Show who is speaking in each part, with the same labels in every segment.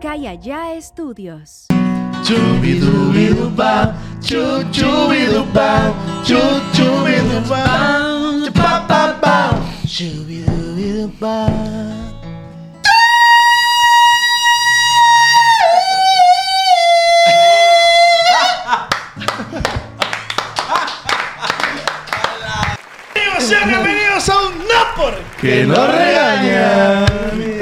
Speaker 1: Calla Ya Estudios.
Speaker 2: Chubidubidupa, chu- chubidupa, chu- chubidupa, chupa-pa-pa, chubidubidupa.
Speaker 3: Amigos, sean bienvenidos a un Napor.
Speaker 2: Que no regañan.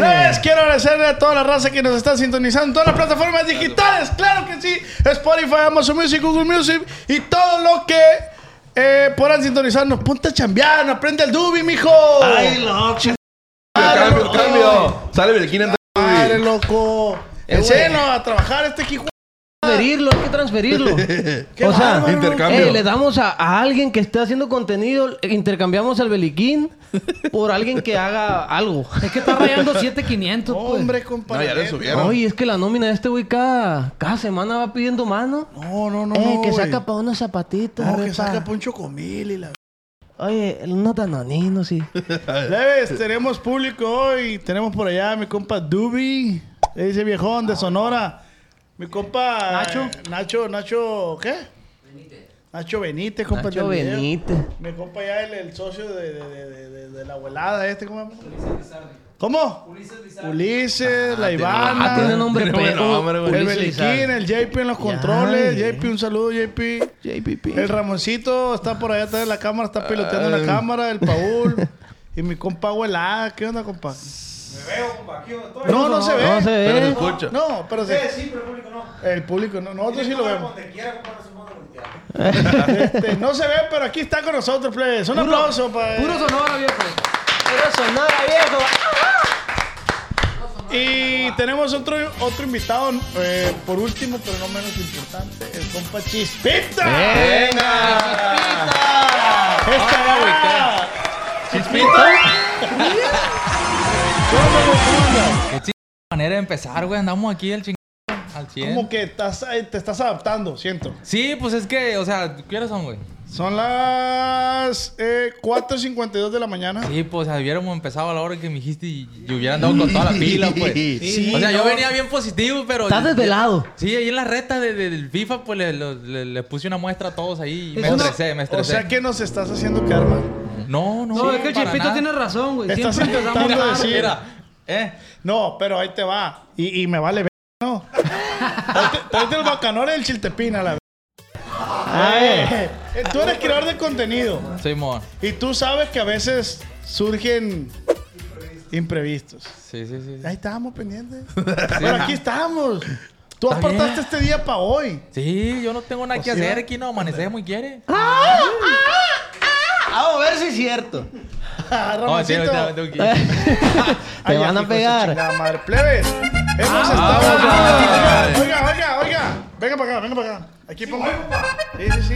Speaker 3: Les quiero agradecerle a toda la raza que nos está sintonizando en todas las plataformas digitales, claro que sí. Spotify, Amazon Music, Google Music y todo lo que eh, puedan sintonizarnos. Punta chambiana, aprende el dubi, mijo.
Speaker 2: Ay, loco.
Speaker 3: Cambio,
Speaker 4: Cambio,
Speaker 3: cambio.
Speaker 4: cambio. Sale Virginia.
Speaker 3: Madre, loco.
Speaker 4: Eh,
Speaker 3: Enséñanos a trabajar este hijo.
Speaker 5: transferirlo, hay que transferirlo.
Speaker 3: Qué
Speaker 5: o sea,
Speaker 3: bárbaro.
Speaker 4: intercambio.
Speaker 5: ey, le damos a, a alguien que esté haciendo contenido, eh, intercambiamos al Beliquín por alguien que haga algo.
Speaker 6: Es que está rayando 7500, pues.
Speaker 3: Hombre, compadre.
Speaker 4: No, ya le subieron.
Speaker 5: Oye, es que la nómina de este güey cada, cada semana va pidiendo mano.
Speaker 3: No, no, no.
Speaker 5: eh,
Speaker 3: no,
Speaker 5: que
Speaker 3: güey.
Speaker 5: saca para unos zapatitos.
Speaker 3: No,
Speaker 5: arre,
Speaker 3: que saca
Speaker 5: pa.
Speaker 3: pa' un chocomil y la
Speaker 5: Oye, unos danoninos, sí.
Speaker 3: Leves, tenemos público hoy. Tenemos por allá a mi compa Dubi, ese viejón de Sonora. Mi compa
Speaker 5: Nacho.
Speaker 3: eh, Nacho, Nacho, ¿qué? Nacho Benítez, compa. del
Speaker 5: Nacho
Speaker 3: video.
Speaker 5: Benítez.
Speaker 3: Mi compa ya el, el socio de, de- de- de- de- de la abuelada este, ¿cómo? ¿Cómo? Ulises Ulises, la Ivana.
Speaker 5: Ah, tiene nombre
Speaker 4: tiene buen nombre,
Speaker 5: pero.
Speaker 4: güey.
Speaker 3: El
Speaker 5: Ulises
Speaker 3: Beliquín,
Speaker 5: Lizardo.
Speaker 3: el JP en los controles.
Speaker 5: güey.
Speaker 3: JP, un saludo, JP. El Ramoncito está por allá atrás de la cámara, está piloteando la cámara, el Paul. y mi compa Abuelada, ¿qué onda, compa? Me veo, compa, aquí No, no se ve.
Speaker 5: No se
Speaker 4: Pero se
Speaker 5: ve.
Speaker 4: escucha.
Speaker 3: No, pero sí. sí, pero el público no. El público no. Nosotros sí lo vemos. Este, no se ve, pero aquí está con nosotros, plebes. Un aplauso para
Speaker 6: Puro sonora, viejo.
Speaker 5: Pero sonora, viejo.
Speaker 3: Y tenemos otro, otro invitado, eh, por último, pero no menos importante, el compa Chispita.
Speaker 4: ¡Venga!
Speaker 3: Esta
Speaker 4: Ah, güey,
Speaker 3: era.
Speaker 4: ¿Chispita?
Speaker 6: manera de empezar, güey. Andamos aquí al ching... Al 100.
Speaker 3: Como que estás, eh, te estás adaptando, siento.
Speaker 6: Sí, pues es que, o sea, ¿qué horas son, güey?
Speaker 3: Son las eh, 4.52 de la mañana.
Speaker 6: Sí, pues hubiéramos empezado a la hora que me dijiste y, y hubieran dado con toda la pila, pues.
Speaker 3: Sí,
Speaker 6: o sea,
Speaker 3: no.
Speaker 6: yo venía bien positivo, pero...
Speaker 5: Estás desvelado.
Speaker 6: Sí, ahí en la reta de- de- del FIFA, pues le, lo- le- le puse una muestra a todos ahí y me
Speaker 3: O sea-
Speaker 6: estresé, me estresé.
Speaker 3: O sea que nos estás haciendo karma.
Speaker 6: No, no,
Speaker 7: No, es que el
Speaker 6: para
Speaker 7: Chispito
Speaker 6: nada.
Speaker 7: tiene razón, güey.
Speaker 3: Estás
Speaker 7: Siempre empezamos
Speaker 3: intentando
Speaker 7: mal.
Speaker 3: decir-
Speaker 6: Mira, eh,
Speaker 3: No, pero ahí te va. Y, y me vale ver, ¿no? Tráete- Tráete el bacanor y el chiltepín a la ver- Eh, eh, Tú eres creador de contenido.
Speaker 6: soy mon.
Speaker 3: Y tú sabes que a veces surgen imprevistos.
Speaker 6: Sí, sí, sí. sí.
Speaker 3: Ahí estábamos pendientes. Pero aquí estamos. Tú
Speaker 6: Está bien.
Speaker 3: apartaste este día para hoy.
Speaker 6: Sí, yo no tengo nada que
Speaker 3: sí,
Speaker 6: hacer
Speaker 3: ¿verdad?
Speaker 6: aquí, no, amanecemos y quiere.
Speaker 5: Ah, Vamos a ver si es cierto.
Speaker 3: Ah,
Speaker 5: Oh,
Speaker 6: No, sí,
Speaker 3: Ramoncito.
Speaker 6: ahorita tengo que ir.
Speaker 5: Te
Speaker 3: Ay,
Speaker 5: van
Speaker 3: hijo de su
Speaker 5: a pegar.
Speaker 3: chingada madre. Plebes, hemos
Speaker 4: ah,
Speaker 3: estado. Oiga, oiga, oiga. Venga para acá, venga para acá. Aquí pongo. Sí, sí, sí.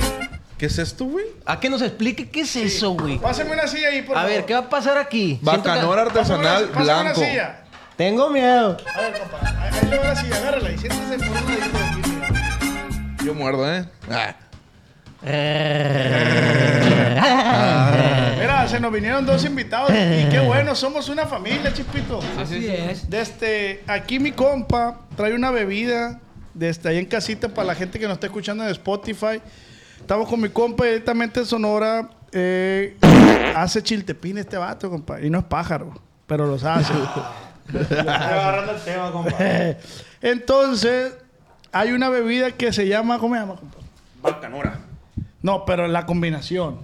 Speaker 4: ¿Qué es esto, güey?
Speaker 5: A que nos explique qué es eso, güey.
Speaker 3: Pásame una silla ahí, por
Speaker 5: A
Speaker 3: favor.
Speaker 5: ver, ¿qué va a pasar aquí? Siento que-
Speaker 4: Bacanor
Speaker 3: Pásame una-
Speaker 4: artesanal
Speaker 3: pásame una
Speaker 4: blanco.
Speaker 3: silla.
Speaker 5: Tengo miedo.
Speaker 3: A ver, compa. Ahí ahí le va la silla, agárrala y siéntese por un ladito de aquí. mira.
Speaker 4: Yo muerdo, ¿eh? Ah.
Speaker 3: Mira, se nos vinieron dos invitados y qué bueno, somos una familia, Chispito.
Speaker 7: Así es.
Speaker 3: Desde aquí mi compa trae una bebida desde ahí en casita para la gente que nos está escuchando en Spotify. Estamos con mi compa directamente de Sonora. eh, hace chiltepín este vato, compa. Y no es pájaro, pero los hace. agarrando el tema, compa. Entonces, hay una bebida que se llama, ¿cómo se llama, compa? No, pero la combinación.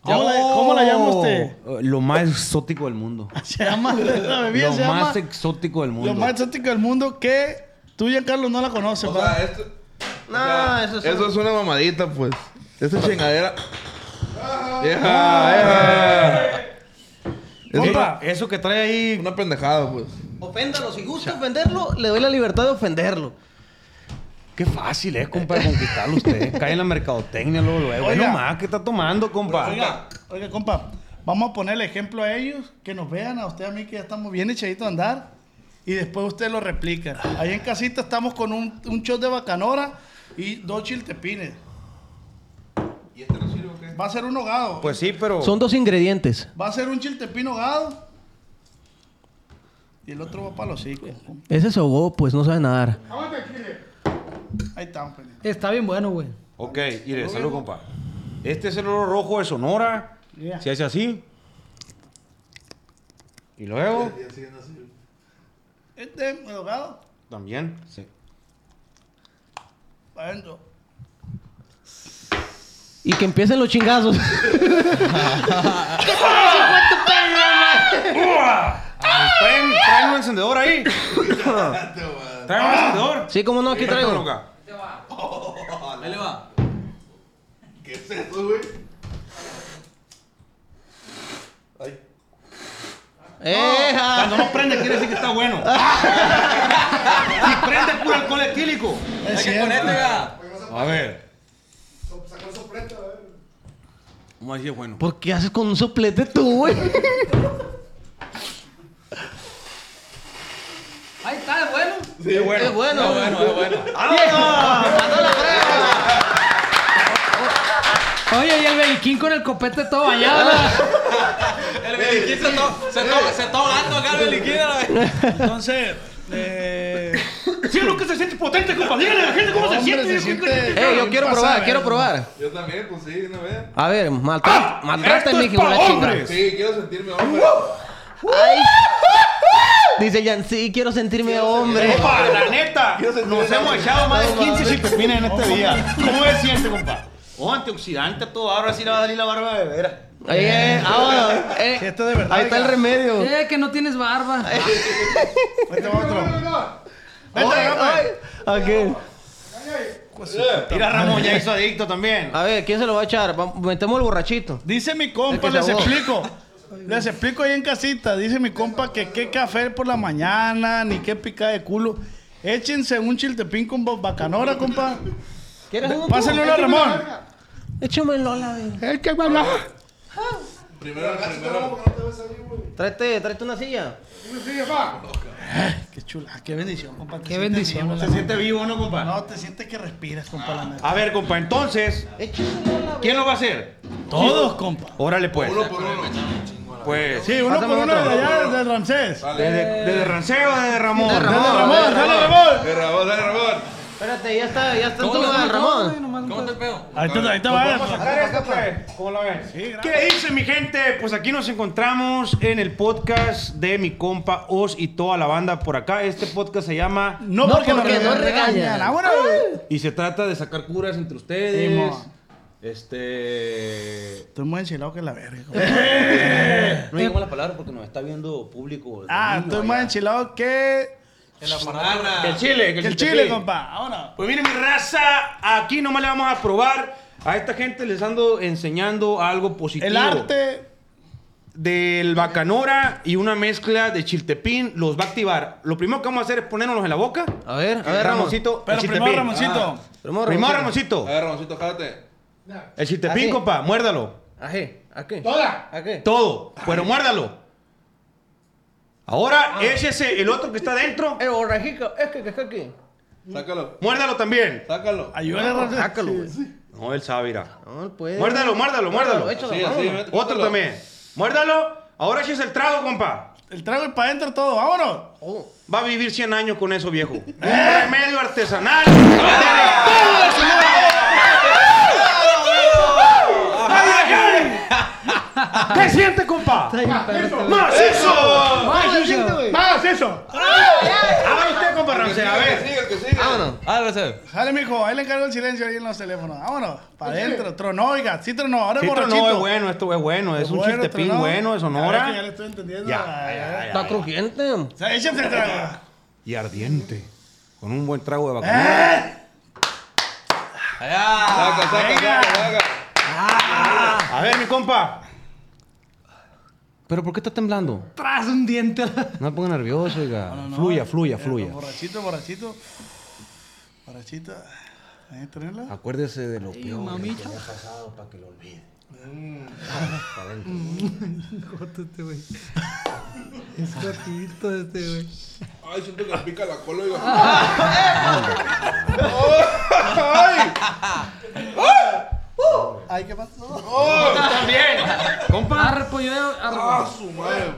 Speaker 3: ¿Cómo, la, ¿Cómo la llama usted?
Speaker 8: Eh, Lo más exótico del mundo.
Speaker 3: Se llama la bebida,
Speaker 8: Lo
Speaker 3: se llama-
Speaker 8: más exótico del mundo.
Speaker 3: lo más exótico del mundo que tú, Carlos no la conoces,
Speaker 4: O
Speaker 3: ¿verdad?
Speaker 4: sea, esto...
Speaker 5: No, eso es.
Speaker 4: Eso es una mamadita, pues. Esta chingadera... ¡Deja, deja!
Speaker 3: Compa,
Speaker 8: Eso que trae ahí.
Speaker 4: Una pendejada, pues.
Speaker 5: Oh. Oféndalo, si gusta ofenderlo, le doy la libertad de ofenderlo.
Speaker 8: Qué fácil es, compa, conquistarlo usted. Cae en la mercadotecnia luego, luego.
Speaker 3: Oiga.
Speaker 8: Bueno, más, ¿qué está tomando, compa?
Speaker 3: oiga, compa, vamos a poner el ejemplo a ellos, que nos vean a usted, a mí, que ya estamos bien echaditos a andar, y después usted lo replica. Ahí en casita estamos con un, un shot de bacanora y dos chiltepines. ¿Y este no sirve Va a ser un hogado. Oh.
Speaker 8: Pues sí, pero.
Speaker 5: Son dos ingredientes.
Speaker 3: Va a ser un chiltepín hogado Y el otro va para los hocico.
Speaker 5: Ese se ahogó, pues no sabe nadar.
Speaker 3: Ahí estamos, pues. pendejo.
Speaker 9: Está bien bueno, güey.
Speaker 8: Ok, mire, salud, compa. Este es el oro rojo de Sonora.
Speaker 3: Yeah.
Speaker 8: Se hace así. Y luego,
Speaker 3: Este es drogado.
Speaker 8: también. Sí.
Speaker 3: Para adentro.
Speaker 5: Y que empiecen los chingazos.
Speaker 8: Traen, traen un encendedor ahí. traen un encendedor.
Speaker 5: sí, cómo no, aquí
Speaker 8: Préstalo
Speaker 5: traigo.
Speaker 8: acá.
Speaker 6: Ahí le va.
Speaker 4: ¿Qué es eso, güey?
Speaker 5: ¡Eja!
Speaker 8: Cuando no prende, quiere decir que está bueno. si prende, es puro alcohol etílico.
Speaker 6: Es que con este, vea.
Speaker 8: A ver. Vamos a decir, bueno.
Speaker 5: ¿Por qué haces con un soplete tú, güey?
Speaker 6: Ahí está, es bueno.
Speaker 8: Sí, bueno.
Speaker 5: Es bueno,
Speaker 6: Es
Speaker 5: güey.
Speaker 6: bueno, es bueno.
Speaker 9: Oye, y el Beliquín con el copete todo bañado.
Speaker 5: Ah,
Speaker 9: ¿no?
Speaker 6: El beliquín se to- se to- se está ahogando acá, el beliquín. a la vez.
Speaker 3: Entonces, eh,
Speaker 8: Sí, lo que se siente potente, compa. Dígale a la gente cómo
Speaker 3: hombre,
Speaker 8: se siente.
Speaker 3: se siente
Speaker 5: Eh, yo
Speaker 3: bien
Speaker 5: quiero
Speaker 3: pasada,
Speaker 5: probar,
Speaker 3: ¿eh?
Speaker 5: quiero probar.
Speaker 4: Yo también, pues sí, una vez.
Speaker 5: A ver, maltrata, maltrata
Speaker 8: esto
Speaker 5: mi
Speaker 8: es
Speaker 5: hijo,
Speaker 8: pa'
Speaker 5: la chinga.
Speaker 8: hombres.
Speaker 4: Sí, quiero sentirme hombre.
Speaker 5: Ay. Dice Jan, sí, quiero sentirme hombre.
Speaker 8: Compa, la neta, nos hemos echado más de 15 chipepines en este día. ¿Cómo se siente, compa? Oh, antioxidante todo. Ahora sí le va a salir la barba de vera.
Speaker 5: Ahí, eh, ahora, eh,
Speaker 3: Si esto de verdad,
Speaker 5: ahí está el
Speaker 3: oiga.
Speaker 5: remedio.
Speaker 9: Eh, que no tienes barba.
Speaker 3: este va otro.
Speaker 5: Ay, ay, ok.
Speaker 8: Mira, Ramón ya hizo adicto también.
Speaker 5: A ver, ¿quién se lo va a echar? Va- Metemos el borrachito.
Speaker 3: Dice mi
Speaker 5: Es
Speaker 3: compa,
Speaker 5: que
Speaker 3: les
Speaker 5: se ahogó.
Speaker 3: explico. Les explico ahí en casita. Dice mi compa que qué café por la mañana, ni qué pica de culo. Échense un chiltepín con bo- bacanora, compa.
Speaker 5: ¿Quieres uno?
Speaker 3: Pásenlo a Ramón.
Speaker 5: Échame Lola, güey.
Speaker 4: Primero, primero.
Speaker 5: Tráete, tráete una silla.
Speaker 3: Qué chula, qué bendición, compa. Te
Speaker 9: Qué
Speaker 3: sientes
Speaker 9: bendición,
Speaker 3: vivo,
Speaker 8: Se siente vivo, ¿no,
Speaker 3: la-
Speaker 8: compa?
Speaker 3: No, te sientes que respiras, compa. La neta.
Speaker 8: A ver, compa, entonces,
Speaker 5: Échame Lola, güey.
Speaker 8: ¿quién lo va a hacer?
Speaker 3: Ah. Todos, compa.
Speaker 8: Órale, pues.
Speaker 4: Uno por uno.
Speaker 8: Pues,
Speaker 3: Sí, uno
Speaker 5: Pásame
Speaker 3: por uno
Speaker 5: otro.
Speaker 3: de allá, de Ramsés.
Speaker 8: desde, desde Ranceo, desde Ramón.
Speaker 5: De Ramón.
Speaker 3: Dale,
Speaker 5: No,
Speaker 3: Ramón,
Speaker 5: dale,
Speaker 3: dale, Ramón.
Speaker 4: De Ramón, de Ramón.
Speaker 5: Espérate, ya está, ya está en
Speaker 6: ¿Cómo
Speaker 5: todo,
Speaker 6: está el
Speaker 5: Ramón.
Speaker 6: ¿Cómo está el pedo?
Speaker 3: Ahí te, ahí te
Speaker 8: eh.
Speaker 3: va.
Speaker 8: Sacar esto, pues. ¿Cómo la ven? ¿Qué dice mi gente? Pues aquí nos encontramos en el podcast de mi compa Os y toda la banda por acá. Este podcast se llama
Speaker 3: No,
Speaker 5: No,
Speaker 3: porque,
Speaker 5: porque
Speaker 3: nos
Speaker 5: no regañan.
Speaker 3: regañan. Ah, Ahora,
Speaker 8: Y se trata de sacar curas entre ustedes.
Speaker 3: Simón.
Speaker 8: este.
Speaker 3: Estoy muy enchilado que la verga. compa.
Speaker 8: No digamos la palabra porque nos está viendo público.
Speaker 3: Ah,
Speaker 8: dominio
Speaker 3: estoy
Speaker 8: Pues allá.
Speaker 3: más enchilado que
Speaker 8: Que el chile, que
Speaker 3: que
Speaker 8: el,
Speaker 3: el
Speaker 8: chile,
Speaker 3: chile, compa. Ahora.
Speaker 8: Pues miren, mi raza, aquí nomás le vamos a probar. A esta gente les ando enseñando algo positivo.
Speaker 3: El arte.
Speaker 8: del bacanora y una mezcla de chiltepín los va a activar. Lo primero que vamos a hacer es ponernos en la boca.
Speaker 5: A ver, a ver, Ramón.
Speaker 8: Ramoncito. el
Speaker 3: Pero primero,
Speaker 8: chiltepín.
Speaker 3: Ramoncito.
Speaker 8: Ah.
Speaker 5: Ramón,
Speaker 8: Primero,
Speaker 5: Ramón.
Speaker 8: Ramoncito.
Speaker 4: A ver, Ramoncito, jálate.
Speaker 8: El chiltepín,
Speaker 5: Así.
Speaker 8: compa, muérdalo.
Speaker 5: Aje, ¿a qué? ¿Toda? ¿A qué?
Speaker 8: Todo, pero muérdalo. Ahora, échese el otro que está adentro.
Speaker 5: El Eh, borrajico, es que que está aquí.
Speaker 4: Sácalo,
Speaker 8: Muérdalo también.
Speaker 4: sácalo.
Speaker 3: Ayúdale, Ramsés.
Speaker 5: Sácalo, güey.
Speaker 8: No, él sabe, mira.
Speaker 5: No, él puede.
Speaker 8: Muérdalo, muérdalo, muérdalo.
Speaker 5: échalo,
Speaker 4: Sí, así,
Speaker 5: vámonos.
Speaker 4: vete,
Speaker 8: Otro
Speaker 4: sácalo.
Speaker 8: también. Muérdalo. Ahora échese el trago, compa.
Speaker 3: El trago y para adentro todo, vámonos.
Speaker 5: Oh.
Speaker 8: Va a vivir 100 años con eso, viejo. Un remedio artesanal. Tiene todo el sabor. ¡Ay, ay, ay! ¿Qué siente, compa? ¡Más eso!
Speaker 3: ¡Más eso!
Speaker 8: Ahora usted, compa Ramsey, a ver.
Speaker 4: Sigue, que sigue.
Speaker 5: Vámonos.
Speaker 6: Ah, gracias.
Speaker 3: Sale, mijo, ahí le encargo el silencio ahí en los teléfonos. Vámonos, para adentro. Tronó, oiga, sí tronó, ahora es
Speaker 8: Esto
Speaker 3: borrachito.
Speaker 8: no es bueno, esto es bueno. Es un
Speaker 3: Bueno,
Speaker 8: chiltepín
Speaker 3: tronó.
Speaker 8: bueno, de
Speaker 3: Ya, que ya le
Speaker 8: Sonora.
Speaker 3: estoy entendiendo.
Speaker 8: Ya,
Speaker 3: Ay,
Speaker 8: ya,
Speaker 3: ay.
Speaker 8: ya,
Speaker 5: Está
Speaker 8: ya.
Speaker 5: crujiente.
Speaker 3: O sea, échate el trago.
Speaker 8: Y ardiente. Con un buen trago de vaca.
Speaker 3: ¡Eh!
Speaker 6: Allá.
Speaker 4: Saca, saca,
Speaker 3: venga.
Speaker 4: saca, saca.
Speaker 8: A ver, mi compa.
Speaker 5: ¿Pero por qué está temblando?
Speaker 9: Tras un diente.
Speaker 5: No me ponga nervioso, oiga.
Speaker 3: No, no,
Speaker 8: Fluya,
Speaker 3: eh,
Speaker 8: fluya,
Speaker 3: eh,
Speaker 8: fluya.
Speaker 3: Borrachito, borrachito. Borrachito. Ahí
Speaker 8: Ah.
Speaker 3: tenerla.
Speaker 8: Acuérdese de lo peor.
Speaker 9: Mamita. Jótate, güey. Es gatito este, güey.
Speaker 4: Ay, siento que me pica la cola, oiga.
Speaker 3: Ay, ¿qué pasó?
Speaker 8: También. Compa.
Speaker 6: pues,
Speaker 9: Arre, pollo, arre.
Speaker 4: Su madre.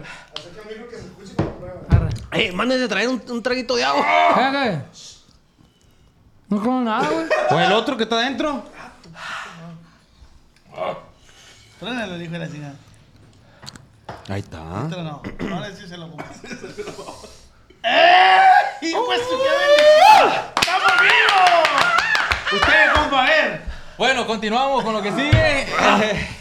Speaker 9: Arre.
Speaker 5: Eh, manes de traer un, un traguito de agua.
Speaker 10: ¿Qué? No como nada, güey.
Speaker 8: ¿O el otro que está adentro?
Speaker 3: Trónalo, dijo la chingada.
Speaker 8: Ahí está.
Speaker 3: Trónalo. Ahora sí se lo pongo. ¡Eh! ¡Hijo de su qué
Speaker 8: Ustedes, compa, a ver.
Speaker 6: Bueno, continuamos con lo que sigue.
Speaker 3: bendición!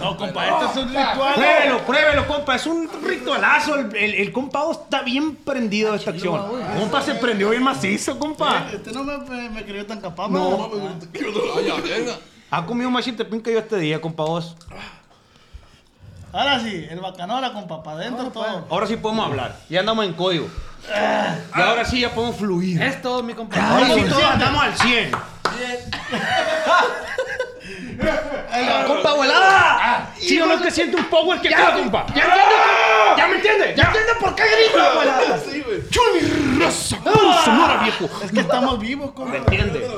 Speaker 3: No, compa, esto es un ritual.
Speaker 8: Pruébelo, pruébelo, compa. Es un ritualazo. El, el, el compa Oz está bien prendido de esta acción. Compa se prendió bien macizo, compa.
Speaker 3: Usted Este no me, me, me creyó tan capaz, No,
Speaker 4: Ay, a verga.
Speaker 8: Ha comido más chintepín que yo este día, compa Oz.
Speaker 3: Ahora sí, el bacanora, compa, para adentro todo.
Speaker 8: Ahora sí podemos hablar. Ya andamos en código. Y ahora sí ya podemos fluir.
Speaker 10: Es todo, mi
Speaker 8: Ahora
Speaker 10: compadre.
Speaker 8: sí todos andamos al 100.
Speaker 5: ¡Compa volada!
Speaker 8: Sí, yo no que siento un power que acá, compa. Ya entiendo. Ya me entiende. Ya entiende por qué grito, abuela.
Speaker 4: Sí, güey.
Speaker 8: Chuli raza, pura sonora, viejo.
Speaker 3: Es que estamos vivos, compa.
Speaker 8: ¿Me entiende?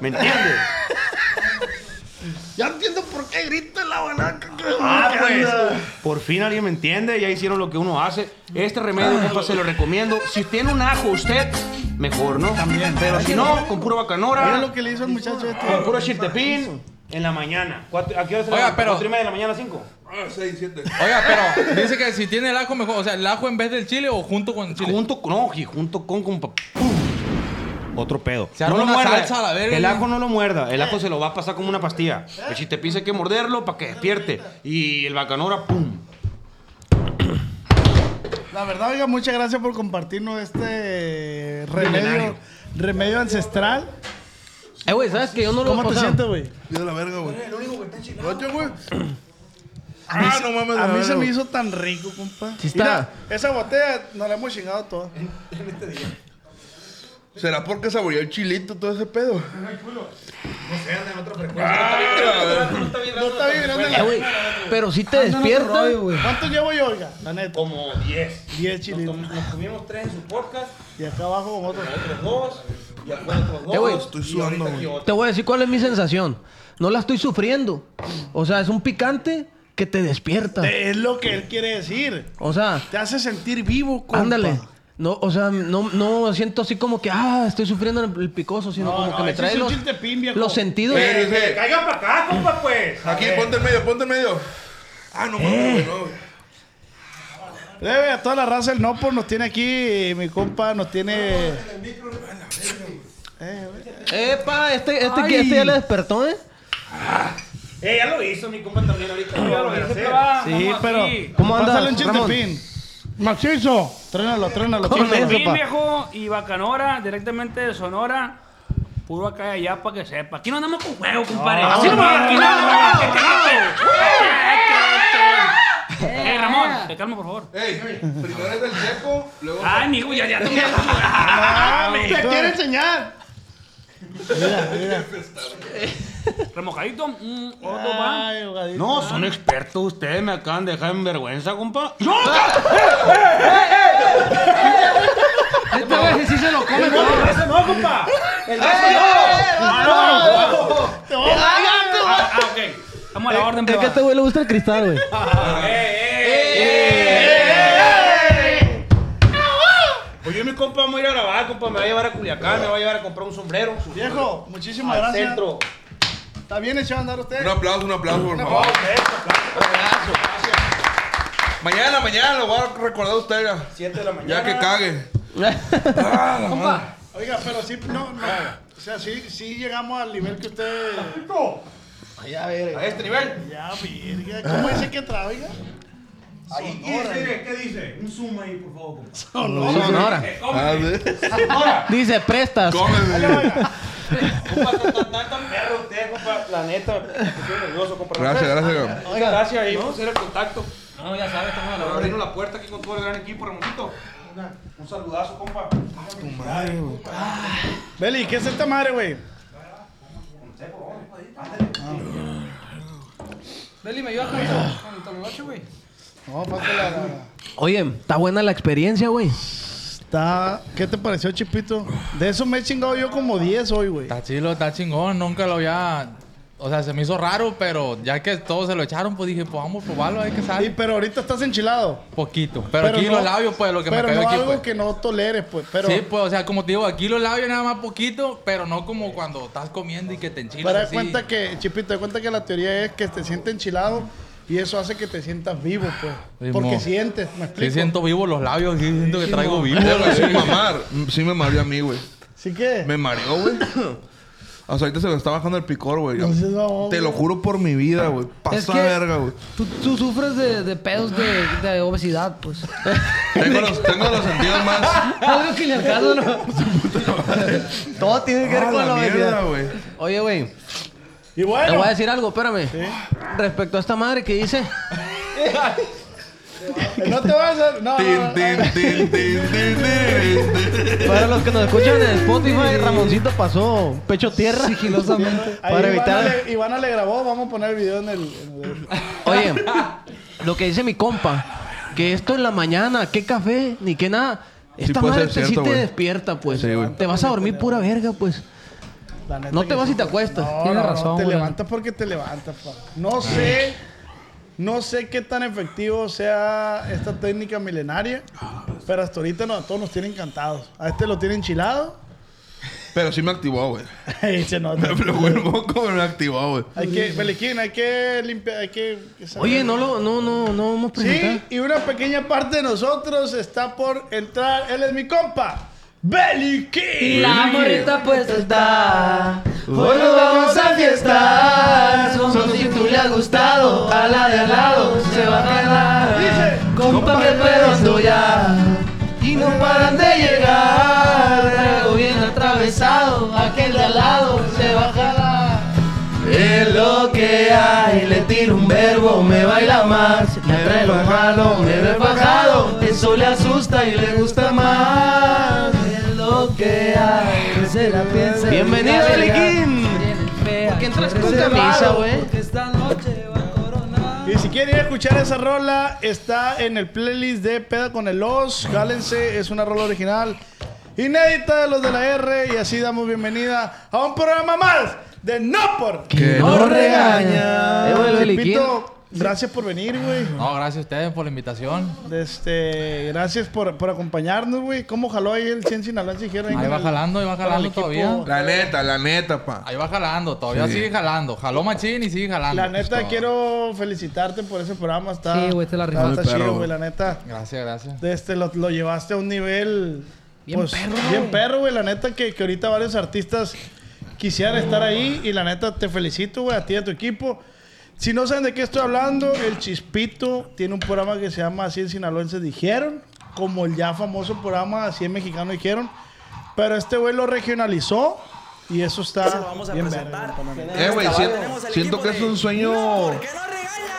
Speaker 8: ¿Me entiende?
Speaker 3: Ya entiendo por qué grita la banaca.
Speaker 8: Ah, pues. Por fin alguien me entiende, ya hicieron lo que uno hace. Este remedio, compa, se lo recomiendo. Si tiene un ajo usted, mejor, ¿no? También. Pero si no, con puro
Speaker 3: Mira
Speaker 8: bacanora,
Speaker 3: lo que le hizo al muchacho
Speaker 8: con
Speaker 3: este.
Speaker 8: puro chiltepín, en la mañana. Cuatro- ¿A qué hora se
Speaker 6: Oiga,
Speaker 8: levanta?
Speaker 6: pero-
Speaker 8: ¿Cuatro y media de la mañana, cinco?
Speaker 4: Ah, seis, siete.
Speaker 6: Oiga, pero dice que si tiene el ajo mejor, o sea, el ajo en vez del chile o junto con el chile.
Speaker 8: Junto con, no, y junto con, compa. ¡pum! Otro pedo.
Speaker 6: Se arma una salsa a la verga,
Speaker 8: El
Speaker 6: güey.
Speaker 8: ajo no lo muerda. El ajo se lo va a pasar como una pastilla. El chiltepín se hay que morderlo para que despierte. Y el bacanora, pum.
Speaker 3: La verdad, oiga, muchas gracias por compartirnos este remedio, remedio ancestral.
Speaker 5: Eh, güey, ¿sabes que yo no lo
Speaker 3: ¿Cómo
Speaker 5: o
Speaker 3: te
Speaker 5: sea,
Speaker 3: sientes, güey?
Speaker 4: Yo de la verga, güey. El único que está enchilado. güey.
Speaker 3: A mí,
Speaker 4: Ah,
Speaker 3: se-
Speaker 4: no mames,
Speaker 3: a
Speaker 4: la
Speaker 3: mí se
Speaker 4: verga,
Speaker 3: me
Speaker 4: güey.
Speaker 3: hizo tan rico, compa.
Speaker 5: Sí está.
Speaker 3: Mira, esa botella nos la hemos chingado toda.
Speaker 4: ¿Será porque saboreó el chilito todo ese pedo? Ah, No
Speaker 3: No está vibrando
Speaker 5: Eh,
Speaker 3: la...
Speaker 5: güey, pero si te
Speaker 10: Anda en otro
Speaker 5: despierta.
Speaker 10: rollo, güey.
Speaker 3: ¿Cuánto llevo yo, oiga? La neta.
Speaker 8: Como 10.
Speaker 3: 10 chilitos.
Speaker 8: Nos comimos tres en su podcast,
Speaker 3: Y acá abajo con otro.
Speaker 8: otros dos, y afuera otros dos.
Speaker 5: Eh, güey,
Speaker 4: Estoy sudando, güey.
Speaker 5: Te voy a decir cuál es mi sensación. No la estoy sufriendo. O sea, es un picante que te despierta.
Speaker 3: Es lo que él quiere decir.
Speaker 5: O sea,
Speaker 3: Te hace sentir vivo, compa.
Speaker 5: ándale. No, o sea, no, no siento así como que, ah, estoy sufriendo el, el picoso, sino
Speaker 3: No,
Speaker 5: como
Speaker 3: no,
Speaker 5: que me
Speaker 3: ese
Speaker 5: trae
Speaker 3: es un
Speaker 5: los,
Speaker 3: chiltepín, viejo.
Speaker 5: los sentidos.
Speaker 4: Eh,
Speaker 8: Que caiga para acá, compa, pues.
Speaker 4: Aquí, ponte en medio, ponte en medio. Ah, no mames, güey, no, güey.
Speaker 3: Debe a toda la raza el Nopo nos tiene aquí, mi compa nos tiene.
Speaker 5: Epa, este, este, que- este ya le despertó, ¿eh?
Speaker 8: Eh, ya lo hizo mi compa también ahorita. Ya lo hizo,
Speaker 3: Sí, pero.
Speaker 5: ¿Cómo andas,
Speaker 3: Pásale un
Speaker 5: Ramón?
Speaker 3: chiltepín. Macizo. Trénalo, trénalo,
Speaker 5: ¿Cómo
Speaker 3: trénalo.
Speaker 5: es?
Speaker 10: Bien
Speaker 5: papá.
Speaker 10: viejo y bacanora, directamente de Sonora. Puro acá y allá para que sepa. Aquí no andamos con juego, compadre.
Speaker 8: Ah,
Speaker 10: Así no aquí no andamos con Eh,
Speaker 8: Ah.
Speaker 10: juego. Eh, Ramón, te calma, por favor.
Speaker 4: Ey, primero es del seco, luego.
Speaker 10: Ay, mijo, ya, ya. tú me- Ah, me-
Speaker 3: Te quiere enseñar.
Speaker 10: Remojadito. mm, Otro
Speaker 5: Ah.
Speaker 10: pan.
Speaker 3: Ay, jugadito.
Speaker 8: No, son expertos ustedes, me acaban de dejar en vergüenza, compa. ¡No!
Speaker 5: Este güey sí se lo come todo.
Speaker 8: ¡Eso no, compa!
Speaker 4: ¡Eh,
Speaker 10: Ah, ah, ok.
Speaker 4: eh,
Speaker 10: Estamos a la orden,
Speaker 5: Es que a este
Speaker 10: plebada.
Speaker 5: güey le gusta el cristal, güey.
Speaker 8: Ah,
Speaker 4: eh,
Speaker 8: Eh, Oye, mi compa, vamos a ir a grabar, compa. Me va a llevar a Culiacán, me va a llevar a comprar un sombrero. su-
Speaker 3: Viejo, muchísimas
Speaker 8: Al
Speaker 3: gracias.
Speaker 8: centro.
Speaker 3: Está bien echado a andar usted.
Speaker 4: Un aplauso, un aplauso, por favor. Mañana, mañana lo voy a recordar a usted, ya.
Speaker 8: Siete de la mañana.
Speaker 4: Ya que cague. Ah, la madre.
Speaker 3: Oiga, pero sí, no, no. O sea, sí, sí llegamos al nivel que usted.
Speaker 8: A este nivel.
Speaker 3: Ya, virga. ¿Cómo dice que trae, oiga?
Speaker 8: Ahí, ¿qué, ¿Qué dice? Un zoom ahí, por favor. compa.
Speaker 5: Sonora.
Speaker 4: A ver.
Speaker 5: Dice, prestas.
Speaker 4: Cómeme.
Speaker 8: Compa, tan- tan- tan- tan perro usted, compa. La neta, me estoy nervioso, compa.
Speaker 4: Gracias, gracias.
Speaker 8: Oiga, gracias ahí por hacer el contacto. No, ya sabes, estamos a la Abrimos la puerta aquí con todo el gran equipo, Ramoncito. Un saludazo, compa.
Speaker 3: Beli, ¿qué es esta madre, güey?
Speaker 6: Ah. Beli, ¿me ayudas con eso? Con el tamagotchi, güey.
Speaker 3: No, pásala. la-
Speaker 5: Oye, está buena la experiencia, güey.
Speaker 3: Está. ¿Qué te pareció, Chipito? De eso me he chingado yo como 10 hoy, güey.
Speaker 6: Está chilo, está chingón. Nunca lo había. O sea, se me hizo raro, pero ya que todos se lo echaron, pues dije, pues vamos a probarlo, hay que
Speaker 3: Y,
Speaker 6: salir.
Speaker 3: pero ahorita estás enchilado.
Speaker 6: Poquito. Pero, aquí
Speaker 3: no-
Speaker 6: los labios, pues, lo que me
Speaker 3: pero
Speaker 6: cayó
Speaker 3: no
Speaker 6: aquí,
Speaker 3: algo
Speaker 6: pues.
Speaker 3: que no toleres, pues. Pero,
Speaker 6: Sí, pues, o sea, como te digo, aquí los labios nada más poquito, pero no como cuando estás comiendo y que te enchilas
Speaker 3: Pero de
Speaker 6: así.
Speaker 3: cuenta que, Chipito, de cuenta que la teoría es que te sientes enchilado y eso hace que te sientas vivo, pues.
Speaker 6: Simón.
Speaker 3: Porque sientes, me
Speaker 6: Sí
Speaker 3: explico.
Speaker 6: siento vivo los labios, sí siento que traigo vivo.
Speaker 4: Mira, güey, sin mamar. Mm, Sí me mareó a mí, güey.
Speaker 3: Así que,
Speaker 4: Me mareó, güey. O sea, ahorita se me está bajando el picor, güey.
Speaker 3: No seas babón,
Speaker 4: Te lo
Speaker 3: güey.
Speaker 4: juro por mi vida, güey. Pasa
Speaker 11: que-
Speaker 4: verga, güey.
Speaker 11: Tú, tú sufres de, de pedos de, de obesidad, pues.
Speaker 4: Tengo los, tengo los sentidos más.
Speaker 11: Algo que ni al caso no.
Speaker 5: Todo tiene que ver
Speaker 4: A
Speaker 5: con la
Speaker 4: Ah, la mierda,
Speaker 5: obesidad.
Speaker 4: güey.
Speaker 5: Oye, güey,
Speaker 3: y
Speaker 5: te
Speaker 3: bueno,
Speaker 5: voy a decir algo, espérame. Respecto a esta madre que dice...
Speaker 3: no te vas a. No, no,
Speaker 4: Tin,
Speaker 3: no.
Speaker 4: tin, tin, tin, tin, tin, tin.
Speaker 5: Para los que nos escuchan en Spotify, Ramoncito pasó pecho tierra. Sigilosamente.
Speaker 3: Ahí Ivana
Speaker 5: Para evitar.
Speaker 3: le- Ivana le grabó, vamos a poner el video en el. en el-
Speaker 5: Oye, lo que dice mi compa, que esto en la mañana, qué café, ni qué nada.
Speaker 4: Sí
Speaker 5: Esta
Speaker 4: puede
Speaker 5: madre
Speaker 4: ser
Speaker 5: te- sí
Speaker 4: cierto,
Speaker 5: te
Speaker 4: güey.
Speaker 5: despierta, pues.
Speaker 4: Sí, güey.
Speaker 5: te vas a dormir pura verga, pues.
Speaker 3: la neta
Speaker 5: No
Speaker 3: que
Speaker 5: te vas
Speaker 3: sí,
Speaker 5: y te
Speaker 3: pues.
Speaker 5: acuestas.
Speaker 3: No,
Speaker 11: Tiene
Speaker 3: no, no,
Speaker 11: razón,
Speaker 3: Te
Speaker 11: güey.
Speaker 3: levantas porque te levantas, pa. No sé. No sé qué tan efectivo sea esta técnica milenaria, pero hasta ahorita no, a todos nos tienen encantados. A este lo tienen enchilado.
Speaker 4: Pero sí me activó, güey.
Speaker 3: y se nota.
Speaker 4: Me flojó el moco, pero me activó, güey.
Speaker 3: Hay que, Beliquín, hay que limpiar, hay que... que saber.
Speaker 5: Oye, no lo, no, no, no hemos presentado.
Speaker 3: Sí, y una pequeña parte de nosotros está por entrar. Él es mi compa, Beliquín.
Speaker 11: La morita pues está.
Speaker 3: Hoy nos vamos a fiestar.
Speaker 11: Como si tú le has gustado, a la de al lado se va a quedar.
Speaker 3: Dice,
Speaker 11: Compa, me pedo ya. Y no paran de llegar. Traigo bien atravesado, aquel de al lado se va a jalar. Es lo que hay, le tiro un verbo, me baila más, me atrae lo malo, me ve bajado, eso le asusta y le gusta más. Es lo que hay, que se la piensa.
Speaker 5: Bienvenido, Eliquín.
Speaker 11: ¿Por
Speaker 5: qué entras con
Speaker 3: camisa,
Speaker 5: güey?
Speaker 11: Porque esta noche va a coronar.
Speaker 3: Y si quieren ir a escuchar esa rola, está en el playlist de Peda con el Os. Jálense, es una rola original, inédita de los de la R. Y así damos bienvenida a un programa más de No Por.
Speaker 4: Que no
Speaker 5: regaña. Eh, güey, Beliquín.
Speaker 3: Chipito, gracias por venir, güey.
Speaker 6: No, gracias a ustedes por la invitación.
Speaker 3: Este, gracias por, por acompañarnos, güey. ¿Cómo jaló ahí el 100 Sinaloense? Dijeron
Speaker 6: Ahí
Speaker 3: con
Speaker 6: va
Speaker 3: el-
Speaker 6: jalando, ahí va
Speaker 3: con el
Speaker 6: jalando
Speaker 3: equipo.
Speaker 6: todavía.
Speaker 4: La neta, la neta, pa.
Speaker 6: Ahí va jalando, todavía
Speaker 4: Sí.
Speaker 6: sigue jalando. Jaló machín y sigue jalando.
Speaker 3: La
Speaker 6: Pues,
Speaker 3: neta,
Speaker 6: todo.
Speaker 3: quiero felicitarte por ese programa. Está,
Speaker 11: Sí, güey, te la
Speaker 3: está-
Speaker 11: rifaste.
Speaker 3: Está
Speaker 4: Muy perro,
Speaker 3: chido, güey,
Speaker 4: güey.
Speaker 3: la neta.
Speaker 6: Gracias, gracias.
Speaker 3: Este, lo, lo llevaste a un nivel... pues,
Speaker 11: Bien perro,
Speaker 3: Bien
Speaker 11: güey.
Speaker 3: perro, güey. La neta que, que ahorita varios artistas quisieran estar ahí. Y la neta, te felicito, güey, a ti y a tu equipo. Si no saben de qué estoy hablando, el Chispito tiene un programa que se llama Así en Sinaloense Dijeron. Como el ya famoso programa Así en Mexicano Dijeron. Pero este güey lo regionalizó. Y eso está bien verga, güey, para la neta.
Speaker 4: Eh, güey, siento, siento que es un sueño.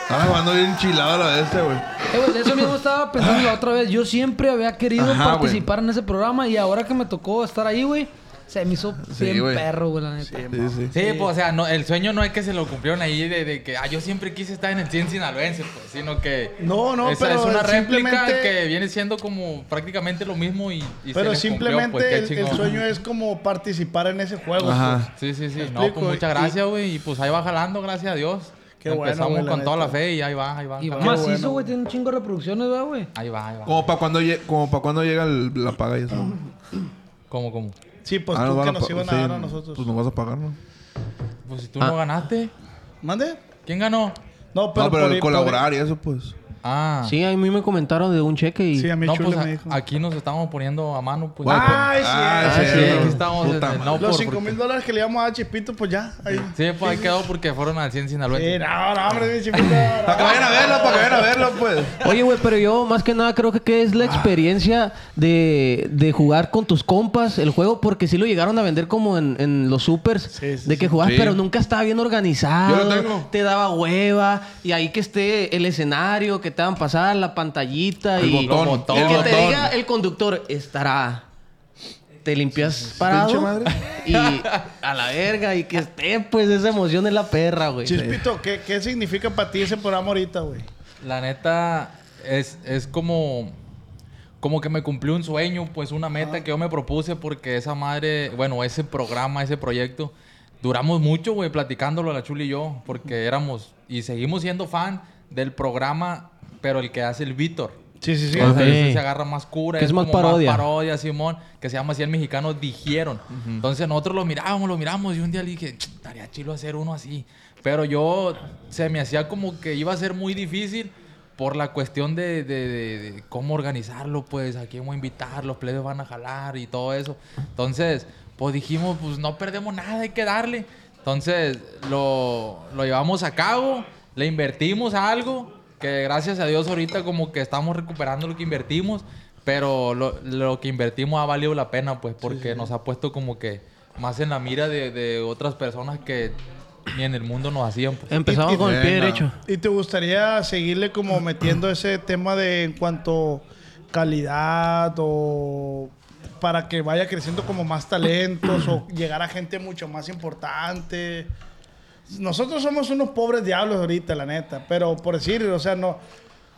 Speaker 4: Ah, mando bien enchilado la de este, güey.
Speaker 11: Eh, güey, de eso mismo estaba pensando la otra vez. Yo siempre había querido
Speaker 4: Ajá, güey.
Speaker 11: participar en ese programa y ahora que me tocó estar ahí, güey, se me hizo
Speaker 4: Sí,
Speaker 11: bien
Speaker 4: güey.
Speaker 11: perro, güey, la neta.
Speaker 4: Sí, sí.
Speaker 6: Sí, pues, o sea, no, el sueño no es que se lo cumplieron ahí de, de que ah, yo siempre quise estar en el 100 sinaloense, pues, sino que.
Speaker 3: No, no,
Speaker 6: esa
Speaker 3: pero
Speaker 6: es una réplica
Speaker 3: simplemente-
Speaker 6: que viene siendo como prácticamente lo mismo y. y se
Speaker 3: Pero
Speaker 6: les cumplió,
Speaker 3: simplemente
Speaker 6: pues, qué
Speaker 3: el- el,
Speaker 6: chingón.
Speaker 3: sueño es como participar en ese juego.
Speaker 4: Ajá.
Speaker 3: pues.
Speaker 6: Sí, sí, sí.
Speaker 3: ¿Me
Speaker 6: No,
Speaker 3: explico?
Speaker 6: pues muchas
Speaker 3: Y-
Speaker 6: gracias, güey. Y pues ahí va jalando, gracias a Dios.
Speaker 3: Qué bueno,
Speaker 6: Empezamos
Speaker 3: güey, la
Speaker 6: con toda
Speaker 3: neta.
Speaker 6: la fe y ahí va, ahí va.
Speaker 11: Y va
Speaker 6: jalando.
Speaker 11: macizo, güey, tiene un chingo de reproducciones, ¿verdad, güey.
Speaker 6: Ahí va, ahí va.
Speaker 4: Como para cuando, lle- como pa' cuando llega el- la paga y eso.
Speaker 6: ¿Cómo, cómo?
Speaker 3: Sí, pues
Speaker 4: Ah,
Speaker 3: tú
Speaker 4: van
Speaker 3: que
Speaker 4: a
Speaker 3: nos
Speaker 4: pa-
Speaker 3: iban
Speaker 4: sí,
Speaker 3: a dar a nosotros.
Speaker 4: Pues nos vas a pagar, ¿no?
Speaker 6: Pues si tú no ganaste,
Speaker 3: ¿Mande?
Speaker 6: ¿quién ganó?
Speaker 3: No,
Speaker 4: no, pero
Speaker 3: por-
Speaker 4: el
Speaker 3: por-
Speaker 4: colaborar y eso, pues.
Speaker 6: Ah.
Speaker 5: Sí, a mí me comentaron de un cheque y...
Speaker 3: Sí, a mí
Speaker 6: No,
Speaker 3: Chule
Speaker 6: pues
Speaker 3: me
Speaker 6: a-
Speaker 3: dijo.
Speaker 6: aquí nos estamos poniendo a mano, pues.
Speaker 4: Guay,
Speaker 3: Ay,
Speaker 4: pues.
Speaker 3: sí,
Speaker 4: Ah,
Speaker 6: Ah, sí,
Speaker 4: cierto.
Speaker 6: aquí estamos
Speaker 4: Puta
Speaker 6: desde-
Speaker 4: madre.
Speaker 6: no
Speaker 3: Los
Speaker 6: por-
Speaker 3: 5 mil dólares que le íbamos a Chipito, pues ya. Ahí.
Speaker 6: Sí, pues ahí quedó porque fueron al 100
Speaker 3: Sí,
Speaker 6: Sinaloense.
Speaker 3: no, no, hombre, mi Chipito. no.
Speaker 4: Para que vayan a verlo, para que vayan a verlo, pues.
Speaker 5: Oye, güey, pero yo más que nada creo que, que
Speaker 4: Ah.
Speaker 5: es la experiencia de, de jugar con tus compas el juego, porque sí lo llegaron a vender como en, en los supers, de que jugabas,
Speaker 4: Sí.
Speaker 5: pero nunca estaba bien organizado,
Speaker 4: Yo lo tengo.
Speaker 5: te daba hueva, y ahí que esté el escenario, que te van a pasar la pantallita
Speaker 4: El
Speaker 5: y,
Speaker 4: botón,
Speaker 5: y
Speaker 4: el
Speaker 5: que te
Speaker 4: botón.
Speaker 5: diga el conductor, estará... Te limpias parado
Speaker 4: madre.
Speaker 5: y a la verga y que esté pues esa emoción es la perra, güey.
Speaker 3: Chispito, ¿qué, ¿qué significa para ti ese programa ahorita, güey?
Speaker 6: La neta, es, es como, como que me cumplió un sueño, pues una meta que yo me propuse porque esa madre, bueno, ese programa, ese proyecto, duramos mucho, güey, platicándolo la Chuli y yo, porque éramos y seguimos siendo fan del programa, pero el que hace el Víctor.
Speaker 3: Sí, sí, sí.
Speaker 5: Ok.
Speaker 6: Entonces, ese se agarra más cura.
Speaker 5: Que es más
Speaker 6: como
Speaker 5: parodia.
Speaker 6: parodia, Simón, que se llama así el mexicano, dijeron. Entonces nosotros lo mirábamos, lo miramos y un día le dije, "Ch, estaría chilo hacer uno así. Pero yo se me hacía como que iba a ser muy difícil por la cuestión de, de- de- de cómo organizarlo, pues, a quién voy a invitar, los plebes van a jalar y todo eso. Entonces, pues dijimos, pues no perdemos nada, hay que darle. Entonces, lo, lo llevamos a cabo, le invertimos a algo que gracias a Dios ahorita como que estamos recuperando lo que invertimos, pero lo, lo que invertimos ha valido la pena, pues, porque nos ha puesto como que más en la mira de, de otras personas que ni en el mundo nos hacían. pues.
Speaker 5: Empezamos con el pie
Speaker 4: Venga.
Speaker 5: derecho.
Speaker 3: ¿Y te gustaría seguirle como metiendo ese tema de en cuanto calidad o para que vaya creciendo como más talentos o llegar a gente mucho más importante? Nosotros somos unos pobres diablos ahorita, la neta, pero por decir, o sea, no.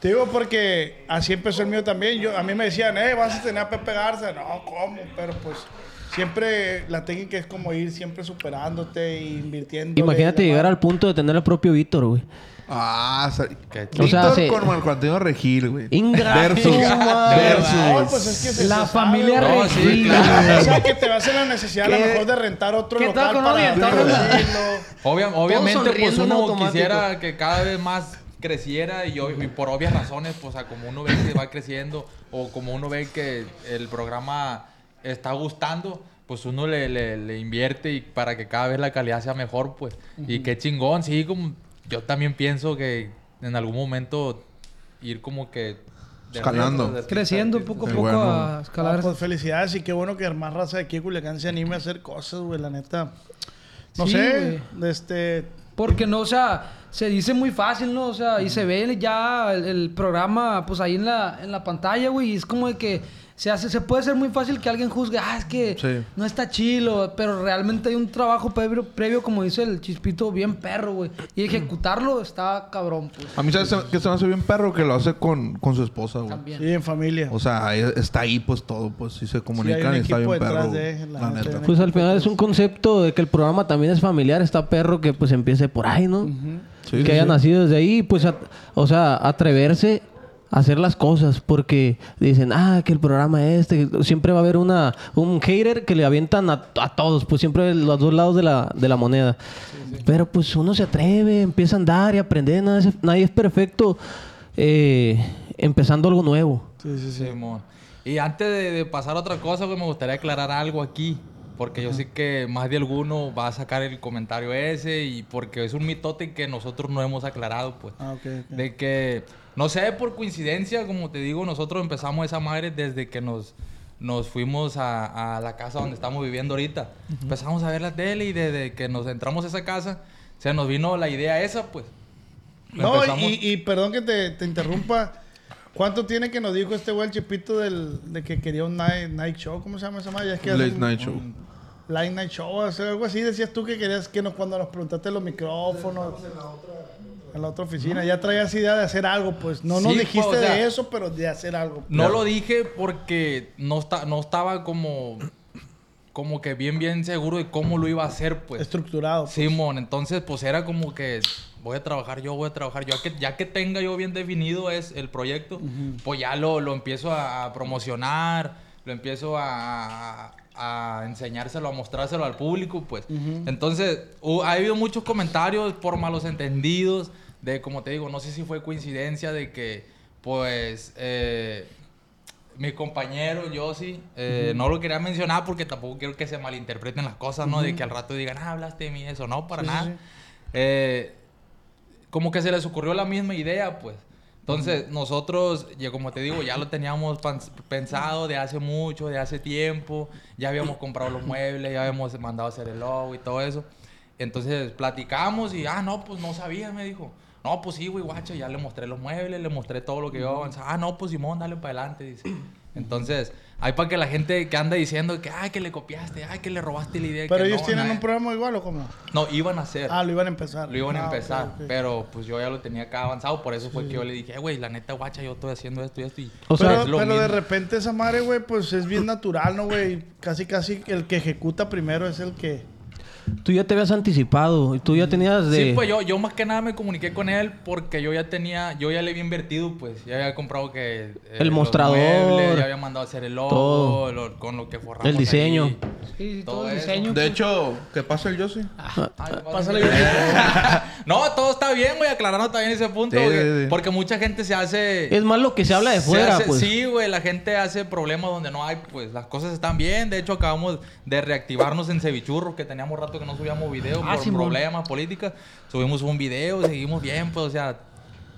Speaker 3: Te digo porque así empezó el mío también. Yo, a mí me decían, eh, vas a tener a Pepe Garza. No, ¿cómo? Pero pues siempre la técnica es como ir siempre superándote e invirtiendo.
Speaker 5: Imagínate llegar al punto de tener al propio Víctor, güey.
Speaker 4: Ah, sa-
Speaker 6: Qué
Speaker 5: O sea,
Speaker 4: Víctor
Speaker 5: se-
Speaker 4: con Marco Antonio Regil, güey.
Speaker 5: Ingrato,
Speaker 4: Versus.
Speaker 5: madre.
Speaker 3: No,
Speaker 4: Versus.
Speaker 3: pues es que se-
Speaker 11: La
Speaker 3: se sabe,
Speaker 11: familia
Speaker 3: ¿no?
Speaker 6: No, sí,
Speaker 11: Regil.
Speaker 6: claro.
Speaker 3: O sea, que te va a hacer la necesidad a lo
Speaker 11: ¿Qué-
Speaker 3: mejor de rentar otro
Speaker 11: qué
Speaker 3: local
Speaker 11: tal con
Speaker 3: para
Speaker 11: alguien? Tal vez-
Speaker 3: hacerlo.
Speaker 6: Obvia- obviamente, pues
Speaker 11: sonriendo en
Speaker 6: uno
Speaker 11: automático.
Speaker 6: quisiera que cada vez más creciera y, ob- y por obvias razones, pues a como uno ve que va creciendo o como uno ve que el programa está gustando, pues uno le, le- le invierte y para que cada vez la calidad sea mejor, pues. Y qué chingón, sí, como yo también pienso que en algún momento ir como que... de
Speaker 4: Escalando.
Speaker 6: arriba, de-
Speaker 11: Creciendo poco a
Speaker 4: Sí,
Speaker 11: poco
Speaker 4: bueno.
Speaker 11: a escalar.
Speaker 3: No, pues felicidades y qué bueno que más raza de aquí de Culiacán se anime a hacer cosas, güey, la neta. No
Speaker 11: Sí,
Speaker 3: sé, este...
Speaker 11: Porque no, o sea, se dice muy fácil, ¿no? O sea, y se ve ya el, el programa, pues ahí en la, en la pantalla, güey. Y es como de que se hace, se puede ser muy fácil que alguien juzgue, ah, es que
Speaker 4: Sí.
Speaker 11: no está chilo, pero realmente hay un trabajo previo, previo, como dice el chispito, bien perro, güey. Y
Speaker 4: Mm.
Speaker 11: ejecutarlo está cabrón, pues.
Speaker 4: A mí sabes que se me hace bien perro que lo hace con, con su esposa, güey.
Speaker 11: También.
Speaker 3: Sí, en familia.
Speaker 4: O sea, ahí- está ahí pues todo, pues si se comunican y está
Speaker 3: equipo
Speaker 4: bien
Speaker 3: detrás
Speaker 4: perro.
Speaker 3: de,
Speaker 4: güey.
Speaker 3: la
Speaker 4: la
Speaker 3: neta,
Speaker 4: neta.
Speaker 3: ¿no?
Speaker 5: Pues al final es un concepto de que el programa también es familiar, está perro que pues empiece por ahí, ¿no?
Speaker 4: Sí,
Speaker 5: que
Speaker 4: sí,
Speaker 5: haya
Speaker 4: sí.
Speaker 5: nacido desde ahí, pues, at- o sea, atreverse a hacer las cosas, porque dicen, ah, que el programa este, siempre va a haber una, un hater que le avientan a, a todos, pues siempre los dos lados de la, de la moneda. Pero pues uno se atreve, empieza a andar y aprender, nadie, es- nadie es perfecto eh, empezando algo nuevo.
Speaker 6: Simón. Y antes de, de pasar a otra cosa, güey, me gustaría aclarar algo aquí. Porque yo sé que más de alguno va a sacar el comentario ese y porque es un mitote que nosotros no hemos aclarado, pues.
Speaker 3: Ah, ok, ok.
Speaker 6: De que, no sé, por coincidencia, como te digo, nosotros empezamos esa madre desde que nos, nos fuimos a, a la casa donde estamos viviendo ahorita. Empezamos a ver la tele y desde que nos entramos a esa casa, se nos vino la idea esa, pues.
Speaker 3: No,
Speaker 6: Empezamos-
Speaker 3: y, y perdón que te, te interrumpa. ¿Cuánto tiene que nos dijo este güey el chipito del, de que quería un night, night show? ¿Cómo se llama esa madre? Es que
Speaker 4: Late
Speaker 3: hacen-
Speaker 4: Night Show.
Speaker 3: Light Night Show, o sea, algo así decías tú que querías que nos, cuando nos preguntaste los micrófonos en la otra, oficina, ya traías idea de hacer algo, pues no nos
Speaker 6: Sí,
Speaker 3: dijiste
Speaker 6: pues, o sea,
Speaker 3: de eso, pero de hacer algo. pues,
Speaker 6: No lo dije porque no, esta- no estaba como, como que bien, bien seguro de cómo lo iba a hacer, pues.
Speaker 3: estructurado. pues.
Speaker 6: Simón, entonces pues era como que voy a trabajar yo, voy a trabajar yo. Ya que, ya que tenga yo bien definido es el proyecto, pues ya lo, lo empiezo a, a promocionar, lo empiezo a, a enseñárselo, a mostrárselo al público, pues. Entonces, hu- ha habido muchos comentarios por malos entendidos, de como te digo, no sé si fue coincidencia de que, pues, eh, mi compañero, yo sí, eh, no lo quería mencionar porque tampoco quiero que se malinterpreten las cosas, ¿no? De que al rato digan, ah, hablaste de mí, eso, no, para nada. Eh, como que se les ocurrió la misma idea, pues. Entonces, nosotros, ya como te digo, ya lo teníamos pan- pensado de hace mucho, de hace tiempo. Ya habíamos comprado los muebles, ya habíamos mandado a hacer el logo y todo eso. Entonces, platicamos y, ah, no, pues no sabía, me dijo. No, pues sí, güey, guacho, ya le mostré los muebles, le mostré todo lo que yo avanzaba. Ah, no, pues Simón, dale para adelante, dice. Entonces, hay para que la gente que anda diciendo que, ay, que le copiaste, ay, que le robaste la idea.
Speaker 3: pero
Speaker 6: que
Speaker 3: ellos
Speaker 6: no,
Speaker 3: tienen
Speaker 6: nada".
Speaker 3: un programa igual o cómo?
Speaker 6: No, iban a hacer.
Speaker 3: Ah, lo iban a empezar.
Speaker 6: Lo iban a
Speaker 3: Ah, ok,
Speaker 6: empezar,
Speaker 3: ok.
Speaker 6: pero pues yo ya lo tenía acá avanzado, por eso fue que yo le dije, "Eh, güey, la neta, guacha, yo estoy haciendo esto y esto. Y pues,
Speaker 5: O sea,
Speaker 3: pero
Speaker 6: es lo
Speaker 3: pero de
Speaker 6: mismo.
Speaker 3: repente esa madre, güey, pues es bien natural, ¿no, güey? Casi, casi el que ejecuta primero es el que...
Speaker 5: tú ya te habías anticipado. Tú ya tenías de...
Speaker 6: Sí, pues yo, yo más que nada me comuniqué con él porque yo ya tenía, yo ya le había invertido, pues, ya había comprado que... eh,
Speaker 5: El
Speaker 6: los
Speaker 5: mostrador.
Speaker 6: muebles, ya había mandado a hacer el logo,
Speaker 5: Todo.
Speaker 6: lo- con lo que forramos
Speaker 5: El diseño.
Speaker 6: ahí.
Speaker 11: Sí,
Speaker 6: todo
Speaker 11: todo el
Speaker 6: eso.
Speaker 11: diseño. pues.
Speaker 4: De hecho, que pasa el Josie.
Speaker 3: Ah,
Speaker 6: Ay, Ah, pásale. no, todo está bien, güey, aclarando también ese punto,
Speaker 4: Sí,
Speaker 6: güey,
Speaker 4: sí, sí.
Speaker 6: porque mucha gente se hace...
Speaker 5: Es más lo que se habla de
Speaker 6: Se
Speaker 5: fuera,
Speaker 6: hace-
Speaker 5: pues.
Speaker 6: Sí, güey, la gente hace problemas donde no hay, pues las cosas están bien. De hecho, acabamos de reactivarnos en Cevichurros, que teníamos rato que no subíamos video
Speaker 11: Ah,
Speaker 6: por
Speaker 11: Simón.
Speaker 6: problemas políticas. Subimos un video, seguimos bien, pues, o sea,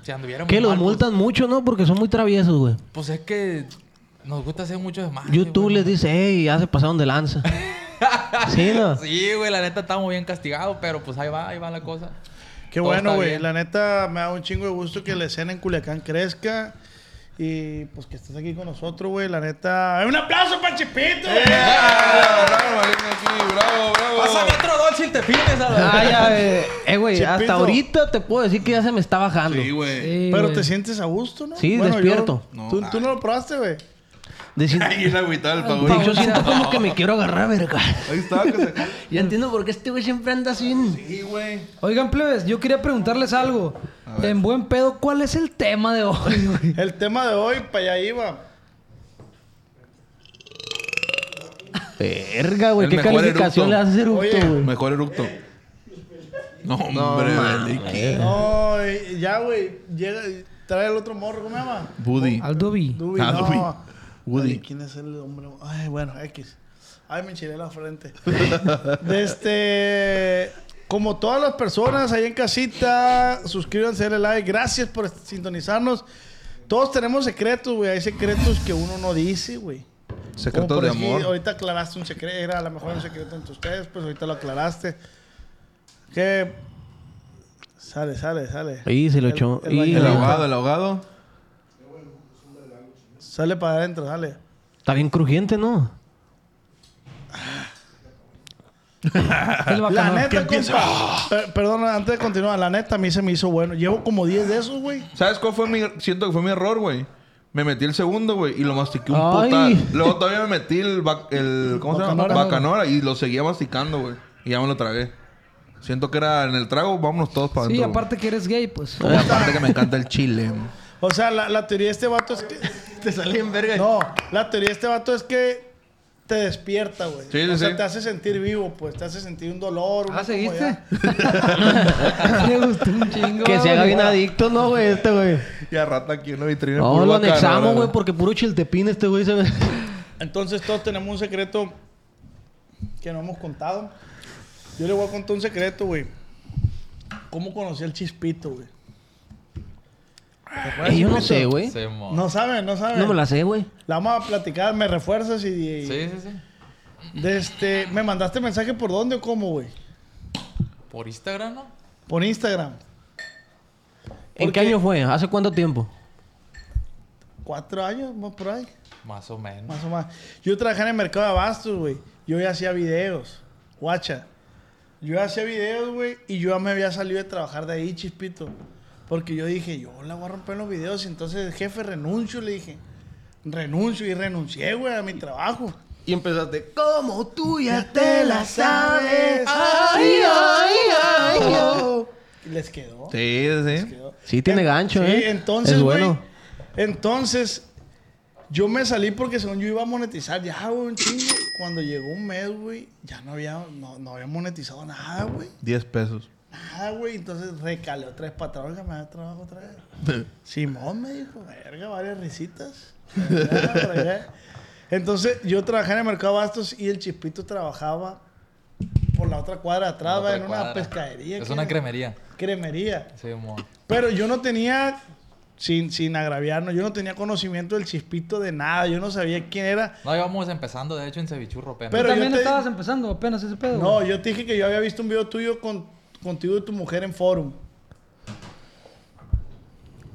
Speaker 6: si anduviéramos.
Speaker 5: Que los
Speaker 6: mal, pues,
Speaker 5: multan mucho, ¿no? Porque son muy traviesos, güey.
Speaker 6: Pues, es que nos gusta hacer mucho desmadre.
Speaker 5: YouTube
Speaker 6: güey.
Speaker 5: les dice, ah. hey, ya se pasaron de lanza. sí, ¿no?
Speaker 6: Sí, güey, la neta estamos bien castigados, pero pues ahí va, ahí va la cosa.
Speaker 3: Qué
Speaker 6: Todo
Speaker 3: bueno,
Speaker 6: está
Speaker 3: güey.
Speaker 6: bien.
Speaker 3: La neta me da un chingo de gusto que la escena en Culiacán crezca. Y pues que estés aquí con nosotros, güey. La neta. ¡Un aplauso para el Chipito! güey!
Speaker 5: Eh.
Speaker 4: Bravo, Marín, aquí, bravo, bravo.
Speaker 6: Pásame otro dolce y te pides a la-
Speaker 5: Ah, ya, eh, eh, güey,
Speaker 3: Chepito.
Speaker 5: hasta ahorita te puedo decir que ya se me está bajando.
Speaker 4: Sí, güey.
Speaker 11: Sí,
Speaker 3: Pero
Speaker 11: güey.
Speaker 3: te sientes a gusto, ¿no?
Speaker 5: Sí,
Speaker 3: Bueno, yo-
Speaker 5: despierto.
Speaker 3: ¿Tú, tú no lo probaste, güey.
Speaker 5: De sin-
Speaker 4: Ahí la agüita del pavo.
Speaker 5: Yo siento como que me quiero agarrar, verga.
Speaker 4: Ahí está, que se cae.
Speaker 5: Ya entiendo por qué este güey siempre anda así. en-
Speaker 4: Sí, güey.
Speaker 11: Oigan, plebes, yo quería preguntarles algo. En buen pedo, ¿cuál es el tema de hoy, güey?
Speaker 3: El tema de hoy, para allá iba.
Speaker 5: Verga, güey,
Speaker 4: El
Speaker 5: ¿qué
Speaker 4: mejor
Speaker 5: calificación
Speaker 4: eructo.
Speaker 5: le haces eructo,
Speaker 3: Oye.
Speaker 5: güey?
Speaker 4: Mejor eructo. No, hombre, Belique.
Speaker 3: No, y ya, güey. Llega y trae el otro morro, ¿cómo se llama?
Speaker 4: Woody.
Speaker 11: Aldo B.
Speaker 3: Dubi,
Speaker 4: Ah,
Speaker 3: no.
Speaker 4: Dubi.
Speaker 3: Ay,
Speaker 4: Woody.
Speaker 3: ¿Quién es el hombre? Ay, bueno, X. Ay, me enchilé la frente. De este. Como todas las personas ahí en casita, suscríbanse, denle like. Gracias por sintonizarnos. Todos tenemos secretos, güey. Hay secretos que uno no dice, güey. Como
Speaker 4: Secretos
Speaker 3: por
Speaker 4: de
Speaker 3: aquí,
Speaker 4: amor.
Speaker 3: Ahorita aclaraste un secreto. Era a lo mejor un secreto entre ustedes, pues ahorita lo aclaraste. Que. Sale, sale, sale.
Speaker 5: Y se lo
Speaker 3: El-
Speaker 5: echó.
Speaker 3: el
Speaker 5: Y-
Speaker 4: El
Speaker 3: bañador.
Speaker 4: ahogado, el ahogado.
Speaker 3: Sale para adentro, sale.
Speaker 5: Está bien crujiente, ¿no?
Speaker 11: El
Speaker 3: La
Speaker 11: bacanal.
Speaker 3: neta, compa. Per- perdón, antes de continuar, la neta a mí se me hizo bueno. Llevo como 10 de esos, güey.
Speaker 4: ¿Sabes cuál fue mi... Siento que fue mi error, güey. Me metí el segundo, güey, y lo mastiqué un
Speaker 5: Ay.
Speaker 4: putal. Luego todavía me metí el... bac- el ¿Cómo se
Speaker 3: Bacanora.
Speaker 4: llama? Bacanora. Y lo seguía masticando, güey. Y ya me lo tragué. Siento que era en el trago, vámonos todos para
Speaker 11: Sí,
Speaker 4: adentro.
Speaker 11: aparte que eres gay, pues.
Speaker 12: Ah,
Speaker 4: güey. Y aparte que me encanta el chile.
Speaker 3: O sea, la, la teoría de este vato es que.
Speaker 4: Te salí en verga.
Speaker 3: No, la teoría de este vato es que te despierta, güey.
Speaker 4: Sí, sí,
Speaker 3: o sea,
Speaker 4: sí.
Speaker 3: te hace sentir vivo, pues. Te hace sentir un dolor. una
Speaker 11: Ah, ¿seguiste?
Speaker 3: incomodidad.
Speaker 11: Me gustó un chingo.
Speaker 5: Que se haga
Speaker 11: güey.
Speaker 5: bien adicto, ¿no, güey? Este, güey.
Speaker 4: Y a rata aquí en la vitrina.
Speaker 5: No,
Speaker 4: puro
Speaker 5: lo
Speaker 4: Bacanora,
Speaker 5: anexamos, güey,
Speaker 4: güey.
Speaker 5: porque puro chiltepín este güey se ve.
Speaker 3: Entonces, todos tenemos un secreto que no hemos contado. Yo le voy a contar un secreto, güey. ¿Cómo conocí al Chispito, güey?
Speaker 6: Pues,
Speaker 5: Eh, yo no sé, güey.
Speaker 6: Sí, mo.
Speaker 3: No saben, no saben.
Speaker 5: No me la sé, güey.
Speaker 3: La vamos a platicar, me refuerzas y. y-
Speaker 6: Sí, sí, sí.
Speaker 3: De este, me mandaste mensaje por dónde o cómo, güey.
Speaker 6: Por Instagram, ¿no?
Speaker 3: Por Instagram.
Speaker 5: ¿En qué año fue? ¿Hace cuánto tiempo?
Speaker 3: Cuatro años, más por ahí,
Speaker 6: Más o menos.
Speaker 3: más o más. Yo trabajé en el mercado de abastos, güey. Yo ya hacía videos. Guacha. Yo ya hacía videos, güey, y yo ya me había salido de trabajar de ahí, chispito. Porque yo dije, yo la voy a romper en los videos. Y entonces, jefe, renuncio, le dije. Renuncio y renuncié, güey, a mi trabajo.
Speaker 4: Y empezaste...
Speaker 5: Como tú ya
Speaker 3: Ay, ay, ay. Y les quedó.
Speaker 4: Sí, sí.
Speaker 5: Sí, tiene gancho,
Speaker 3: sí,
Speaker 5: ¿eh?
Speaker 3: entonces,
Speaker 5: Es
Speaker 3: güey.
Speaker 5: bueno.
Speaker 3: Entonces, yo me salí porque según yo iba a monetizar ya, güey, un chingo. Cuando llegó un mes, güey, ya no había, no, no había monetizado nada, güey.
Speaker 4: 10 pesos.
Speaker 3: Nada, güey. Entonces recalé otra vez para atrás, oiga, me da trabajo otra vez. Simón me dijo, verga, varias risitas. Verga, por allá. Entonces, yo trabajé en el mercado Bastos y el Chispito trabajaba por la otra cuadra de atrás, va,
Speaker 6: Otra
Speaker 3: en una
Speaker 6: cuadra.
Speaker 3: pescadería.
Speaker 6: Es
Speaker 3: que
Speaker 6: una
Speaker 3: era-
Speaker 6: cremería.
Speaker 3: Cremería.
Speaker 6: Sí, mo.
Speaker 3: Pero yo no tenía, sin, sin agraviarnos, yo no tenía conocimiento del chispito de nada. Yo no sabía quién era.
Speaker 6: No, íbamos empezando, de hecho, en Cevichurro apenas.
Speaker 3: Pero- yo
Speaker 11: También
Speaker 3: te-
Speaker 11: estabas empezando apenas ese pedo.
Speaker 3: No,
Speaker 11: güey.
Speaker 3: yo te dije que yo había visto un video tuyo con, contigo y tu mujer en forum.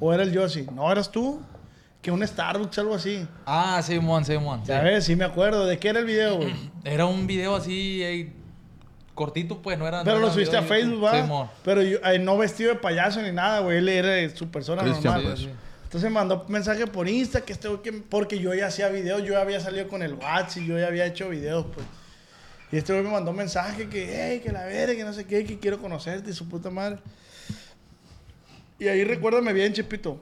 Speaker 3: ¿O era el Yossi? No, eras tú. Que un Starbucks, algo así.
Speaker 6: Ah, Simón, Simón. sí.
Speaker 3: Ya ves, sí me acuerdo. ¿De qué era el video, güey?
Speaker 6: Era un video así, eh, cortito, pues, no era...
Speaker 3: Pero
Speaker 6: no
Speaker 3: lo
Speaker 6: era
Speaker 3: subiste a
Speaker 6: video de
Speaker 3: Facebook,
Speaker 6: YouTube. Simón.
Speaker 3: ¿va? Pero yo, eh, no vestido de payaso ni nada, güey. Él era su persona
Speaker 4: Cristian,
Speaker 3: normal.
Speaker 4: pues.
Speaker 6: Sí, sí.
Speaker 3: Entonces me mandó mensaje por Insta que este güey que- porque yo ya hacía videos, yo ya había salido con el WhatsApp y yo ya había hecho videos, pues. Y Y este güey me mandó un mensaje que, hey, que la verga, que no sé qué, que quiero conocerte y su puta madre. Y ahí recuérdame bien, Chepito.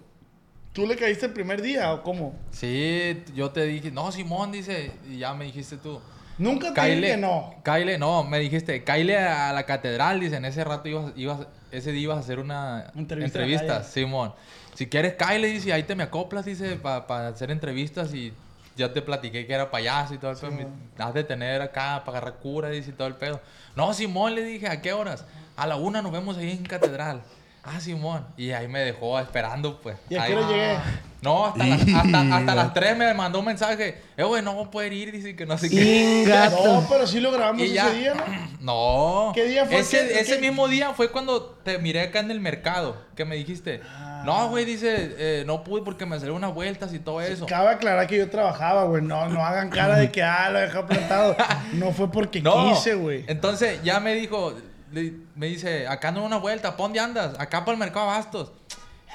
Speaker 3: ¿Tú le caíste el primer día o cómo?
Speaker 6: Sí, yo te dije, no, Simón, dice, y ya me dijiste tú.
Speaker 3: Nunca te
Speaker 6: Caile,
Speaker 3: dije que no.
Speaker 6: Caile, no, me dijiste, Caile a la catedral, dice, en ese rato ibas, ibas- ese día ibas a hacer una
Speaker 3: Entrevista
Speaker 6: entrevista,
Speaker 3: a Caile.
Speaker 6: Simón. Si quieres, Caile, dice, ahí te me acoplas, dice, para hacer entrevistas y ya te platiqué que era payaso y todo el pedo. me- Has de tener acá para agarrar cura, dice, y todo el pedo. No, Simón, le dije, ¿a qué horas? A la una nos vemos ahí en catedral. Ah, Simón. Y ahí me dejó esperando, pues.
Speaker 3: ¿Y a
Speaker 6: Ahí-
Speaker 3: qué hora llegué?
Speaker 6: No, hasta, las, hasta, hasta las 3 me mandó un mensaje. Eh, güey, no voy a poder ir, dice que no sé qué.
Speaker 3: No, pero sí lo grabamos
Speaker 6: Y ya.
Speaker 3: ese día, ¿no?
Speaker 6: No.
Speaker 3: ¿Qué día fue
Speaker 6: Ese,
Speaker 3: que-
Speaker 6: ese
Speaker 3: que-
Speaker 6: mismo día fue cuando te miré acá en el mercado, que me dijiste,
Speaker 3: Ah.
Speaker 6: no, güey, dice, eh, no pude porque me salieron unas vueltas y todo eso.
Speaker 3: Cabe aclarar que yo trabajaba, güey. No, no hagan cara de que, ah, lo dejé plantado. No fue porque
Speaker 6: no.
Speaker 3: quise, güey.
Speaker 6: Entonces ya me dijo, le- me dice, acá no una vuelta, ¿pa' dónde andas? Acá para el mercado Bastos.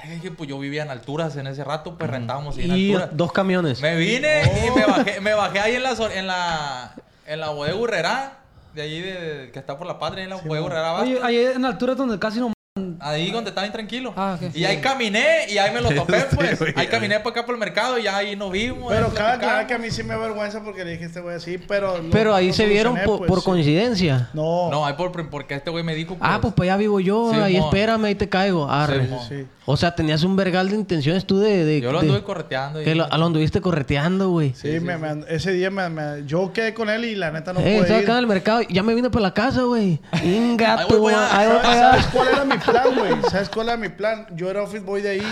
Speaker 6: Eh, dije, pues yo vivía en alturas en ese rato,
Speaker 3: Mm.
Speaker 6: pues rentábamos ahí en
Speaker 5: Y
Speaker 6: alturas.
Speaker 5: dos camiones.
Speaker 6: Me vine y me bajé, me bajé ahí en la, zon- en la, en la bodega Urrera, de allí de, que está por la patria, en la bodega Urrera Bastos.
Speaker 12: Oye, ahí en altura donde casi no.
Speaker 6: Ahí donde estaba bien tranquilo.
Speaker 12: Ah, ok.
Speaker 6: Y ahí caminé y ahí me lo topé,
Speaker 4: Sí,
Speaker 6: pues.
Speaker 4: güey.
Speaker 6: ahí caminé para acá por el mercado y ya ahí nos vimos.
Speaker 3: Pero
Speaker 6: ahí
Speaker 3: cabe aclarar
Speaker 6: platicamos.
Speaker 3: que a mí sí me avergüenza porque le dije a este güey así, pero. no-
Speaker 5: Pero ahí
Speaker 3: no
Speaker 5: se vieron
Speaker 3: solucioné,
Speaker 5: por,
Speaker 3: pues,
Speaker 5: por
Speaker 3: sí.
Speaker 5: coincidencia.
Speaker 3: No.
Speaker 6: No, ahí por, porque este güey me dijo.
Speaker 5: Ah, pues para allá vivo yo,
Speaker 6: Sí,
Speaker 5: ahí
Speaker 6: mo.
Speaker 5: espérame, ahí te caigo. Arre.
Speaker 6: Sí, mo. Sí, sí.
Speaker 5: O sea, tenías un vergal de intenciones tú de. de-
Speaker 6: Yo lo
Speaker 5: pues, de-
Speaker 6: anduve correteando. y-
Speaker 5: que lo, lo anduviste correteando, güey. Eh,
Speaker 3: Sí, me- me- ese día me, me- yo quedé con él y la neta no
Speaker 5: Eh,
Speaker 3: pude
Speaker 5: estaba acá en
Speaker 3: ir.
Speaker 5: el mercado, ya me vine para la casa, güey. Inga,
Speaker 6: Ahí voy
Speaker 5: tu ma-
Speaker 6: para allá.
Speaker 5: ahí voy
Speaker 3: ¿Sabes,
Speaker 5: para
Speaker 3: sabes
Speaker 5: allá.
Speaker 3: cuál era mi plan, güey? ¿Sabes cuál era mi plan? Yo era office boy de ahí.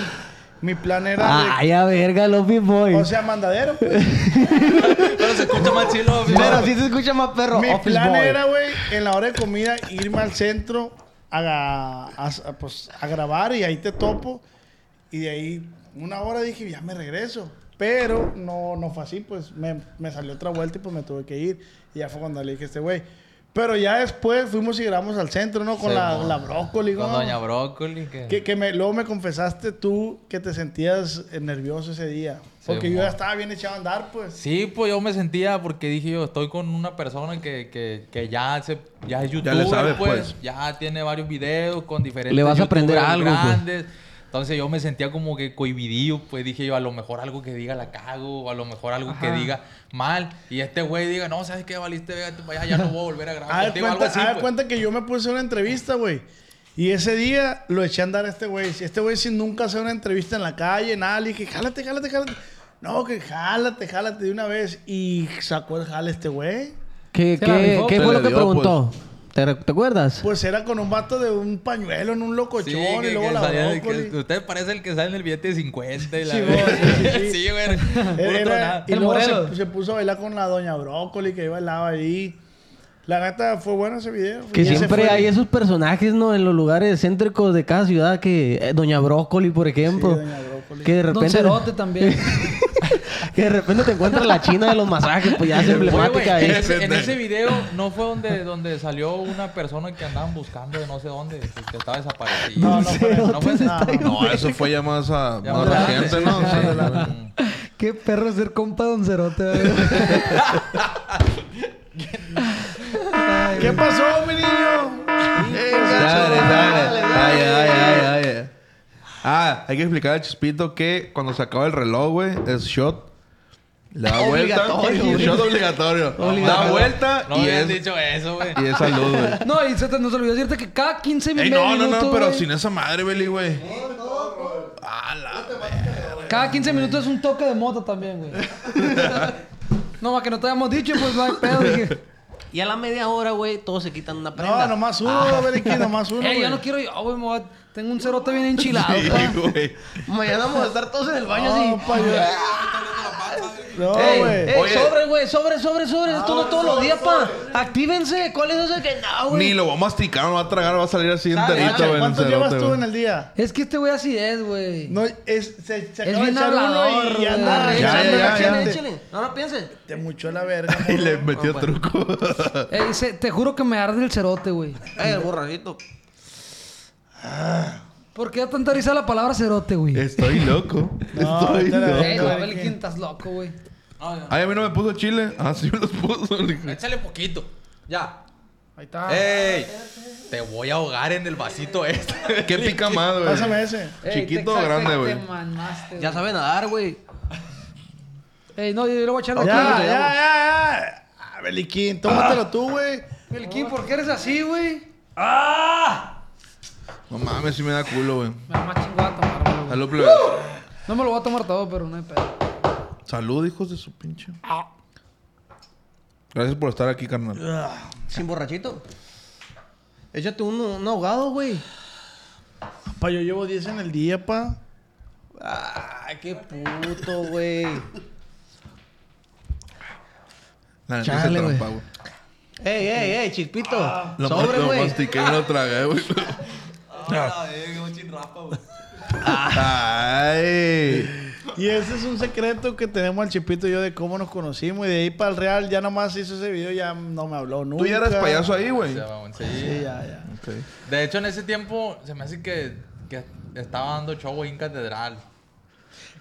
Speaker 3: Mi plan era. de-
Speaker 5: Ay, a verga, los Beat Boys.
Speaker 3: o sea, mandadero. pues.
Speaker 6: Pero se escucha más chilo.
Speaker 5: Pero sí se escucha más perro.
Speaker 3: Mi
Speaker 5: Office
Speaker 3: plan
Speaker 5: Boy.
Speaker 3: era, güey, en la hora de comida irme al centro a, ga- a- a- pues, a grabar y ahí te topo. Y de ahí una hora dije, ya me regreso. Pero no, no fue así, pues me, me salió otra vuelta y pues me tuve que ir. Y ya fue cuando le dije a este güey. Pero ya después fuimos y grabamos al centro, ¿no? Con
Speaker 6: Sí,
Speaker 3: la,
Speaker 6: mo.
Speaker 3: la brócoli,
Speaker 6: Con
Speaker 3: ¿no?
Speaker 6: Doña Brócoli. Que...
Speaker 3: Que, que me, luego me confesaste tú que te sentías eh, nervioso ese día. Porque yo
Speaker 6: mo.
Speaker 3: ya estaba bien echado a andar, pues.
Speaker 6: Sí, pues yo me sentía porque dije yo, estoy con una persona que, que, que ya, se, ya es youtuber,
Speaker 4: sabe,
Speaker 6: pues.
Speaker 4: pues.
Speaker 6: Ya tiene varios videos con diferentes
Speaker 5: Le vas a aprender
Speaker 6: youtubers
Speaker 5: algo, pues.
Speaker 6: grandes. Entonces yo me sentía como que cohibidillo, pues dije yo, a lo mejor algo que diga la cago, o a lo mejor algo que diga mal. Y este güey diga, no, ¿sabes qué? Valiste, vete para allá, ya no voy a volver a grabar
Speaker 3: Haz de
Speaker 6: contigo",
Speaker 3: Ah, cuenta,
Speaker 6: algo
Speaker 3: haz de
Speaker 6: así, pues.
Speaker 3: cuenta que yo me puse una entrevista, güey. Y ese día lo eché a andar a este güey. Si este güey sin nunca hacer una entrevista en la calle, nada, le dije, jálate, jálate, jálate. No, que jálate, jálate de una vez. Y sacó el jale este güey.
Speaker 5: ¿Qué,
Speaker 12: la
Speaker 5: qué-
Speaker 12: rifó.
Speaker 5: qué
Speaker 4: Se
Speaker 5: fue
Speaker 4: la
Speaker 5: lo que
Speaker 4: dio,
Speaker 5: preguntó? ¿Te, re- te acuerdas?
Speaker 3: Pues era con un vato de un pañuelo en un locochón
Speaker 6: Sí, que,
Speaker 3: y luego
Speaker 6: que
Speaker 3: la
Speaker 6: salía de- que
Speaker 3: brócoli.
Speaker 6: Usted parece el que sale en el billete de 50 y la
Speaker 3: Sí,
Speaker 6: verga.
Speaker 3: güey, sí, sí.
Speaker 6: Sí, güey. puro
Speaker 3: Era-
Speaker 6: tronado.
Speaker 3: y
Speaker 12: El
Speaker 3: luego
Speaker 12: Morelos.
Speaker 3: se, se puso a bailar con la doña Brócoli que bailaba ahí. La neta fue bueno ese video.
Speaker 5: Que
Speaker 3: Y ese
Speaker 5: siempre
Speaker 3: fue-
Speaker 5: hay esos personajes, ¿no? En los lugares céntricos de cada ciudad que... eh, Doña Brócoli, por ejemplo.
Speaker 3: Doña Brócoli.
Speaker 5: Que de
Speaker 12: Don
Speaker 5: repente...
Speaker 12: Cerote también.
Speaker 5: que de repente te encuentras la china de los masajes, pues ya es
Speaker 6: Oye, güey,
Speaker 5: emblemática.
Speaker 6: en,
Speaker 5: ahí.
Speaker 6: ese, en ese video no fue donde, donde salió una persona que andaban buscando de no sé dónde, que estaba desaparecida.
Speaker 3: No, no fue eso.
Speaker 6: No fue ese.
Speaker 3: No, no.
Speaker 4: No, eso fue ya más a
Speaker 6: Ya
Speaker 4: más
Speaker 6: más
Speaker 4: reciente, ¿no?
Speaker 6: adelante.
Speaker 4: Sí.
Speaker 12: Qué perro ser compa Don Cerote. güey.
Speaker 3: ¿Qué pasó, mi niño?
Speaker 4: Dale, dale. Ay, ay, ay, ay, ay. Ah, hay que explicar al Chispito que cuando se acaba el reloj, güey, es shot. Le da vuelta.
Speaker 5: Obligatorio.
Speaker 4: Shot obligatorio. Da vuelta
Speaker 6: No
Speaker 4: y,
Speaker 6: habían
Speaker 4: es,
Speaker 6: dicho eso, güey.
Speaker 4: y es salud, güey.
Speaker 12: No, y se te nos olvidó decirte que cada 15
Speaker 4: Ey,
Speaker 12: minutos.
Speaker 4: no, no, no, pero
Speaker 12: güey,
Speaker 4: sin esa madre, Beli, güey.
Speaker 12: Cada 15 minutos es un toque de moto también, güey. no, más que no te habíamos dicho, pues no hay pedo. Dije,
Speaker 5: Y a la media hora, güey, todos se quitan una prenda.
Speaker 3: No, nomás uno, Berenqui, nomás uno.
Speaker 12: eh,
Speaker 3: güey.
Speaker 12: yo no quiero. yo, güey, me voy a- tengo un cerote bien enchilado.
Speaker 4: Sí,
Speaker 12: pa.
Speaker 4: güey.
Speaker 5: Mañana vamos a estar todos en el baño
Speaker 3: No, pues,
Speaker 5: así.
Speaker 3: pa, yo- No,
Speaker 5: Ey,
Speaker 3: Ah, güey.
Speaker 5: ey,
Speaker 4: Oye.
Speaker 5: sobre, güey, sobre, sobre, sobre. Esto no todos los días, pa. Actívense. ¿Cuál es eso que no,
Speaker 4: Ni
Speaker 5: güey?
Speaker 4: lo va a masticar, no va a tragar, va a salir así enterito, güey.
Speaker 3: ¿Cuánto llevas tú en
Speaker 4: el...
Speaker 3: el día?
Speaker 12: Es que este güey así es, güey.
Speaker 3: No, es, se, se
Speaker 12: Es
Speaker 3: acaba de
Speaker 12: bien
Speaker 3: echar uno
Speaker 12: hablador,
Speaker 3: y ya anda
Speaker 12: güey.
Speaker 5: Échale,
Speaker 4: Ya,
Speaker 3: rechazando
Speaker 4: ya,
Speaker 3: la
Speaker 5: échale,
Speaker 4: ya.
Speaker 3: gente.
Speaker 5: échale. No, no piensen.
Speaker 3: Te mucho la verga.
Speaker 4: cerote, güey. Y
Speaker 3: morro.
Speaker 4: le metió truco.
Speaker 12: Eh, se- te juro que me arde el cerote, güey.
Speaker 5: Eh, el borracito.
Speaker 12: Ah. ¿Por qué da tanta risa la palabra cerote, güey?
Speaker 4: Estoy loco.
Speaker 3: No,
Speaker 4: Estoy
Speaker 3: te la-
Speaker 4: loco.
Speaker 12: Eh,
Speaker 3: no, no,
Speaker 12: güey, Abel,
Speaker 3: no.
Speaker 12: ¿quién estás loco, güey?
Speaker 6: No, no.
Speaker 4: Ay, a mí no me puso chile. Ah, sí me los puso.
Speaker 6: Échale poquito. Ya.
Speaker 13: Ahí está.
Speaker 6: ¡Ey! Te voy a ahogar en el vasito este.
Speaker 4: ¿Qué pica más, güey?
Speaker 3: Pásame ese.
Speaker 4: Chiquito o grande, güey.
Speaker 5: Ya sabe nadar, güey.
Speaker 12: Ey, no, yo, yo le voy a echar
Speaker 3: Ya,
Speaker 12: aquí.
Speaker 3: ya, ya, ya. Ah, Beliquín,
Speaker 4: Ah.
Speaker 3: tómatelo tú, güey.
Speaker 12: Melquín, ¿por qué eres así, güey?
Speaker 4: No mames, sí me da culo, güey.
Speaker 12: Me da más chingada tomármelo, güey.
Speaker 4: Salud, plebes.
Speaker 12: No me lo voy a tomar todo, pero no hay pedo.
Speaker 4: Salud, hijos de su pinche. Gracias por estar aquí, carnal.
Speaker 5: Sin borrachito. Échate un, un ahogado, güey.
Speaker 3: Pa, yo llevo 10 en el día, pa.
Speaker 5: Ay, qué puto, güey.
Speaker 4: La neta se
Speaker 5: Chale, güey.
Speaker 4: trampa, güey.
Speaker 5: Ey, ey, ey, chispito.
Speaker 3: Ah,
Speaker 4: Lo
Speaker 5: Sobre,
Speaker 4: lo
Speaker 5: güey.
Speaker 4: mastiqué y me lo tragué, güey. Ay.
Speaker 3: Y ese es un secreto que tenemos al Chipito y yo de cómo nos conocimos. Y de ahí para el Real, ya nomás hizo ese video, ya no me habló nunca.
Speaker 4: Tú ya eras payaso ahí, güey.
Speaker 6: Sí, mamón, sí.
Speaker 3: Sí, ya, ya.
Speaker 4: Ok.
Speaker 6: De hecho, en ese tiempo se me hace que, que estaba dando show ahí en Catedral.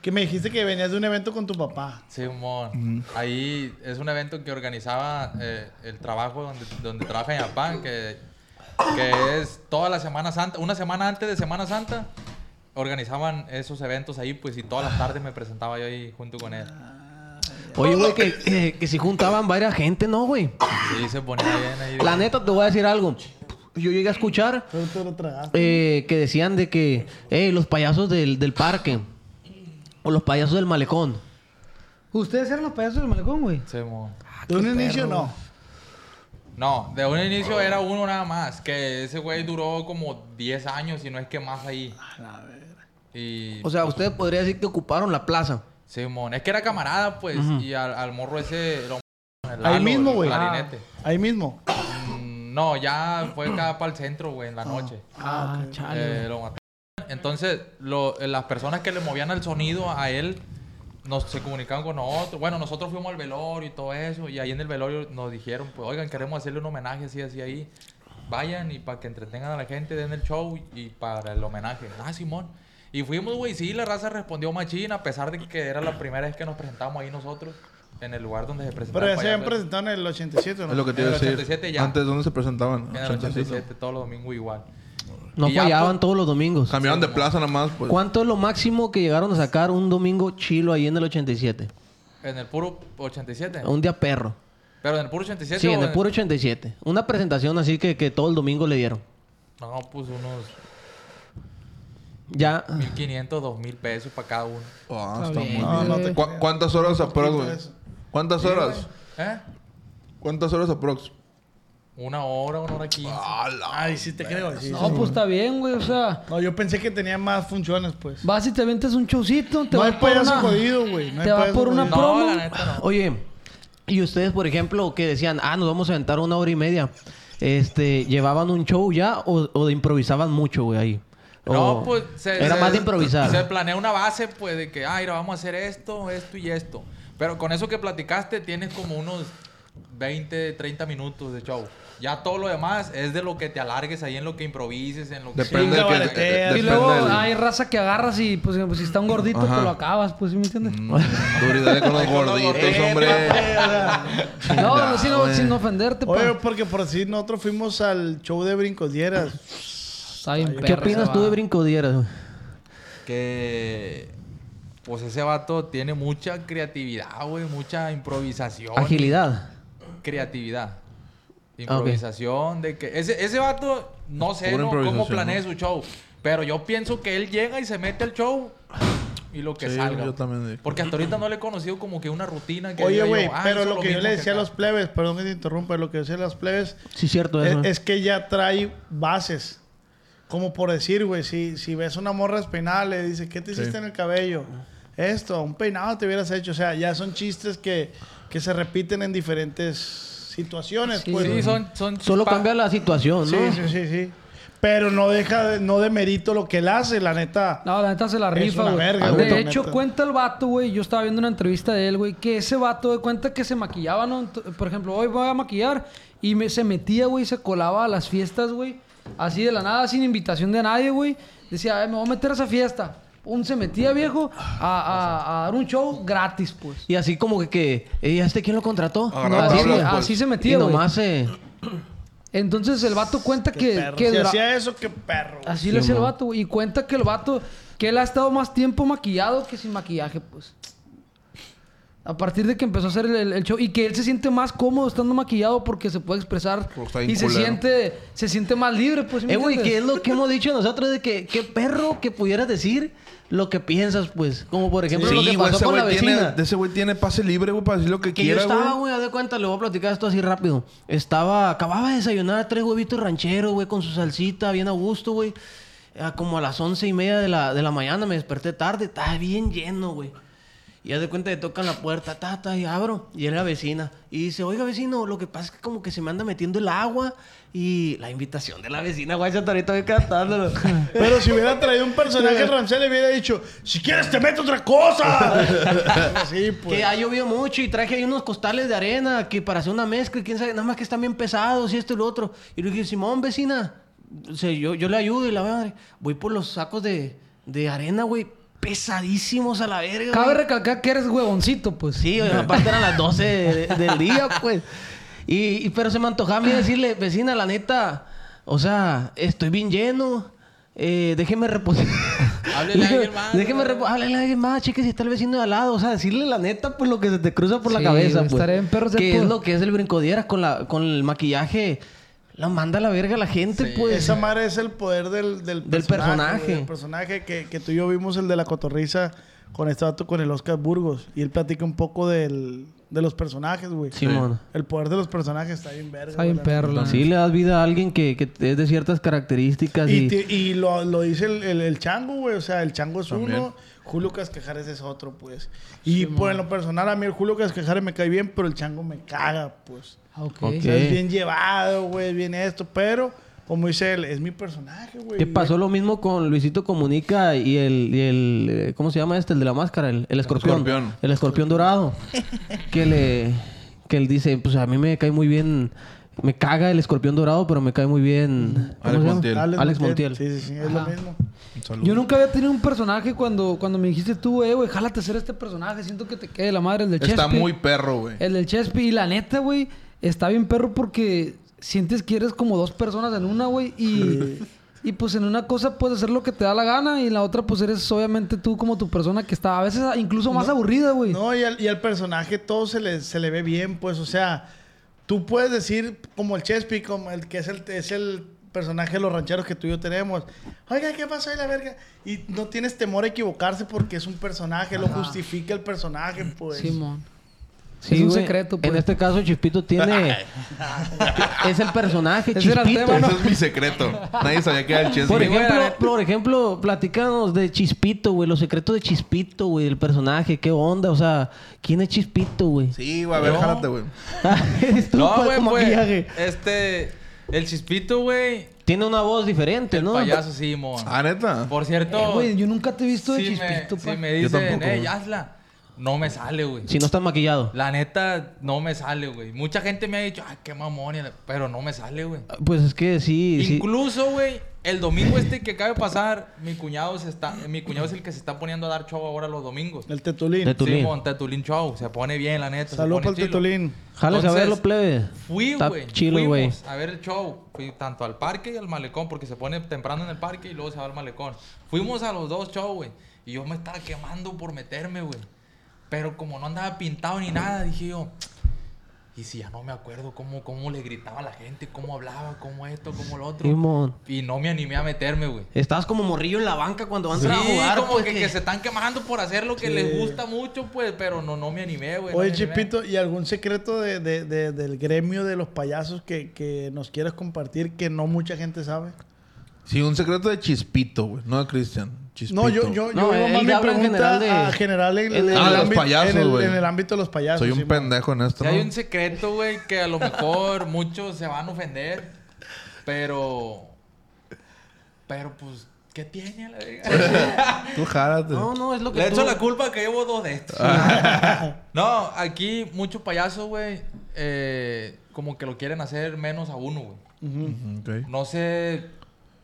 Speaker 3: Que me dijiste que venías de un evento con tu papá.
Speaker 6: Simón, ahí es un evento que organizaba eh, el trabajo donde, donde trabaja mi papá, que, que es toda la Semana Santa, una semana antes de Semana Santa, organizaban esos eventos ahí, pues, y todas las tardes me presentaba yo ahí junto con él.
Speaker 5: Oye, güey, que, eh, que si juntaban varias gente, ¿no, güey?
Speaker 6: Y se ponía bien ahí.
Speaker 5: La neta, te voy a decir algo. Yo llegué a escuchar
Speaker 3: Pero te lo tragaste.
Speaker 5: eh, que decían de que, eh, los payasos del, del parque. O los payasos del malecón.
Speaker 12: ¿Ustedes eran los payasos del malecón, güey?
Speaker 6: Simón.
Speaker 3: De un inicio, no.
Speaker 6: No, de un inicio era uno nada más, que ese güey duró como 10 años y no es que más ahí. Y
Speaker 5: O sea, ustedes podrían decir que ocuparon la plaza.
Speaker 6: Simón, es que era camarada, pues, y al, al morro ese lo con el
Speaker 3: Ahí
Speaker 6: Lalo,
Speaker 3: mismo,
Speaker 6: el
Speaker 3: güey. Ah,
Speaker 6: clarinete.
Speaker 3: Ahí mismo.
Speaker 6: Mm, No, ya fue acá para el centro, güey, en la noche.
Speaker 5: Ah, chale.
Speaker 6: Eh, lo mataron. Entonces, lo- eh, las personas que le movían el sonido a él nos, se comunicaban con nosotros. Bueno, nosotros fuimos al velorio y todo eso. Y ahí en el velorio nos dijeron, pues, oigan, queremos hacerle un homenaje así, así ahí. Vayan y para que entretengan a la gente, den el show y para el homenaje. Ah, Simón. Y fuimos, güey, sí, la raza respondió machín, a pesar de que era la primera vez que nos presentamos ahí nosotros, en el lugar donde se presentaba.
Speaker 3: Pero ya
Speaker 6: el
Speaker 3: se habían
Speaker 6: payaso.
Speaker 3: presentado en el 87, ¿no?
Speaker 4: Es lo que te iba a
Speaker 6: En el
Speaker 4: decir.
Speaker 6: 87 ya.
Speaker 4: Antes, ¿dónde se presentaban?
Speaker 6: En el 87, todos los domingos igual.
Speaker 5: No
Speaker 6: Y ya,
Speaker 5: fallaban
Speaker 6: pues,
Speaker 5: todos los domingos.
Speaker 4: Cambiaron de plaza nada más, pues.
Speaker 5: ¿Cuánto es lo máximo que llegaron a sacar un domingo chilo ahí en el 87?
Speaker 6: En el puro 87.
Speaker 5: Un día perro.
Speaker 6: Pero en el puro 87.
Speaker 5: Sí,
Speaker 6: o
Speaker 5: en el puro 87. Una presentación así que, que todo el domingo le dieron.
Speaker 6: No, pues unos
Speaker 5: Ya.
Speaker 6: 1500, 2000 pesos para cada uno.
Speaker 4: Ah, está muy
Speaker 3: No,
Speaker 4: bien.
Speaker 3: no te
Speaker 4: ¿Cu- ¿Cuántas horas aprox, güey? ¿Cuántas horas?
Speaker 6: ¿Eh?
Speaker 4: ¿Cuántas horas aprox?
Speaker 6: Una hora, una hora quince.
Speaker 5: Ah.
Speaker 3: Ay, sí te creo. sí,
Speaker 12: No,
Speaker 3: sí.
Speaker 12: pues está bien, güey. O sea,
Speaker 3: No, yo pensé que tenía más funciones, pues.
Speaker 12: vas y te ventes un showcito, te
Speaker 3: no hay
Speaker 12: vas por
Speaker 3: payaso
Speaker 12: una...
Speaker 3: jodido, güey. No hay
Speaker 12: te vas
Speaker 3: payaso
Speaker 12: por una
Speaker 3: jodido.
Speaker 12: promo.
Speaker 6: no, la neta no.
Speaker 5: Oye, y ustedes, por ejemplo, que decían, ah, nos vamos a aventar una hora y media. Este, ¿llevaban un show ya o, o improvisaban mucho, güey, ahí? O
Speaker 6: No, pues se,
Speaker 5: Oh. Era
Speaker 6: se-
Speaker 5: más de improvisar.
Speaker 6: Se planea una base, pues, de que, ay, ahora vamos a hacer esto, esto y esto. Pero con eso que platicaste, tienes como unos 20, 30 minutos de show. Ya todo lo demás es de lo que te alargues ahí, en lo que improvises, en lo que...
Speaker 4: Depende del que- de
Speaker 3: cabaretea.
Speaker 4: depende
Speaker 12: Y luego
Speaker 4: del-
Speaker 12: hay raza que agarras y pues, si está un gordito
Speaker 4: Ajá. Mm.
Speaker 12: te lo acabas, pues ¿sí me entiendes?
Speaker 4: Duro y dale con los gorditos,
Speaker 6: Eh,
Speaker 4: hombre.
Speaker 12: No, no, sin,
Speaker 4: güey.
Speaker 12: sin ofenderte,
Speaker 3: Eh, Oye,
Speaker 12: pues.
Speaker 3: porque por si nosotros fuimos al show de brincodieras.
Speaker 12: Está bien
Speaker 5: ¿Qué
Speaker 12: pues, perro
Speaker 5: opinas
Speaker 12: ese
Speaker 5: tú de
Speaker 12: vato.
Speaker 5: brincodieras, güey?
Speaker 6: que pues ese vato tiene mucha creatividad, güey, mucha improvisación.
Speaker 5: Agilidad. Ah,
Speaker 6: Creatividad. Improvisación de que ese, ese vato no sé
Speaker 4: Pura
Speaker 6: no, cómo
Speaker 4: improvisación,
Speaker 6: planea
Speaker 4: ¿no?
Speaker 6: su show, pero yo pienso que él llega y se mete al show y lo que
Speaker 4: Sí,
Speaker 6: salga.
Speaker 4: yo también digo.
Speaker 6: Porque hasta ahorita no le he conocido como que una rutina que
Speaker 3: Oye,
Speaker 6: diga yo,
Speaker 3: güey,
Speaker 6: "Ah,
Speaker 3: pero
Speaker 6: hizo
Speaker 3: lo que yo
Speaker 6: mismo
Speaker 3: le decía a
Speaker 6: acá".
Speaker 3: los plebes, perdón que te interrumpa, lo que decía a los plebes
Speaker 5: Sí, cierto
Speaker 3: es,
Speaker 5: eso.
Speaker 3: E-, es que ya trae bases. Como por decir, güey, si, si ves una morra despeinada, le dices, ¿qué te hiciste
Speaker 4: Sí.
Speaker 3: en el cabello? Esto, un peinado te hubieras hecho. O sea, ya son chistes que, que se repiten en diferentes situaciones. pues.
Speaker 6: Sí, son, son
Speaker 5: Solo
Speaker 6: pa-
Speaker 5: cambia la situación,
Speaker 3: Sí,
Speaker 5: ¿no?
Speaker 3: sí, sí, sí. Pero no deja, de- no demerito lo que él hace, la neta.
Speaker 12: No, la neta se la
Speaker 3: Es
Speaker 12: rifa,
Speaker 3: una
Speaker 12: güey.
Speaker 3: verga,
Speaker 12: de
Speaker 3: güey.
Speaker 12: hecho,
Speaker 3: Neta.
Speaker 12: cuenta el vato, güey. Yo estaba viendo una entrevista de él, güey. Que ese vato de cuenta que se maquillaba, ¿no? Ent- Por ejemplo, hoy voy a maquillar. Y me, se metía, güey, se colaba a las fiestas, güey. Así de la nada, sin invitación de nadie, güey. Decía, "Ay, me voy a meter a esa fiesta. Un se metía, viejo, a, a- a dar un show gratis, pues.
Speaker 5: Y así como que, que ¿y a este quién lo contrató?
Speaker 4: Agarraba
Speaker 5: así,
Speaker 4: tablas,
Speaker 5: güey.
Speaker 4: pues.
Speaker 12: Así se metía,
Speaker 5: Y
Speaker 12: güey.
Speaker 5: nomás eh,
Speaker 12: Entonces el vato cuenta que...
Speaker 3: Perro.
Speaker 12: que
Speaker 3: si
Speaker 12: dura-
Speaker 3: hacía eso, qué perro. güey.
Speaker 12: Así lo hacía el vato, güey. Y cuenta que el vato, que él ha estado más tiempo maquillado que sin maquillaje, pues. A partir de que empezó a hacer el, el show. Y que él se siente más cómodo estando maquillado porque se puede expresar.
Speaker 4: Porque está bien
Speaker 12: Y se
Speaker 4: culero.
Speaker 12: siente, se siente más libre, pues. ¿sí me
Speaker 5: Eh, güey,
Speaker 12: entiendes?
Speaker 5: que es lo que hemos dicho nosotros de que qué perro que pudieras decir lo que piensas, pues. Como por ejemplo lo que
Speaker 4: güey,
Speaker 5: pasó
Speaker 4: ese
Speaker 5: con la
Speaker 4: güey tiene,
Speaker 5: vecina.
Speaker 4: de ese güey tiene pase libre, güey, para decir lo que,
Speaker 5: Que
Speaker 4: quiera,
Speaker 5: yo estaba, güey, haz de cuenta, le voy a platicar esto así rápido. Estaba, acababa de desayunar tres huevitos rancheros, güey, con su salsita, bien a gusto, güey. Ah, Como a las once y media de la, de la mañana me desperté tarde, estaba bien lleno, güey. Y haz de cuenta que tocan la puerta, ta, ta, y abro. Y era la vecina. Y dice, oiga, vecino, lo que pasa es que como que se me anda metiendo el agua. Y la invitación de la vecina, güey, esa ahorita voy cantándolo.
Speaker 3: Pero si hubiera traído un personaje, Ramsey le hubiera dicho: Si quieres, te meto otra cosa. Así, pues.
Speaker 5: Que ha llovido mucho y traje ahí unos costales de arena que para hacer una mezcla y quién sabe, nada más que están bien pesados y esto y lo otro. Y le dije, Simón, vecina, o sea, yo, yo le ayudo y la madre. Voy por los sacos de, de arena, güey, pesadísimos a la verga.
Speaker 12: Cabe
Speaker 5: güey.
Speaker 12: recalcar que eres huevoncito, pues.
Speaker 5: Sí, oye, aparte eran las 12 de- del día, pues. Y, y- pero se me antojaba a mí decirle, vecina, la neta, o sea, estoy bien lleno. Eh, déjeme reposar.
Speaker 6: Háblele a alguien más.
Speaker 5: Déjeme reposar. Háblele a alguien más, cheque si está el vecino de al lado. O sea, decirle la neta, pues lo que se te cruza por la
Speaker 12: Sí,
Speaker 5: cabeza,
Speaker 12: güey,
Speaker 5: pues.
Speaker 12: estaré en perros de
Speaker 5: que es
Speaker 12: puro.
Speaker 5: lo que es el brincodieras con, la, con el maquillaje. La manda a la verga a la gente, pues.
Speaker 3: Esa madre es el poder del, del,
Speaker 5: Del personaje.
Speaker 3: güey, del personaje que, que tú y yo vimos, el de la cotorriza, con este vato, con el Oscar Burgos. Y él platica un poco del, de los personajes, güey.
Speaker 5: Simón.
Speaker 3: El poder de los personajes está bien verga.
Speaker 12: Está bien
Speaker 3: güey, la
Speaker 12: perro, la
Speaker 5: Sí, le das vida a alguien que, que es de ciertas características y...
Speaker 3: Y, ti- y lo, lo dice el, el- el chango, güey. O sea, el chango es
Speaker 4: También.
Speaker 3: uno, Julio Casquejares es otro, pues. Y por en lo personal, a mí el Julio Casquejares me cae bien, pero el chango me caga, pues.
Speaker 12: Ah, ok.
Speaker 5: Ok.
Speaker 3: O sea, es bien llevado, güey, bien esto, pero como dice él, es mi personaje, güey.
Speaker 5: Que pasó lo mismo con Luisito Comunica y el, y el eh, ¿cómo se llama este? El de la máscara, el, el escorpión.
Speaker 4: escorpión.
Speaker 5: El escorpión dorado. que le, que él dice, pues a mí me cae muy bien, me caga el escorpión dorado, pero me cae muy bien. ¿cómo
Speaker 4: Alex
Speaker 5: se llama?
Speaker 4: Montiel.
Speaker 5: Alex, Montiel.
Speaker 3: Sí, sí, sí, es lo mismo.
Speaker 12: Yo nunca había tenido un personaje cuando, cuando me dijiste tú, eh, güey, jálate a hacer este personaje. Siento que te quede la madre el de
Speaker 4: Está
Speaker 12: Chespi.
Speaker 4: muy perro, güey.
Speaker 12: El del Chespi. Y la neta, güey, está bien perro porque sientes que eres como dos personas en una, güey. Y, y pues en una cosa puedes hacer lo que te da la gana y en la otra pues eres obviamente tú como tu persona que está a veces incluso más aburrida, güey.
Speaker 3: No, y al, y al personaje todo se le, se le ve bien, pues, o sea, tú puedes decir, como el Chespi, como el que es el, es el personaje de los rancheros que tú y yo tenemos, oiga, ¿qué pasó ahí la verga? Y no tienes temor a equivocarse porque es un personaje, lo justifica el personaje, pues.
Speaker 12: Simón.
Speaker 5: Sí,
Speaker 12: es un
Speaker 5: güey.
Speaker 12: secreto, pues.
Speaker 5: En este caso, Chispito tiene... es el personaje,
Speaker 12: Ese era
Speaker 5: Chispito.
Speaker 12: el tema, ¿no?
Speaker 4: Ese es mi secreto. Nadie sabía que era el
Speaker 5: Por
Speaker 4: Chespi.
Speaker 5: ejemplo, por ejemplo, platícanos de Chispito, güey. Los secretos de Chispito, güey. El personaje, qué onda. O sea, ¿quién es Chispito, güey?
Speaker 4: Sí, güey, a ver, jálate, güey.
Speaker 5: Eres tú,
Speaker 6: No,
Speaker 5: pues,
Speaker 6: güey,
Speaker 5: con
Speaker 6: pues.
Speaker 5: maquillaje.
Speaker 6: Este. El chispito, güey.
Speaker 5: Tiene una voz diferente, ¿no?
Speaker 6: Payaso Simón.
Speaker 4: Ah, neta.
Speaker 6: Por cierto.
Speaker 12: Eh, Güey, yo nunca te he visto de
Speaker 6: si me,
Speaker 12: chispito,
Speaker 6: si
Speaker 12: pa.
Speaker 6: me
Speaker 4: Yo
Speaker 6: dicen,
Speaker 4: tampoco,
Speaker 6: "Ey,
Speaker 4: güey.
Speaker 6: hazla", No me sale, güey.
Speaker 5: Si no está maquillado.
Speaker 6: La neta, no me sale, güey. Mucha gente me ha dicho, ay, qué mamón. y la- Pero no me sale, güey.
Speaker 5: Pues es que sí, sí.
Speaker 6: Incluso, güey, el domingo este que acaba de pasar, mi cuñado se está, eh, mi cuñado es el que se está poniendo a dar show ahora los domingos.
Speaker 3: El tetulín.
Speaker 5: De tu link.
Speaker 6: Simón, Tetulín Show. Se pone bien, la neta. se
Speaker 3: Salud
Speaker 6: pone
Speaker 3: para el
Speaker 6: chilo.
Speaker 3: tetulín.
Speaker 5: Jales a
Speaker 6: Entonces,
Speaker 5: verlo, plebe.
Speaker 6: Fui,
Speaker 5: Está
Speaker 6: güey.
Speaker 5: chilo,
Speaker 6: fuimos
Speaker 5: güey.
Speaker 6: A ver el show. Fui tanto al parque y al malecón, porque se pone temprano en el parque y luego se va al malecón. Fuimos a los dos shows, güey. Y yo me estaba quemando por meterme, güey. Pero como no andaba pintado ni nada, dije yo. Y si ya no me acuerdo cómo, cómo le gritaba a la gente, cómo hablaba, cómo esto, cómo lo otro.
Speaker 5: Simón.
Speaker 6: Y no me animé a meterme, güey.
Speaker 5: Estabas como morrillo en la banca cuando van
Speaker 6: Sí,
Speaker 5: a jugar.
Speaker 6: como
Speaker 5: pues,
Speaker 6: que,
Speaker 5: que-
Speaker 6: que se están quemando por hacer lo que les gusta mucho, pues, pero no, no me animé, güey. no
Speaker 3: Oye,
Speaker 6: me animé.
Speaker 3: Chipito, ¿y algún secreto de, de- de- del gremio de los payasos que, que nos quieras compartir que no mucha gente sabe?
Speaker 4: Sí, un secreto de Chispito, güey. No de Cristian. Chispito.
Speaker 3: No, yo, yo,
Speaker 5: No,
Speaker 3: yo veo
Speaker 5: él
Speaker 3: más mi
Speaker 5: habla en
Speaker 3: pregunta
Speaker 5: general de-
Speaker 3: a general en, en el,
Speaker 4: Ah, los
Speaker 3: ámbito-
Speaker 4: payasos,
Speaker 3: en, el,
Speaker 4: güey.
Speaker 3: en el ámbito de los payasos.
Speaker 4: Soy un
Speaker 3: Simón.
Speaker 4: pendejo en esto,
Speaker 6: Si
Speaker 4: ¿no?
Speaker 6: hay un secreto, güey, que a lo mejor muchos se van a ofender, pero. Pero pues, ¿qué tiene la verga?
Speaker 4: Tú jálate.
Speaker 5: No, no, es lo que
Speaker 6: Le
Speaker 5: tú-
Speaker 6: echo la culpa que llevo dos de estos. no, aquí muchos payasos, güey, eh, como que lo quieren hacer menos a uno, güey.
Speaker 4: Mm, Ok.
Speaker 6: No sé.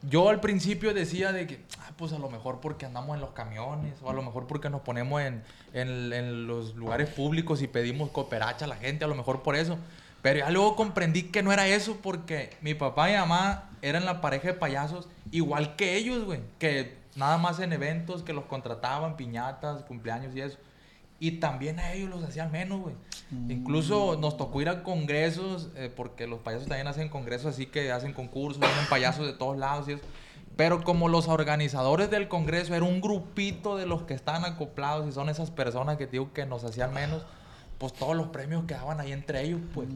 Speaker 6: Yo al principio decía de que, ah, pues a lo mejor porque andamos en los camiones, o a lo mejor porque nos ponemos en, en- en los lugares públicos y pedimos cooperacha a la gente, a lo mejor por eso. Pero ya luego comprendí que no era eso porque mi papá y mamá eran la pareja de payasos igual que ellos, güey. Que nada más en eventos que los contrataban, piñatas, cumpleaños y eso. Y también a ellos los hacían menos, güey. Incluso nos tocó ir a congresos, eh, porque los payasos también hacen congresos, así que hacen concursos, vienen payasos de todos lados y eso. Pero como los organizadores del congreso era un grupito de los que están acoplados y son esas personas que te digo que nos hacían menos, pues todos los premios quedaban ahí entre ellos, pues.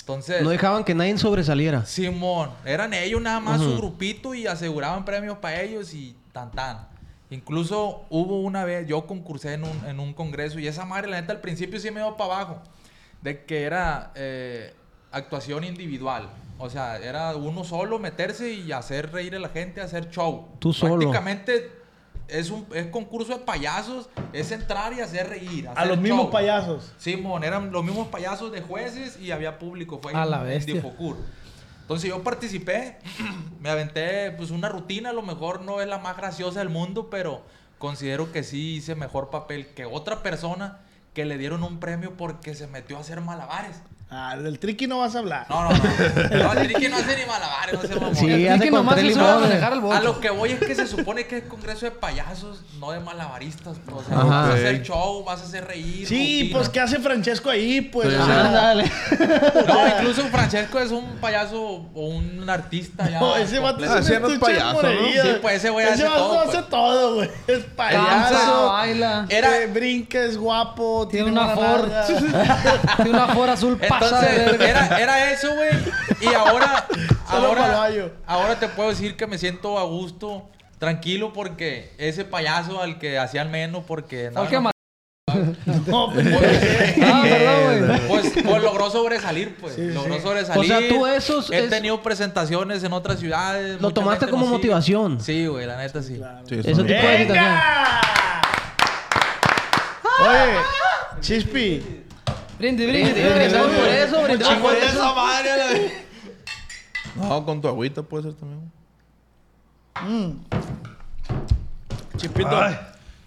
Speaker 6: Entonces,
Speaker 5: No dejaban que nadie sobresaliera.
Speaker 6: Simón, eran ellos nada más su grupito y aseguraban premios para ellos y tan tan. Incluso hubo una vez, yo concursé en un, en un congreso y esa madre, la neta, al principio sí me dio para abajo. De que era eh, actuación individual. O sea, era uno solo meterse y hacer reír a la gente, hacer show.
Speaker 5: Tú solo.
Speaker 6: Prácticamente es un es concurso de payasos, es entrar y hacer reír.
Speaker 3: A
Speaker 6: hacer
Speaker 3: los mismos
Speaker 6: show.
Speaker 3: payasos.
Speaker 6: Simón, eran los mismos payasos de jueces y había público. Fue
Speaker 12: A
Speaker 6: en-
Speaker 12: la
Speaker 6: en
Speaker 12: bestia.
Speaker 6: Difocur. Entonces yo participé, me aventé pues una rutina, a lo mejor no es la más graciosa del mundo, pero considero que sí hice mejor papel que otra persona que le dieron un premio porque se metió a hacer malabares.
Speaker 3: Ah, del triqui no vas a hablar.
Speaker 6: No, no, no. No, el Ricky no hace ni malabares, no hace mamón.
Speaker 5: Sí, hace
Speaker 12: que
Speaker 5: con
Speaker 12: nomás
Speaker 5: tres
Speaker 12: se sabe
Speaker 5: limones.
Speaker 12: manejar el
Speaker 6: A
Speaker 12: bote.
Speaker 6: lo que voy es que se supone que es congreso de payasos, no de malabaristas. pues, o sea,
Speaker 5: Ajá.
Speaker 6: vas a
Speaker 4: Ok.
Speaker 6: hacer show, vas a hacer reír.
Speaker 3: Sí,
Speaker 6: rutina.
Speaker 3: pues ¿qué hace Francesco ahí? Pues.
Speaker 4: Sí.
Speaker 3: o sea,
Speaker 5: Ándale.
Speaker 6: No, incluso Francesco es un payaso o un artista ya.
Speaker 3: no, ese vato es
Speaker 4: Ah,
Speaker 3: un
Speaker 4: ese era un
Speaker 3: estuche de
Speaker 4: payaso, ¿no?
Speaker 3: monerías.
Speaker 6: Sí, pues, ese güey hace
Speaker 3: vato
Speaker 6: todo,
Speaker 3: hace
Speaker 6: pues.
Speaker 3: todo, güey. Es
Speaker 12: Danza,
Speaker 3: payaso.
Speaker 12: baila.
Speaker 6: Era-
Speaker 3: Era... brinca, es guapo.
Speaker 12: Ah, Tiene
Speaker 3: Tiene,
Speaker 12: una Ford.
Speaker 3: naranja.
Speaker 12: Tiene una Ford azul pasada de
Speaker 6: Entonces,
Speaker 12: verga.
Speaker 6: era, era eso, güey. Y ahora,
Speaker 3: Solo
Speaker 6: ahora,
Speaker 3: palayo.
Speaker 6: ahora te puedo decir que me siento a gusto, tranquilo, porque ese payaso al que hacían menos, porque andaba
Speaker 12: Al que
Speaker 6: en la-
Speaker 12: ma-
Speaker 3: No, pues,
Speaker 6: pues,
Speaker 12: Ah, ¿verdad, güey?
Speaker 6: pues, pues, logró sobresalir, pues. logró sobresalir.
Speaker 5: O sea, tú esos-
Speaker 6: He
Speaker 5: es-
Speaker 6: tenido presentaciones en otras ciudades.
Speaker 5: Lo
Speaker 6: mucha
Speaker 5: tomaste
Speaker 6: gente
Speaker 5: como
Speaker 6: nos sigue.
Speaker 5: motivación.
Speaker 6: Sí, güey, la neta sí.
Speaker 4: Sí,
Speaker 5: Eso
Speaker 4: son-
Speaker 5: tipo de situación.
Speaker 3: Oye, Chispi.
Speaker 12: Brinde, brinde. Brindamos por eso, brindamos por eso.
Speaker 4: No, con tu agüita puede ser también.
Speaker 3: Chispito.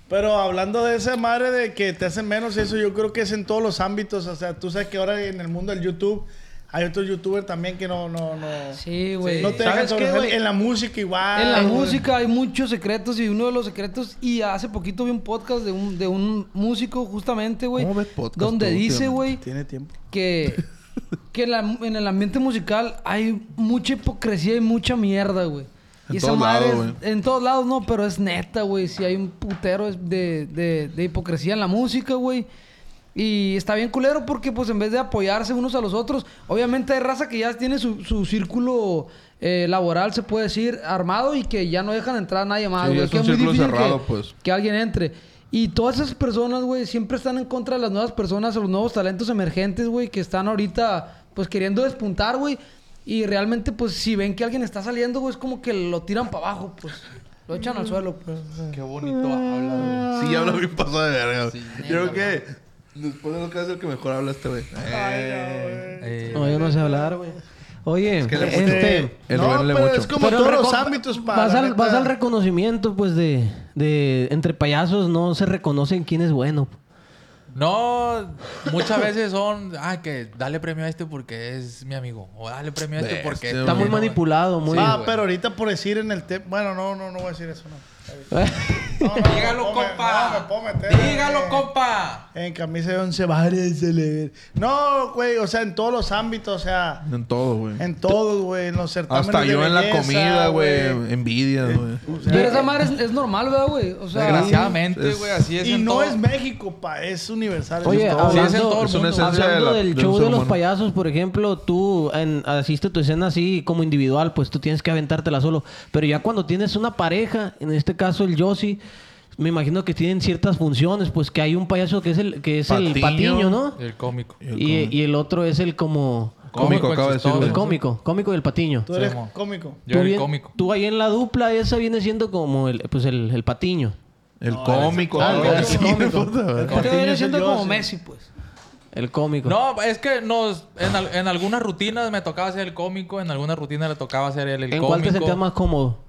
Speaker 3: Pero hablando de esa madre de que te hacen menos eso, yo creo que es en todos los ámbitos. O sea, tú sabes que ahora en el mundo del YouTube hay otros youtubers también que no, no, no.
Speaker 12: Sí, güey.
Speaker 3: No te dejan
Speaker 5: ¿Sabes qué,
Speaker 3: sobresalir.
Speaker 5: güey?
Speaker 3: En la música igual.
Speaker 12: En la
Speaker 3: güey.
Speaker 12: música hay muchos secretos y uno de los secretos, y hace poquito vi un podcast de un, de un músico justamente, güey,
Speaker 4: ¿Cómo ves podcast
Speaker 12: donde
Speaker 4: tú últimamente?
Speaker 12: dice, güey,
Speaker 3: Tiene tiempo.
Speaker 12: que, que en, la- en el ambiente musical hay mucha hipocresía y mucha mierda, güey.
Speaker 4: En
Speaker 12: Y esa
Speaker 4: todos
Speaker 12: madre
Speaker 4: lados,
Speaker 12: es- en todos lados, no, pero es neta, güey. Si hay un putero de, de- de hipocresía en la música, güey. Y está bien culero porque, pues, en vez de apoyarse unos a los otros, obviamente hay raza que ya tiene su, su círculo eh, laboral, se puede decir, armado y que ya no dejan entrar a nadie más,
Speaker 4: Sí,
Speaker 12: güey.
Speaker 4: es
Speaker 12: que
Speaker 4: un
Speaker 12: es muy
Speaker 4: círculo
Speaker 12: difícil
Speaker 4: cerrado,
Speaker 12: que,
Speaker 4: pues.
Speaker 12: que alguien entre. Y todas esas personas, güey, siempre están en contra de las nuevas personas, o los nuevos talentos emergentes, güey, que están ahorita, pues, queriendo despuntar, güey. Y realmente, pues, si ven que alguien está saliendo, güey, es como que lo tiran para abajo, pues. Lo echan al suelo, pues.
Speaker 6: Qué bonito habla, güey.
Speaker 4: Sí, habla bien pasado de verga. Yo creo que después de lo que hace el que mejor habla este güey.
Speaker 6: Eh,
Speaker 5: No, yo no sé hablar, güey. Oye,
Speaker 4: que le
Speaker 5: este...
Speaker 4: El
Speaker 3: no,
Speaker 4: Rubén le
Speaker 3: pero
Speaker 4: mucho.
Speaker 3: es como
Speaker 5: Pero
Speaker 3: todos los
Speaker 5: reco-
Speaker 3: ámbitos Pues para.
Speaker 5: vas
Speaker 3: la
Speaker 5: al,
Speaker 3: neta.
Speaker 5: vas al reconocimiento, pues, de, de... Entre payasos no se reconocen quién es bueno.
Speaker 6: No, muchas veces son, ah, que dale premio a este porque es mi amigo. O dale premio a este porque
Speaker 4: Bestia,
Speaker 6: este
Speaker 5: Está muy
Speaker 6: no, güey.
Speaker 5: manipulado, muy...
Speaker 3: ah,
Speaker 6: güey.
Speaker 3: pero ahorita por decir en el tema. Bueno, no, no, no voy a decir eso, no. No, no, no,
Speaker 6: Dígalo,
Speaker 3: no me- no
Speaker 6: compa.
Speaker 3: me puedo meter
Speaker 6: Dígalo,
Speaker 3: en-
Speaker 6: compa.
Speaker 3: En camisa de once varas. se le- No, güey, o sea, en todos los ámbitos, o sea,
Speaker 4: En todo, güey.
Speaker 3: en todos, güey, en los certámenes.
Speaker 4: Hasta
Speaker 3: de
Speaker 4: yo en la
Speaker 3: belleza,
Speaker 4: comida, güey. Eh, Envidia, güey.
Speaker 12: Pero esa madre es, es normal, ¿verdad, güey? O sea,
Speaker 6: Desgraciadamente,
Speaker 4: es-
Speaker 6: güey, así es.
Speaker 3: Y
Speaker 6: en
Speaker 3: no
Speaker 6: todo.
Speaker 3: es México, pa, es universal.
Speaker 5: Oye,
Speaker 3: pues, es todo.
Speaker 5: hablando,
Speaker 6: Sí, es en todo el
Speaker 4: Es una
Speaker 6: mundo.
Speaker 4: esencia de
Speaker 5: hablando
Speaker 4: la- de
Speaker 5: del
Speaker 4: un
Speaker 5: show
Speaker 4: ser
Speaker 5: de los
Speaker 4: humano.
Speaker 5: payasos, por ejemplo, tú en, asiste tu escena así como individual, pues tú tienes que aventártela solo. Pero ya cuando tienes una pareja, en este caso el Yossi, me imagino que tienen ciertas funciones, pues que hay un payaso que es el que es el
Speaker 4: Patiño.
Speaker 5: patiño, ¿no?
Speaker 6: El cómico.
Speaker 5: Y, y el otro es el como
Speaker 4: Cómico,
Speaker 6: Cómico,
Speaker 4: acaba de decir.
Speaker 6: chistoso.
Speaker 4: güey.
Speaker 5: el cómico, cómico y el patiño.
Speaker 3: Tú eres
Speaker 6: Simón.
Speaker 3: cómico.
Speaker 6: Yo era el
Speaker 5: bien-
Speaker 6: cómico.
Speaker 5: tú ahí en la dupla esa viene siendo como el pues el, el patiño.
Speaker 4: El cómico.
Speaker 3: Ah,
Speaker 4: güey.
Speaker 3: el
Speaker 4: Sí,
Speaker 3: cómico.
Speaker 4: puta, güey.
Speaker 12: te
Speaker 3: Patiño
Speaker 12: viene
Speaker 3: es el
Speaker 12: siendo como
Speaker 3: Dios, eh.
Speaker 12: Messi, pues.
Speaker 5: El cómico.
Speaker 6: No, es que nos, en, al- en algunas rutinas me tocaba ser el cómico, en algunas rutinas le tocaba ser el, el
Speaker 5: ¿En
Speaker 6: cómico.
Speaker 5: cuál te sentías más cómodo?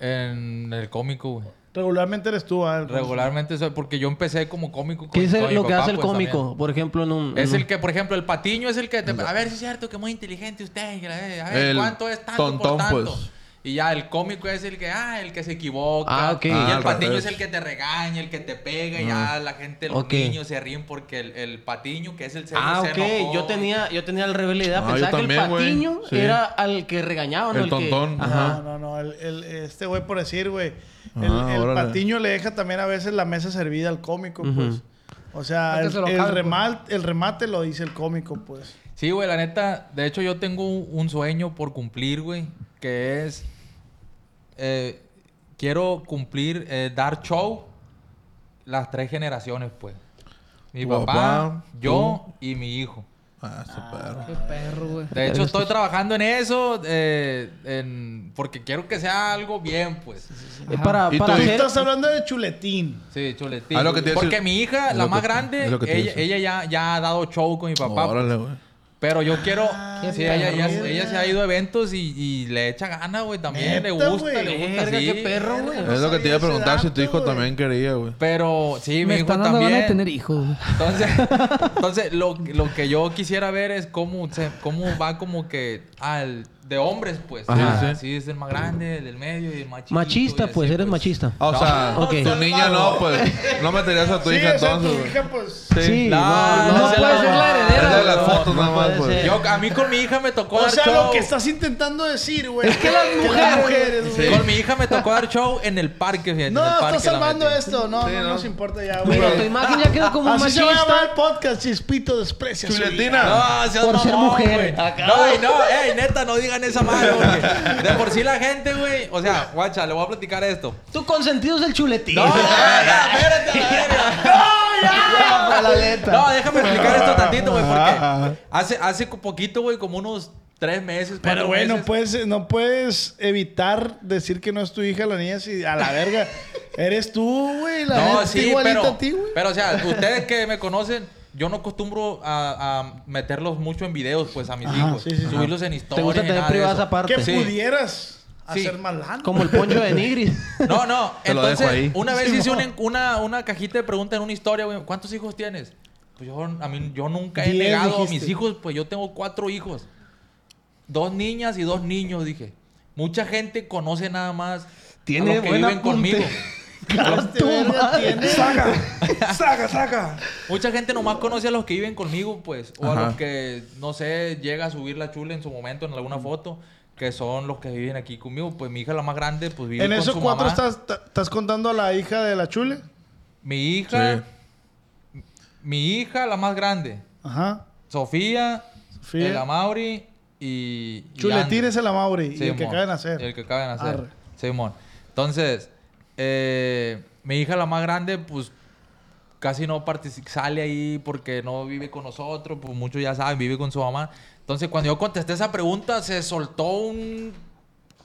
Speaker 6: En el cómico, güey.
Speaker 3: Regularmente eres tú, ¿ah?
Speaker 6: Regularmente soy, porque yo empecé como cómico.
Speaker 5: ¿Qué
Speaker 6: con-
Speaker 5: es el-
Speaker 6: con mi
Speaker 5: lo que
Speaker 6: papá,
Speaker 5: hace el
Speaker 6: pues, también.
Speaker 5: cómico? Por ejemplo, en un...
Speaker 6: Es
Speaker 5: en
Speaker 6: el
Speaker 5: un-
Speaker 6: que, por ejemplo, el patiño es el que... te- a ver si es cierto que muy inteligente usted. que la- A ver,
Speaker 4: El
Speaker 6: ¿cuánto es tanto por
Speaker 4: tontón,
Speaker 6: tanto?
Speaker 4: pues.
Speaker 6: Y ya el cómico es el que, ah, el que se equivoca.
Speaker 5: Ah, ok.
Speaker 6: Y
Speaker 5: Ah,
Speaker 6: el
Speaker 4: al
Speaker 6: patiño
Speaker 4: revés.
Speaker 6: es el que te regaña, el que te pega. Y ya la gente, los
Speaker 5: Ok.
Speaker 6: niños se ríen porque el, el patiño, que es el ser
Speaker 5: Ah,
Speaker 6: se
Speaker 5: ok.
Speaker 6: enojó.
Speaker 5: Yo tenía, yo tenía el rebelde idea.
Speaker 4: Ah,
Speaker 5: Pensaba
Speaker 4: yo
Speaker 5: que el
Speaker 4: también, güey.
Speaker 5: patiño
Speaker 4: Sí.
Speaker 5: era al que regañaba, ¿no?
Speaker 4: El
Speaker 5: que-
Speaker 4: tontón,
Speaker 5: Ajá.
Speaker 3: No, no, no. el- el- este güey, por decir, güey. El,
Speaker 4: Ah,
Speaker 3: el
Speaker 4: órale.
Speaker 3: patiño le deja también a veces la mesa servida al cómico, pues. O
Speaker 12: Para
Speaker 3: sea,
Speaker 12: que
Speaker 3: el,
Speaker 12: se lo
Speaker 3: el
Speaker 12: acabe, pues.
Speaker 3: remal- el remate lo dice el cómico, pues.
Speaker 6: Sí, güey, la neta. De hecho, yo tengo un un sueño por cumplir, güey. Que es. eh, quiero cumplir, eh, dar show las tres generaciones, pues. Mi
Speaker 4: Tu
Speaker 6: papá,
Speaker 4: papá,
Speaker 6: yo y mi hijo.
Speaker 4: Ah, ese perro.
Speaker 12: Qué perro, güey.
Speaker 6: De hecho, estoy trabajando en eso. eh, en- porque quiero que sea algo bien, pues.
Speaker 5: Eh, Para,
Speaker 4: ¿Y
Speaker 5: para
Speaker 4: tú?
Speaker 3: Tú
Speaker 5: hacer...
Speaker 3: estás hablando de chuletín.
Speaker 6: Sí, chuletín.
Speaker 4: Ah, lo que te iba a
Speaker 6: porque
Speaker 4: decir-
Speaker 6: mi hija,
Speaker 4: es
Speaker 6: la
Speaker 4: lo
Speaker 6: más
Speaker 4: que-
Speaker 6: grande,
Speaker 4: es lo que te iba a
Speaker 6: ella,
Speaker 4: decir.
Speaker 6: ella ya, ya ha dado show con mi papá. pues.
Speaker 4: Órale, güey.
Speaker 6: Pero
Speaker 3: Ah,
Speaker 6: yo quiero. sí,
Speaker 12: perro,
Speaker 6: ella, ella- ella se ha ido a eventos y, y le echa ganas, güey. También le
Speaker 3: Neta,
Speaker 6: gusta,
Speaker 3: güey.
Speaker 6: le gusta.
Speaker 5: Verga,
Speaker 6: sí.
Speaker 5: qué perro, güey.
Speaker 4: Es lo que te iba
Speaker 3: sabía
Speaker 4: a
Speaker 3: ese
Speaker 4: preguntar si tu
Speaker 3: dato,
Speaker 4: hijo
Speaker 3: güey.
Speaker 4: también quería, güey.
Speaker 6: Pero sí, mi
Speaker 12: Me
Speaker 6: hijo
Speaker 12: están dando ganas
Speaker 6: también.
Speaker 12: de tener hijos. güey.
Speaker 6: Entonces, entonces lo, lo que yo quisiera ver es cómo, se- cómo va como que al de hombres, pues.
Speaker 5: Ajá.
Speaker 6: Sí, sí, es el más grande, el del medio y el más chiquito y
Speaker 5: Machista,
Speaker 6: así,
Speaker 5: pues. Eres machista.
Speaker 4: Ah, o sea,
Speaker 5: Ok.
Speaker 4: tu niña no, pues. No meterías a tu
Speaker 3: Sí,
Speaker 4: hija
Speaker 3: o sea,
Speaker 4: entonces,
Speaker 3: tu
Speaker 4: güey.
Speaker 3: hija, pues.
Speaker 5: Sí.
Speaker 6: No, no,
Speaker 5: no,
Speaker 6: se
Speaker 5: puede
Speaker 6: la-
Speaker 5: ser la
Speaker 4: Es
Speaker 5: heredera.
Speaker 4: de las
Speaker 5: güey.
Speaker 4: fotos nada más,
Speaker 5: puede
Speaker 4: pues.
Speaker 5: ser.
Speaker 6: Yo, a mí con mi hija me tocó
Speaker 3: O
Speaker 6: dar
Speaker 3: sea,
Speaker 6: show.
Speaker 3: lo pues, que estás intentando decir, güey. Es que las
Speaker 4: mujeres,
Speaker 3: güey.
Speaker 4: Sí.
Speaker 6: Con mi hija me tocó dar show en el parque, fíjate.
Speaker 3: No,
Speaker 6: en el parque
Speaker 3: estás salvando
Speaker 6: la metí.
Speaker 3: esto. No, no, nos importa ya, güey.
Speaker 5: Mira, tu imagen ya quedó como un
Speaker 3: Así se va a llamar el
Speaker 5: machista.
Speaker 3: podcast, Chispito desprecia. su vida.
Speaker 4: Chuletina.
Speaker 6: No, seas
Speaker 5: Ah, Por ser
Speaker 6: mamón,
Speaker 5: mujer.
Speaker 6: güey.
Speaker 5: Acá.
Speaker 6: No, güey, no, ey, neta, no digan esa madre, porque De por sí la gente, güey. O sea, guacha, le voy a platicar esto.
Speaker 5: Tu consentido es el chuletín.
Speaker 6: No, no, ya, espérate, la verga.
Speaker 5: A la letra.
Speaker 6: No, déjame explicar esto tantito, güey,
Speaker 3: Ah,
Speaker 6: porque hace, hace poquito, güey, como unos tres meses.
Speaker 3: Pero
Speaker 6: cuatro
Speaker 3: güey, no
Speaker 6: meses,
Speaker 5: pues,
Speaker 3: puedes, no puedes evitar decir que no es tu hija la niña si a la verga. Eres tú, güey. La
Speaker 6: No,
Speaker 3: neta,
Speaker 6: sí,
Speaker 3: igualita
Speaker 6: pero,
Speaker 3: a ti, güey.
Speaker 6: pero, o sea, ustedes que me conocen, yo no acostumbro a, a meterlos mucho en videos, pues, a mis
Speaker 3: Ajá,
Speaker 6: hijos.
Speaker 3: sí, sí, sí.
Speaker 6: subirlos en
Speaker 5: Te
Speaker 6: historias.
Speaker 5: gusta
Speaker 6: ni
Speaker 5: tener
Speaker 6: nada de
Speaker 5: privadas
Speaker 6: eso.
Speaker 5: aparte.
Speaker 3: Que
Speaker 6: Sí.
Speaker 3: pudieras
Speaker 6: Sí.
Speaker 3: hacer más lana.
Speaker 5: Como el poncho de Nigris.
Speaker 6: No, no.
Speaker 4: Te lo dejo
Speaker 6: Entonces,
Speaker 4: ahí.
Speaker 6: una vez hice una, una, una cajita de preguntas en una historia, güey. ¿Cuántos hijos tienes? Pues yo, a mí, yo nunca he
Speaker 3: Diez,
Speaker 6: negado a
Speaker 3: dijiste.
Speaker 6: mis hijos, pues yo tengo cuatro hijos. Dos niñas y dos niños, dije. Mucha gente conoce nada más
Speaker 5: Tiene
Speaker 6: a los que
Speaker 5: buen
Speaker 6: viven
Speaker 5: apunte.
Speaker 6: conmigo.
Speaker 3: Este verga tiene-
Speaker 8: saca, saca.
Speaker 6: Mucha gente nomás conoce a los que viven conmigo, pues. O a
Speaker 4: Ajá.
Speaker 6: los que, no sé, llega a subir la chula en su momento en alguna foto, que son los que viven aquí conmigo. Pues mi hija, la más grande, pues vive
Speaker 3: En
Speaker 6: con
Speaker 3: esos
Speaker 6: su
Speaker 3: cuatro
Speaker 6: mamá.
Speaker 3: estás, ta- estás contando a la hija de la chule.
Speaker 6: Mi hija, mi hija, la más grande.
Speaker 3: Ajá.
Speaker 6: Sofía,
Speaker 3: Sofía.
Speaker 6: el Amauri y. y
Speaker 3: Chuletín
Speaker 6: Andrew.
Speaker 3: es el Amauri. y el
Speaker 6: Simón,
Speaker 3: que acaban de hacer.
Speaker 6: El que acaba de nacer.
Speaker 3: Arre.
Speaker 6: Simón. Entonces, eh, mi hija, la más grande, pues casi no partici- sale ahí porque no vive con nosotros, pues muchos ya saben, vive con su mamá. Entonces, cuando yo contesté esa pregunta, se soltó un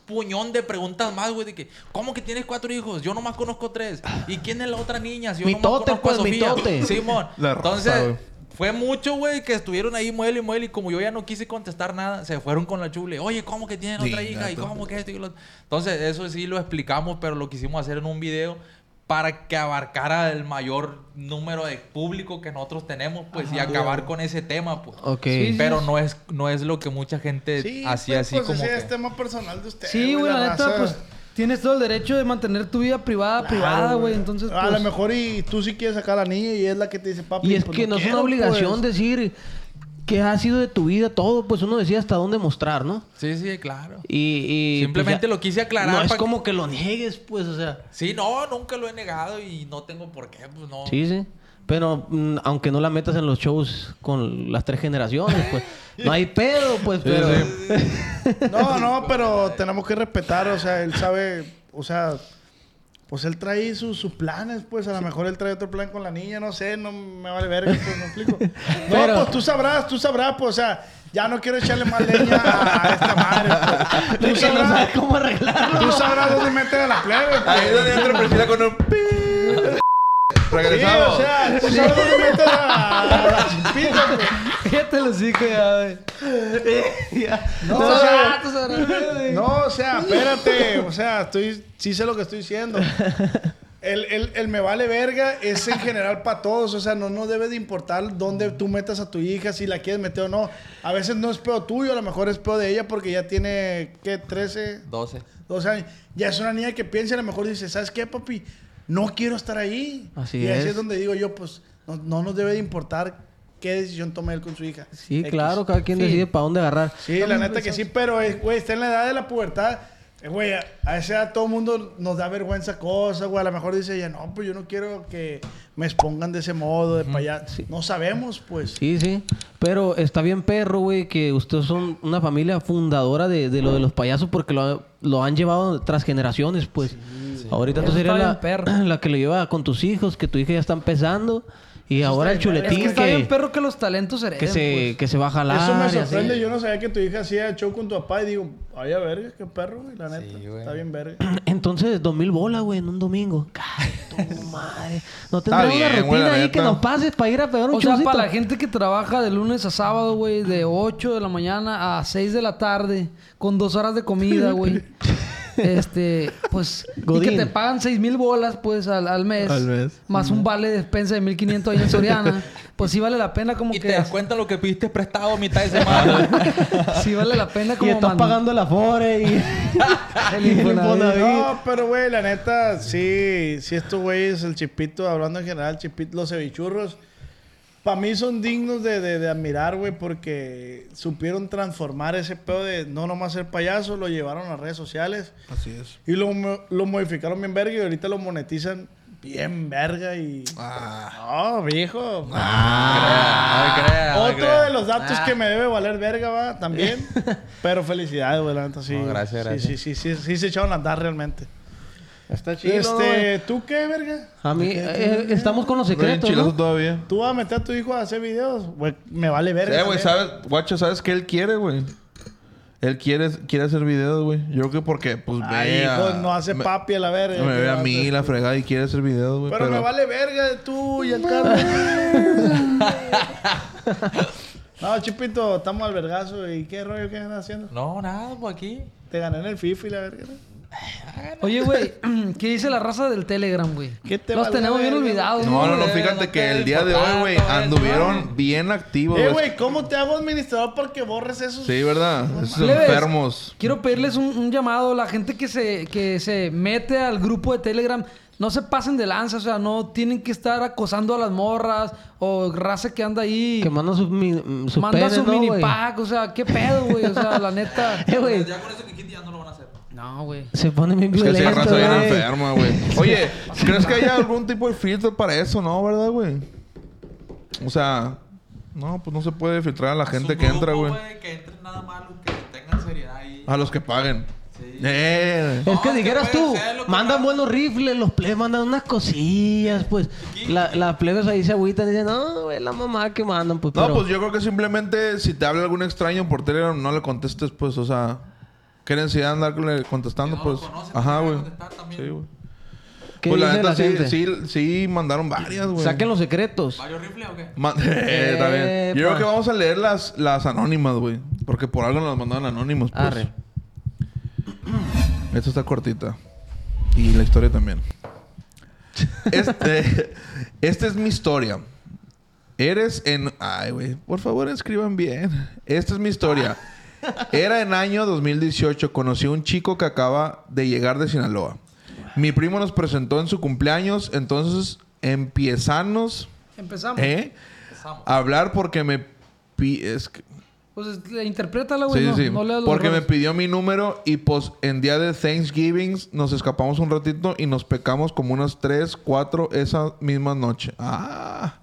Speaker 6: puñón de preguntas más, güey, de que, ¿cómo que tienes cuatro hijos? Yo nomás conozco tres. ¿Y quién es la otra niña? Si yo
Speaker 5: Mitote,
Speaker 6: nomás conozco
Speaker 5: pues,
Speaker 6: a Sofía.
Speaker 5: mitote.
Speaker 6: Simón.
Speaker 4: La raza,
Speaker 6: Entonces,
Speaker 4: güey.
Speaker 6: fue mucho, güey, que estuvieron ahí muele y muele. Y como yo ya no quise contestar nada, se fueron con la chule. Oye, ¿cómo que tienen otra
Speaker 4: Sí,
Speaker 6: hija? ¿Y
Speaker 4: gato.
Speaker 6: cómo que esto y lo otro? Entonces, eso sí lo explicamos, pero lo quisimos hacer en un video para que abarcara el mayor número de público que nosotros tenemos, pues, y acabar con ese tema, pues.
Speaker 5: Ok.
Speaker 12: Sí,
Speaker 6: Pero no es, no es lo que mucha gente
Speaker 3: Sí,
Speaker 6: hacía
Speaker 3: pero,
Speaker 6: así
Speaker 3: pues,
Speaker 6: como
Speaker 3: ese
Speaker 6: que...
Speaker 3: es tema personal de usted.
Speaker 12: Sí, güey, la neta,
Speaker 3: raza.
Speaker 12: pues tienes todo el derecho de mantener tu vida privada, privada, güey. Entonces,
Speaker 3: A lo
Speaker 12: pues,
Speaker 3: mejor y tú sí quieres sacar a la niña y es la que te dice papi.
Speaker 5: Y es
Speaker 3: pues,
Speaker 5: que no es una
Speaker 3: quiero,
Speaker 5: obligación
Speaker 3: pues".
Speaker 5: decir que ha sido de tu vida todo, pues uno decía hasta dónde mostrar, ¿no?
Speaker 6: Sí, sí, claro.
Speaker 5: Y, y,
Speaker 6: Simplemente
Speaker 5: pues, ya-
Speaker 6: lo quise aclarar
Speaker 5: No es
Speaker 6: para que-
Speaker 5: como que lo niegues, pues, o sea.
Speaker 6: Sí, no, nunca lo he negado y no tengo por qué, pues no.
Speaker 5: Sí, sí. Pero mm, aunque no la metas en los shows con las tres generaciones, pues no hay pedo, pues, pero
Speaker 3: No, no, pero tenemos que respetar, o sea, él sabe, o sea, pues él trae sus, sus planes, pues a lo mejor él trae otro plan con la niña, no sé, no me vale verga, pues no explico. No,
Speaker 5: Pero-
Speaker 3: pues tú sabrás, tú sabrás, pues, o sea, ya no quiero echarle más leña a, a esta madre. pues. Tú
Speaker 5: que no
Speaker 3: sabrás,
Speaker 5: sabes cómo arreglarlo.
Speaker 3: tú sabrás dónde meter a la plebe. pues.
Speaker 4: Ahí es donde entra Priscila con un pi.
Speaker 3: Sí, o
Speaker 4: Regresamos.
Speaker 3: sea, tú sabes dónde meter a, a la chispita, pues.
Speaker 12: fíjate los hijos ya, güey.
Speaker 3: No, o sea, no, o sea, espérate. O sea, estoy, sí sé lo que estoy diciendo. El, el- el me vale verga es en general para todos. O sea, no, no debe de importar dónde tú metas a tu hija, si la quieres meter o no. A veces no es peor tuyo, a lo mejor es peor de ella porque ya tiene, ¿qué? 13,
Speaker 6: 12.
Speaker 3: 12 años. Ya es una niña que piensa y a lo mejor dice, ¿sabes qué, papi? No quiero estar ahí.
Speaker 5: Así
Speaker 3: y así
Speaker 5: es.
Speaker 3: es. donde digo yo, pues, no, no nos debe de importar qué decisión tome él con su hija.
Speaker 5: Sí,
Speaker 3: X.
Speaker 5: claro, cada quien
Speaker 12: Sí.
Speaker 5: decide para dónde agarrar.
Speaker 3: Sí, la neta que sí, pero, eh, güey, está en la edad de la pubertad. Eh, Güey, a, a esa edad todo mundo nos da vergüenza cosas, güey. A lo mejor dice ella, no, pues yo no quiero que me expongan de ese modo, de payas. No sabemos, pues.
Speaker 5: Sí, sí. Pero está bien perro, güey, que ustedes son una familia fundadora de, de lo de los payasos porque lo, lo han llevado tras generaciones, pues. Ahorita tú
Speaker 12: Eso está
Speaker 5: serías
Speaker 12: bien
Speaker 5: la,
Speaker 12: perro.
Speaker 5: la que lo lleva con tus hijos, que tu hija ya está empezando. Y ahora el
Speaker 12: Es
Speaker 5: chuletín
Speaker 12: que está bien
Speaker 5: que,
Speaker 12: perro que los talentos hereden,
Speaker 5: que se,
Speaker 12: pues.
Speaker 5: que se va a jalar.
Speaker 3: Eso
Speaker 5: y
Speaker 3: me
Speaker 5: así.
Speaker 3: sorprende. Yo no sabía que tu hija hacía show con tu papá y digo, ay, a verga, qué perro, güey, la neta.
Speaker 6: Sí, güey.
Speaker 3: Está bien verga.
Speaker 5: Entonces, dos mil bolas, güey, en un domingo. Ay, tu madre. ¿No
Speaker 4: Está
Speaker 5: tendrás una
Speaker 4: bien, güey, la
Speaker 5: rutina ahí
Speaker 4: neta.
Speaker 5: que nos pases para ir a pegar un
Speaker 12: O sea,
Speaker 5: showcito?
Speaker 12: para la gente que trabaja de lunes a sábado, güey, de 8 de la mañana a 6 de la tarde, con dos horas de comida, güey. Este, pues, y
Speaker 5: Godín.
Speaker 12: que te pagan 6 mil bolas, pues, al, al mes.
Speaker 5: Al mes.
Speaker 12: Más un vale de despensa de 1500 ahí en Soriana. pues sí vale la pena como
Speaker 6: Y te
Speaker 12: que...
Speaker 6: das cuenta lo que pidiste prestado a mitad de semana.
Speaker 12: sí vale la pena como
Speaker 5: Y estás
Speaker 12: man-
Speaker 5: pagando la fore y...
Speaker 12: el Infonavit.
Speaker 3: No, pero güey, la neta, sí, sí, estos güeyes, el Chipito, hablando en general, Chipito, los cevichurros, para mí son dignos de, de- de admirar, güey, porque supieron transformar ese pedo de no nomás ser payaso, lo llevaron a redes sociales
Speaker 4: Así es.
Speaker 3: y lo, mo- lo modificaron bien verga y ahorita lo monetizan bien verga y...
Speaker 4: Ah.
Speaker 3: Oh, viejo.
Speaker 6: No creas, no
Speaker 3: Ah, Otro
Speaker 6: creas.
Speaker 3: de los datos
Speaker 4: Ah.
Speaker 3: que me debe valer verga, va, también. Pero felicidades, güey, la neta, sí.
Speaker 6: No, gracias,
Speaker 3: Sí,
Speaker 6: gracias.
Speaker 3: Sí, sí, sí, sí, se echaron a andar realmente.
Speaker 4: Está chido.
Speaker 3: Este, ¿tú qué, verga?
Speaker 5: A mí, eh, estamos con los secretos,
Speaker 4: chilazo
Speaker 5: ¿no?
Speaker 4: todavía.
Speaker 3: ¿Tú vas a meter a tu hijo a hacer videos? Güey, me vale verga.
Speaker 4: Eh, güey,
Speaker 3: también.
Speaker 4: ¿sabes? Guacho, ¿sabes qué él quiere, güey? Él quiere, quiere hacer videos, güey. Yo creo que porque, pues,
Speaker 3: Ay,
Speaker 4: ve a-
Speaker 3: hijo, no hace
Speaker 4: me-
Speaker 3: papi a la verga.
Speaker 4: Me
Speaker 3: ¿Qué
Speaker 4: ve a
Speaker 3: vas
Speaker 4: mí
Speaker 3: hacer?
Speaker 4: la fregada y quiere hacer videos, güey.
Speaker 3: Pero, me vale verga tú y el Carlos. no, Chipito, estamos al vergazo. ¿Y qué rollo que están haciendo?
Speaker 6: No, nada, pues aquí.
Speaker 3: Te gané en el FIFA y la verga. ¿no?
Speaker 12: Oye, güey, ¿qué dice la raza del Telegram, güey?
Speaker 3: ¿Qué te
Speaker 12: Los
Speaker 3: vale
Speaker 12: tenemos bien
Speaker 3: verga?
Speaker 12: olvidados,
Speaker 4: No, no, no,
Speaker 6: güey,
Speaker 4: fíjate
Speaker 6: no
Speaker 4: que
Speaker 6: te
Speaker 4: el día de hoy, güey,
Speaker 6: importa, güey,
Speaker 4: anduvieron bien activos,
Speaker 3: Eh,
Speaker 4: güey.
Speaker 3: güey, ¿cómo te hago administrador para que borres esos?
Speaker 4: Sí, ¿verdad? Esos
Speaker 12: Leves,
Speaker 4: enfermos.
Speaker 12: Quiero pedirles un, un llamado. La gente que se, que se mete al grupo de Telegram, no se pasen de lanza. O sea, no tienen que estar acosando a las morras o raza que anda ahí.
Speaker 5: Que manda sus, mi, mm, sus
Speaker 12: manda
Speaker 5: penes,
Speaker 12: su
Speaker 5: ¿no,
Speaker 12: mini
Speaker 5: güey?
Speaker 12: pack. O sea, qué pedo, güey. O sea, la neta.
Speaker 5: Eh, güey,
Speaker 6: Ya con eso que quiten ya no lo van a hacer.
Speaker 12: No, güey.
Speaker 5: se pone bien
Speaker 4: Es que sí,
Speaker 5: violento,
Speaker 4: raza bien
Speaker 5: güey.
Speaker 4: enferma, güey. Oye, ¿crees que haya algún tipo de filtro para eso, no? ¿Verdad, güey? O sea, no, pues no se puede filtrar a la gente que entra, güey. Ah,
Speaker 6: Que entren nada malo, que tengan seriedad ahí.
Speaker 4: A los que paguen.
Speaker 6: Sí.
Speaker 4: Eh.
Speaker 5: Es que
Speaker 6: No,
Speaker 5: dijeras
Speaker 6: que puede
Speaker 5: tú,
Speaker 6: ser lo que
Speaker 5: mandan
Speaker 6: sea.
Speaker 5: buenos rifles, los plebes mandan unas cosillas, pues. La, las plebes ahí se agüitan y dicen, no, güey, la mamá que mandan, pues.
Speaker 4: No,
Speaker 5: pero-
Speaker 4: pues yo creo que simplemente si te habla algún extraño por Telegram, no le contestes, pues, o sea, qué necesidad de andarle contestando,
Speaker 6: Que no
Speaker 4: pues.
Speaker 6: lo conoces,
Speaker 4: Ajá,
Speaker 6: te
Speaker 4: güey.
Speaker 6: van a contestar también.
Speaker 4: Sí, güey.
Speaker 5: ¿Qué
Speaker 4: Pues la
Speaker 5: dice
Speaker 4: neta
Speaker 5: la
Speaker 4: sí,
Speaker 5: gente?
Speaker 4: sí, sí mandaron varias, güey.
Speaker 5: Saquen los secretos.
Speaker 6: ¿Varios rifles o qué?
Speaker 4: Ma- Eh, está bien. Yo creo
Speaker 5: Epa.
Speaker 4: que vamos a leer las, las anónimas, güey. Porque por algo nos las mandaron anónimos, pues.
Speaker 5: Arre.
Speaker 4: Esta está cortita. Y la historia también. Este, esta es mi historia. Eres en... Ay, güey. Por favor, escriban bien. Esta es mi historia. Era en año 2018. Conocí a un chico que acaba de llegar de Sinaloa. Mi primo nos presentó en su cumpleaños. Entonces, empiezanos...
Speaker 12: Empezamos.
Speaker 4: ¿Eh?
Speaker 6: Empezamos.
Speaker 4: Hablar porque me... pi- es que-
Speaker 12: Pues le- interprétala, güey.
Speaker 4: Sí,
Speaker 12: no,
Speaker 4: sí, sí.
Speaker 12: no leas los
Speaker 4: Porque me
Speaker 12: errores.
Speaker 4: pidió mi número y pues en día de Thanksgiving nos escapamos un ratito y nos pecamos como unas 3, 4 esa misma noche. Ah,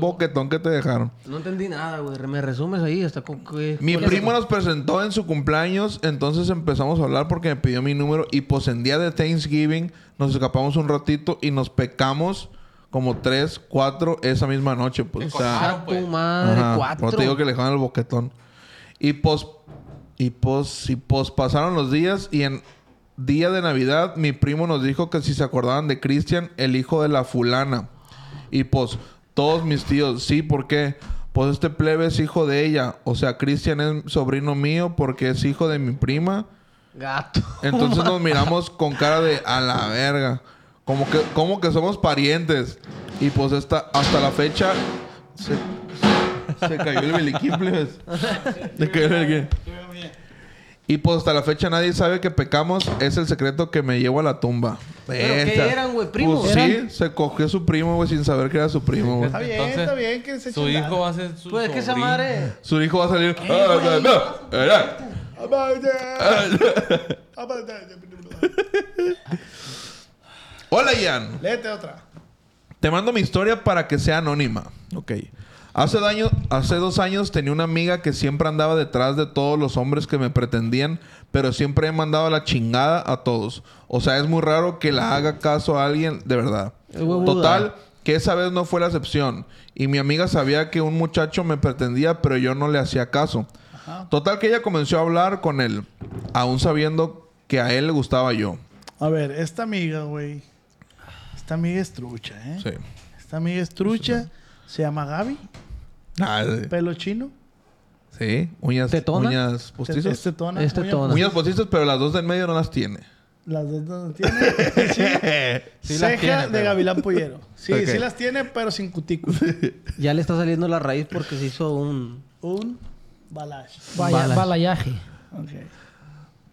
Speaker 4: boquetón que te dejaron.
Speaker 5: No entendí nada, güey. Me resumes ahí hasta con qué...
Speaker 4: Mi
Speaker 5: cuál es-
Speaker 4: primo nos presentó en su cumpleaños, entonces empezamos a hablar porque me pidió mi número y pues en día de Thanksgiving nos escapamos un ratito y nos pecamos como 3, 4 esa misma noche. Pues, o sea,
Speaker 5: Ah,
Speaker 6: pues.
Speaker 5: tu madre,
Speaker 4: Ajá.
Speaker 5: cuatro.
Speaker 4: No te digo que le dejaban el boquetón. Y pos... Y pos... Y pos pasaron los días y en día de Navidad mi primo nos dijo que si se acordaban de Cristian, el hijo de la fulana. Y pues todos mis tíos, sí, ¿por qué? Pues este plebe es hijo de ella. O sea, Cristian es sobrino mío porque es hijo de mi prima.
Speaker 5: Gato.
Speaker 4: Entonces nos miramos con cara de a la verga. Como que, como que somos parientes. Y pues esta, hasta la fecha se, se cayó el beliquiple. Se cayó el Beliquín. Y pues hasta la fecha nadie sabe que pecamos. Es el secreto que me llevo a la tumba.
Speaker 5: ¿Pero qué
Speaker 4: Esta.
Speaker 5: eran, güey? ¿Primos?
Speaker 4: Pues
Speaker 5: ¿Eran?
Speaker 4: sí, se cogió su primo, güey, sin saber que era su primo, güey.
Speaker 3: Está bien,
Speaker 6: Entonces,
Speaker 3: está bien que se
Speaker 6: Su hijo va a ser su
Speaker 5: Pues es que esa
Speaker 6: sobrino.
Speaker 5: madre.
Speaker 4: Su hijo va a salir. "Ah, no, no, era". Hola, Ian.
Speaker 3: Léete otra.
Speaker 4: Te mando mi historia para que sea anónima. Ok. Hace, daño- hace dos años tenía una amiga que siempre andaba detrás de todos los hombres que me pretendían, pero siempre he mandado la chingada a todos. O sea, es muy raro que la haga caso a alguien de verdad.
Speaker 5: El huevuda.
Speaker 4: Total, que esa vez no fue la excepción. Y mi amiga sabía que un muchacho me pretendía, pero yo no le hacía caso. Total, que ella comenzó a hablar con él, aún sabiendo que a él le gustaba yo.
Speaker 3: A ver, esta amiga, güey. Esta amiga es trucha, ¿eh?
Speaker 4: Sí.
Speaker 3: Esta amiga es trucha. Se llama Gaby.
Speaker 4: Ah, sí.
Speaker 3: Pelo chino. Este,
Speaker 4: Sí, uñas,
Speaker 5: ¿Tetona?
Speaker 4: uñas postizas.
Speaker 3: Es tetona.
Speaker 5: Es tetona.
Speaker 4: Uñas postizas, pero las dos del medio no las tiene.
Speaker 3: Las dos no tiene. Sí.
Speaker 6: Sí las
Speaker 3: Ceja
Speaker 6: tiene,
Speaker 3: de
Speaker 6: pero-
Speaker 3: Gavilán Pollero. Sí,
Speaker 4: Ok.
Speaker 3: sí las tiene, pero sin cutícula.
Speaker 5: Ya le está saliendo la raíz porque se hizo un.
Speaker 3: Un balash.
Speaker 12: Vaya-
Speaker 5: Balas.
Speaker 12: Balayaje.
Speaker 3: Ok.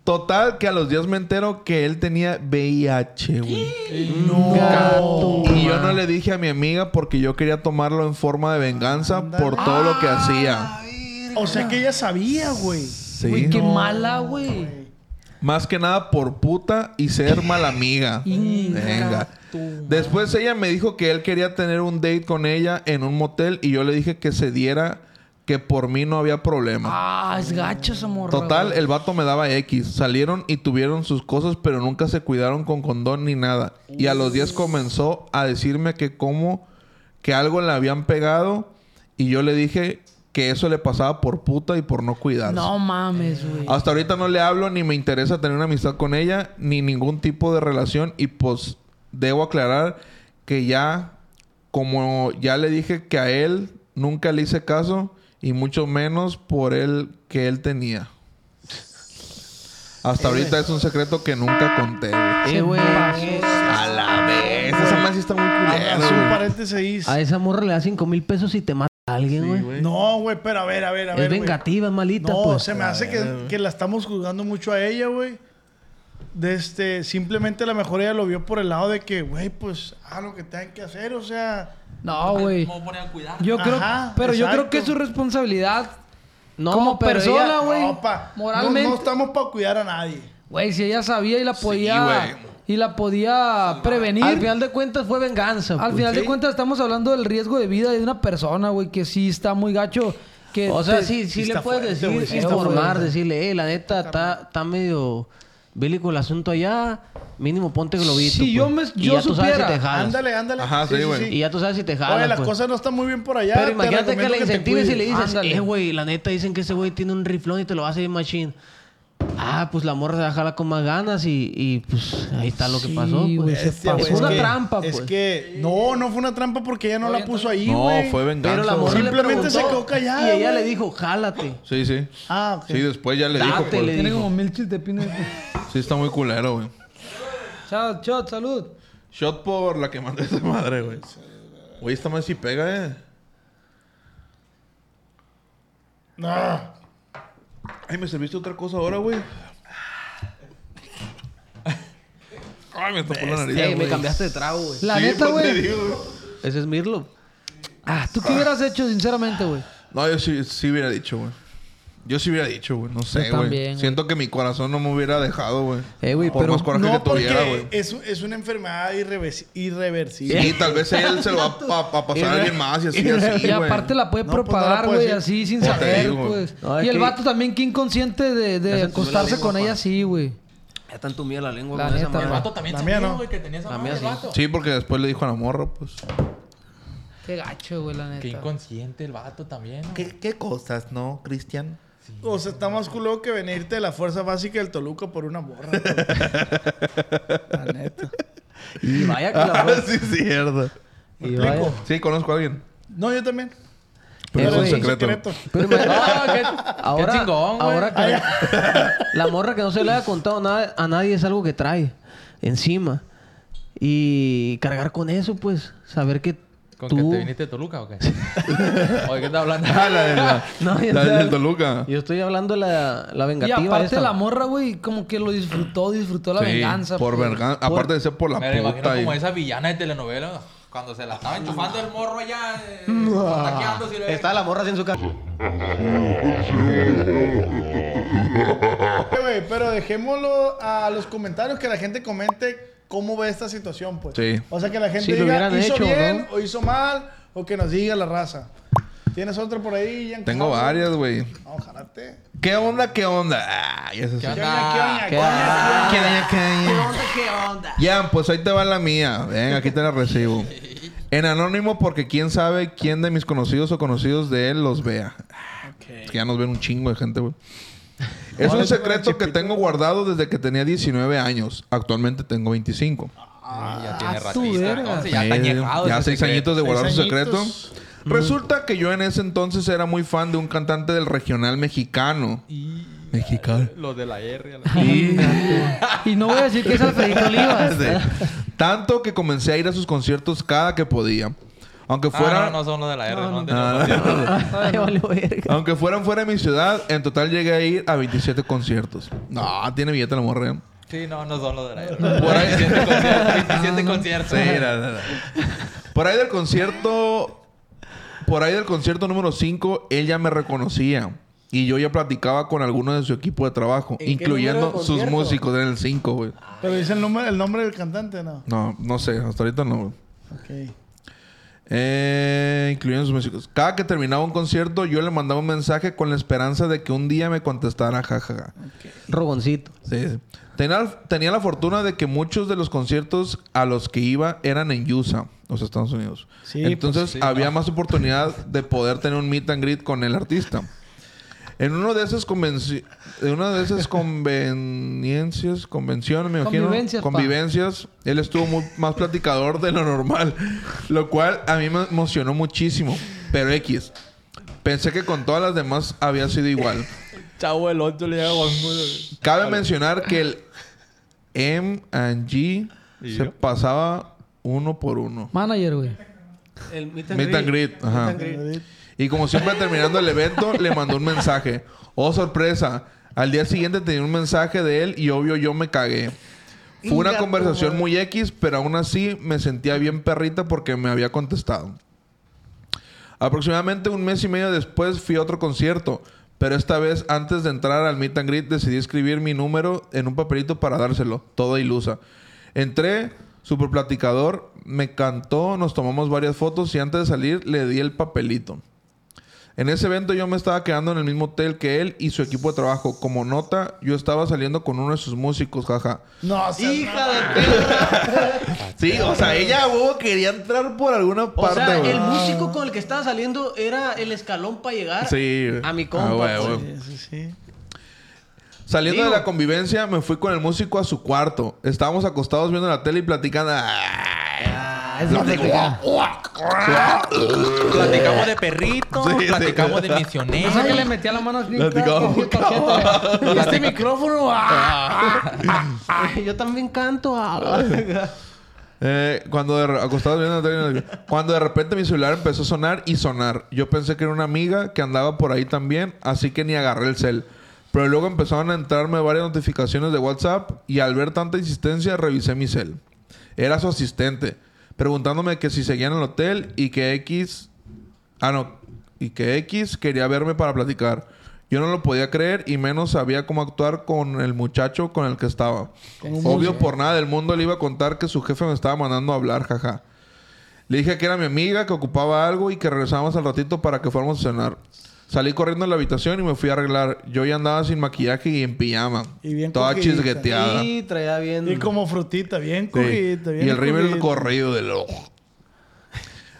Speaker 4: Total, que a los días me entero que él tenía VIH, güey.
Speaker 5: Gato.
Speaker 4: Y yo no le dije a mi amiga porque yo quería tomarlo en forma de venganza por todo lo que hacía.
Speaker 3: O sea que ella sabía, güey.
Speaker 4: Sí.
Speaker 12: Güey, qué mala, güey.
Speaker 4: Más que nada por puta y ser mala amiga. Venga. Después ella me dijo que él quería tener un date con ella en un motel y yo le dije que se diera que por mí no había problema.
Speaker 12: Ah, es gacho esa morra.
Speaker 4: Total,
Speaker 12: güey.
Speaker 4: el vato me daba X. Salieron y tuvieron sus cosas, pero nunca se cuidaron con condón ni nada. Y a los 10 comenzó a decirme que como que algo le habían pegado y yo le dije que eso le pasaba por puta y por no cuidarse.
Speaker 12: No mames, güey.
Speaker 4: Hasta ahorita no le hablo ni me interesa tener una amistad con ella ni ningún tipo de relación y pues debo aclarar que ya como ya le dije que a él nunca le hice caso y mucho menos por él que él tenía. Hasta ahorita es un secreto que nunca conté. güey.
Speaker 5: Eh, güey.
Speaker 4: A la vez, esa madre sí está muy culera,
Speaker 3: Haz Ah, un
Speaker 4: güey.
Speaker 3: paréntesis ahí.
Speaker 5: A esa morra le da 5 mil pesos y te mata a alguien, güey.
Speaker 3: No, güey, pero a ver, a ver, a ver.
Speaker 5: es
Speaker 3: güey.
Speaker 5: vengativa, es malita,
Speaker 3: No,
Speaker 5: pues.
Speaker 3: se me
Speaker 4: Ah,
Speaker 3: hace que, que la estamos juzgando mucho a ella, güey. De este, simplemente a lo mejor ella lo vio por el lado de que, güey, pues, haz lo que tengan que hacer, o sea.
Speaker 12: No, güey.
Speaker 6: ¿Cómo poner a cuidar?
Speaker 12: Yo creo,
Speaker 3: Ajá,
Speaker 12: pero yo
Speaker 3: exacto.
Speaker 12: creo que es su responsabilidad
Speaker 5: No,
Speaker 12: como
Speaker 5: pero
Speaker 12: persona,
Speaker 5: ella-
Speaker 12: güey.
Speaker 3: No, pa, no-
Speaker 12: moralmente.
Speaker 3: No, estamos para cuidar a nadie.
Speaker 12: Güey, si ella sabía y la podía
Speaker 4: güey.
Speaker 12: y la podía prevenir.
Speaker 5: Al final de cuentas fue venganza.
Speaker 12: Al
Speaker 5: pues.
Speaker 12: final de cuentas estamos hablando del riesgo de vida de una persona, güey, que sí está muy gacho. Que
Speaker 5: O sea,
Speaker 12: te-
Speaker 5: sí, sí le
Speaker 3: está
Speaker 5: puedes
Speaker 3: fuerte,
Speaker 5: decir,
Speaker 3: güey, sí está
Speaker 5: informar,
Speaker 12: fuerte.
Speaker 5: decirle, eh, la neta, está, está medio bélico el asunto allá. Mínimo ponte globito. pues.
Speaker 12: Si yo me-
Speaker 5: Y
Speaker 12: yo
Speaker 5: ya tú sabes si
Speaker 12: supiera,
Speaker 5: te jalas.
Speaker 3: Ándale, ándale.
Speaker 4: Ajá, sí, güey.
Speaker 5: Y ya tú sabes si te jalas.
Speaker 3: Oye, las
Speaker 5: pues.
Speaker 3: cosas no están muy bien por allá.
Speaker 5: Pero
Speaker 3: te
Speaker 5: imagínate que
Speaker 3: recomiendo
Speaker 5: le
Speaker 3: te
Speaker 5: incentives y
Speaker 3: cuides.
Speaker 5: le
Speaker 4: Ah,
Speaker 5: dices,
Speaker 12: Ándale.
Speaker 5: eh, güey, la neta dicen que ese güey tiene un riflón y te lo va a hacer machine. Ah, pues la morra se va a jalar con más ganas y, y, pues ahí está lo que
Speaker 12: Sí,
Speaker 5: pasó. pues.
Speaker 12: güey, se
Speaker 3: Bestia,
Speaker 12: pasó.
Speaker 3: güey,
Speaker 12: Es una
Speaker 3: que-
Speaker 12: trampa,
Speaker 3: Es
Speaker 12: pues.
Speaker 3: que, no, no fue una trampa porque ella no la puso ahí,
Speaker 4: No,
Speaker 3: güey.
Speaker 4: fue venganza.
Speaker 5: Pero la morra
Speaker 4: güey.
Speaker 5: le
Speaker 3: Simplemente se quedó
Speaker 5: preguntó
Speaker 3: callada,
Speaker 5: Y ella
Speaker 3: güey.
Speaker 5: le dijo, jálate.
Speaker 4: Sí, sí.
Speaker 3: Ah, ok.
Speaker 4: Sí, después ya le dijo.
Speaker 5: Date,
Speaker 4: pues.
Speaker 5: le
Speaker 12: Tiene
Speaker 5: dijo.
Speaker 12: como mil chiltepines.
Speaker 4: Sí, está muy culero, güey.
Speaker 12: Chao, chao, salud.
Speaker 4: Shot por la que mandó esa madre, güey. Güey, esta madre sí pega, eh.
Speaker 3: No.
Speaker 4: Ay, me serviste otra cosa ahora, güey. Ay, me tapó la nariz.
Speaker 5: Ey, me cambiaste de trago, güey.
Speaker 12: La
Speaker 4: pues,
Speaker 12: neta, güey.
Speaker 5: Ese es Mirlo.
Speaker 12: Ah, ¿tú qué hubieras hecho, sinceramente, güey?
Speaker 4: No, yo sí, sí hubiera dicho, güey. Yo sí hubiera dicho, güey. No sé,
Speaker 12: también,
Speaker 4: güey.
Speaker 12: güey.
Speaker 4: Siento que mi corazón no me hubiera dejado, güey.
Speaker 5: Eh, güey,
Speaker 4: Por
Speaker 5: pero
Speaker 4: más coraje que
Speaker 3: No,
Speaker 4: tuviera,
Speaker 3: porque
Speaker 4: güey.
Speaker 3: es, es una enfermedad irreves- irreversible.
Speaker 4: Sí, tal vez él se lo va a, a- a pasar a alguien más y así, así, güey.
Speaker 12: Y aparte la puede
Speaker 3: No, pues, no la
Speaker 12: propagar,
Speaker 3: puede
Speaker 12: güey,
Speaker 3: decir.
Speaker 12: así sin
Speaker 4: Pues, te
Speaker 12: saber,
Speaker 4: digo, güey.
Speaker 12: pues.
Speaker 5: No, es
Speaker 12: y el
Speaker 5: que-
Speaker 12: vato también, que inconsciente
Speaker 5: Ya se
Speaker 12: de, de
Speaker 5: te subió la
Speaker 12: acostarse
Speaker 5: lengua,
Speaker 12: con ella
Speaker 5: pa.
Speaker 12: así, güey.
Speaker 5: Ya está entumida la lengua
Speaker 12: La
Speaker 5: con esa
Speaker 12: neta,
Speaker 5: madre.
Speaker 12: güey.
Speaker 6: Vato también
Speaker 3: La
Speaker 6: se
Speaker 3: mía
Speaker 6: vio,
Speaker 3: no.
Speaker 6: güey, que tenía esa
Speaker 5: La
Speaker 6: madre,
Speaker 5: mía sí.
Speaker 6: el vato.
Speaker 4: Sí, porque después le dijo a la morra, pues.
Speaker 12: Qué gacho, güey, la
Speaker 6: Qué
Speaker 12: neta.
Speaker 6: inconsciente el vato también. ¿no?
Speaker 4: qué cosas, no, Cristian?
Speaker 3: O sea, está más culo que venirte de la fuerza básica del Toluca por una morra. güey. La neta.
Speaker 5: Y vaya que la
Speaker 4: Ah,
Speaker 5: fue.
Speaker 4: sí, es cierto.
Speaker 5: Y vaya.
Speaker 4: Sí, conozco a alguien.
Speaker 3: No, yo también.
Speaker 4: Pero es
Speaker 5: Eh,
Speaker 4: un
Speaker 5: güey.
Speaker 4: secreto.
Speaker 5: Pero imagínate-
Speaker 6: No, qué-
Speaker 5: ahora,
Speaker 6: qué chingón, güey.
Speaker 5: ahora que la morra que no se le haya contado nada a nadie es algo que trae encima. Y cargar con eso, pues, saber que
Speaker 6: ¿Con
Speaker 5: tú...
Speaker 6: que te viniste de Toluca o qué? Oye, ¿qué estás hablando?
Speaker 4: Ah, la de la,
Speaker 5: No, ya
Speaker 4: la
Speaker 5: está.
Speaker 4: del Toluca.
Speaker 5: Yo estoy hablando la, la
Speaker 12: Y
Speaker 5: vengativa
Speaker 12: aparte
Speaker 5: esa.
Speaker 12: la morra, güey, como que lo disfrutó, disfrutó la
Speaker 4: Sí,
Speaker 12: venganza.
Speaker 4: Por
Speaker 12: pues.
Speaker 4: verga- Aparte de ser por la
Speaker 6: Me la imagino
Speaker 4: puta. y-
Speaker 6: como esa villana de telenovela. Cuando se la estaba enchufando el morro allá.
Speaker 4: Ah.
Speaker 6: Eh, taqueando, si le-
Speaker 11: Está la morra así en su casa.
Speaker 3: Eh, güey, pero dejémoslo a los comentarios que la gente comente cómo ve esta situación, pues.
Speaker 4: Sí.
Speaker 3: O sea, que la gente
Speaker 5: Sí, lo
Speaker 3: diga,
Speaker 5: hubieran
Speaker 3: hizo
Speaker 5: hecho,
Speaker 3: bien
Speaker 5: ¿no?
Speaker 3: o hizo mal, o que nos diga la raza. ¿Tienes otro por ahí, Ian?
Speaker 4: Tengo varias, güey.
Speaker 3: No, jálate.
Speaker 4: ¿Qué onda? ¿Qué onda? Ah, ya Ah, se
Speaker 6: ¿Qué
Speaker 4: sabe.
Speaker 6: onda?
Speaker 3: ¿Qué onda?
Speaker 4: ¿Qué onda? ¿Qué onda? Ya, pues ahí te va la mía. Ven, aquí te la recibo. En anónimo porque quién sabe quién de mis conocidos o conocidos de él los vea. Es que ya nos ven un chingo de gente, güey. Es un secreto que tengo guardado desde que tenía 19 años. Actualmente tengo 25.
Speaker 6: Ah, ya tiene
Speaker 12: tu
Speaker 6: ratito.
Speaker 12: verga.
Speaker 6: Entonces ya
Speaker 4: Sí,
Speaker 6: está añejado.
Speaker 4: ya
Speaker 6: ese
Speaker 4: seis
Speaker 6: secreto.
Speaker 4: añitos de guardar su
Speaker 3: Seis
Speaker 4: secreto. Mm.
Speaker 3: añitos.
Speaker 4: Resulta que yo en ese entonces era muy fan de un cantante del regional mexicano. Mexicano.
Speaker 6: Los de la R.
Speaker 4: Y-
Speaker 12: Y no voy a decir que es Alfredito Olivas.
Speaker 4: Sí. Tanto que comencé a ir a sus conciertos cada que podía. Aunque Ah, fuera...
Speaker 6: Fuera... Ah, no, no son los de la R. No,
Speaker 4: Ah,
Speaker 6: no,
Speaker 4: no.
Speaker 5: Ay, vale, verga.
Speaker 4: Ah, Aunque fueran fuera de mi ciudad, en total llegué a ir a 27 conciertos. No, tiene billete la morra. ¿eh?
Speaker 6: Sí, no, no son los de la R.
Speaker 4: Por ahí.
Speaker 6: 27 conciertos. 27 conciertos.
Speaker 4: Sí, la- la- la. Por ahí del concierto. Por ahí del concierto número 5, él ya me reconocía. Y yo ya platicaba con algunos de su equipo de trabajo,
Speaker 11: ¿En qué número
Speaker 4: incluyendo
Speaker 11: de
Speaker 4: sus
Speaker 11: concierto?
Speaker 4: músicos en el 5, güey.
Speaker 3: Pero dice el nombre, el nombre del cantante, ¿no?
Speaker 4: No, no sé, hasta ahorita no, güey.
Speaker 3: Ok.
Speaker 4: Eh, incluyendo sus músicos. Cada que terminaba un concierto, yo le mandaba un mensaje con la esperanza de que un día me contestara, jajaja.
Speaker 5: Rogoncito.
Speaker 4: Sí, sí. Tenía, tenía la fortuna de que muchos de los conciertos a los que iba eran en USA, los Estados Unidos.
Speaker 3: Sí,
Speaker 4: Entonces
Speaker 6: pues, sí,
Speaker 4: había
Speaker 6: ¿no?
Speaker 4: más oportunidad de poder tener un meet and greet con el artista. En uno de esas convenci- en una de esas conveniencias, convenciones, me imagino,
Speaker 12: Convivencias, pa.
Speaker 4: convivencias, él estuvo muy- más platicador de lo normal, lo cual a mí me emocionó muchísimo, pero X. Pensé que con todas las demás había sido igual.
Speaker 6: Chavo el 8 le llega a
Speaker 4: Cabe mencionar que el M&G
Speaker 6: ¿Y
Speaker 4: se
Speaker 6: yo?
Speaker 4: pasaba uno por uno.
Speaker 12: Manager, güey.
Speaker 11: El meet
Speaker 4: Meet and greet, ajá.
Speaker 11: Meet and greet.
Speaker 4: Y como siempre terminando el evento, le mandó un mensaje. Oh, sorpresa. Al día siguiente tenía un mensaje de él y obvio yo me cagué. Fue una
Speaker 11: Inga tu
Speaker 4: conversación
Speaker 11: madre.
Speaker 4: muy X, pero aún así me sentía bien perrita porque me había contestado. Aproximadamente un mes y medio después fui a otro concierto, pero esta vez antes de entrar al meet and greet decidí escribir mi número en un papelito para dárselo, toda ilusa. Entré, super platicador, me cantó, nos tomamos varias fotos y antes de salir le di el papelito. En ese evento yo me estaba quedando en el mismo hotel que él y su equipo de trabajo. Como nota, yo estaba saliendo con uno de sus músicos, jaja.
Speaker 3: No, o sea,
Speaker 11: Hija de
Speaker 4: Sí, o sea, ella huevo quería entrar por alguna
Speaker 11: O
Speaker 4: parte,
Speaker 11: sea,
Speaker 4: güey.
Speaker 11: el músico con el que estaba saliendo era el escalón para llegar
Speaker 4: Sí. güey.
Speaker 11: a mi
Speaker 4: Ah,
Speaker 11: compa.
Speaker 4: güey,
Speaker 11: pues.
Speaker 4: güey.
Speaker 3: sí, sí.
Speaker 4: Saliendo
Speaker 11: Digo.
Speaker 4: de la convivencia, me fui con el músico a su cuarto. Estábamos acostados viendo la tele y platicando. Ah,
Speaker 11: eso te quería.
Speaker 6: Platicamos de perrito.
Speaker 4: Sí, sí.
Speaker 6: platicamos de
Speaker 12: Esa que le
Speaker 6: misionero.
Speaker 12: metía la mano así.
Speaker 4: Platicaba muy
Speaker 12: Paquete.
Speaker 11: Y este micrófono. ah, ah, ah, ah, yo también canto. ah.
Speaker 4: Eh, cuando de, re- acostados viendo la tele, cuando de repente mi celular empezó a sonar y sonar. Yo pensé que era una amiga que andaba por ahí también, así que ni agarré el cel. Pero luego empezaron a entrarme varias notificaciones de WhatsApp y al ver tanta insistencia revisé mi cel. Era su asistente, preguntándome que si seguían en el hotel y que X... Ah, no. Y que X quería verme para platicar. Yo no lo podía creer y menos sabía cómo actuar con el muchacho con el que estaba. Obvio, por nada del mundo le iba a contar que su jefe me estaba mandando a hablar, jaja. Le dije que era mi amiga, que ocupaba algo y que regresábamos al ratito para que fuéramos a cenar. Salí corriendo de la habitación y me fui a arreglar. Yo ya andaba sin maquillaje y en pijama.
Speaker 3: Y bien
Speaker 4: toda
Speaker 3: cogidita.
Speaker 4: chisgueteada. Sí.
Speaker 5: Y traía bien...
Speaker 3: Y como frutita, bien
Speaker 4: Y,
Speaker 3: cogidita, bien
Speaker 4: el rímel
Speaker 3: cogidita.
Speaker 4: corrido del ojo.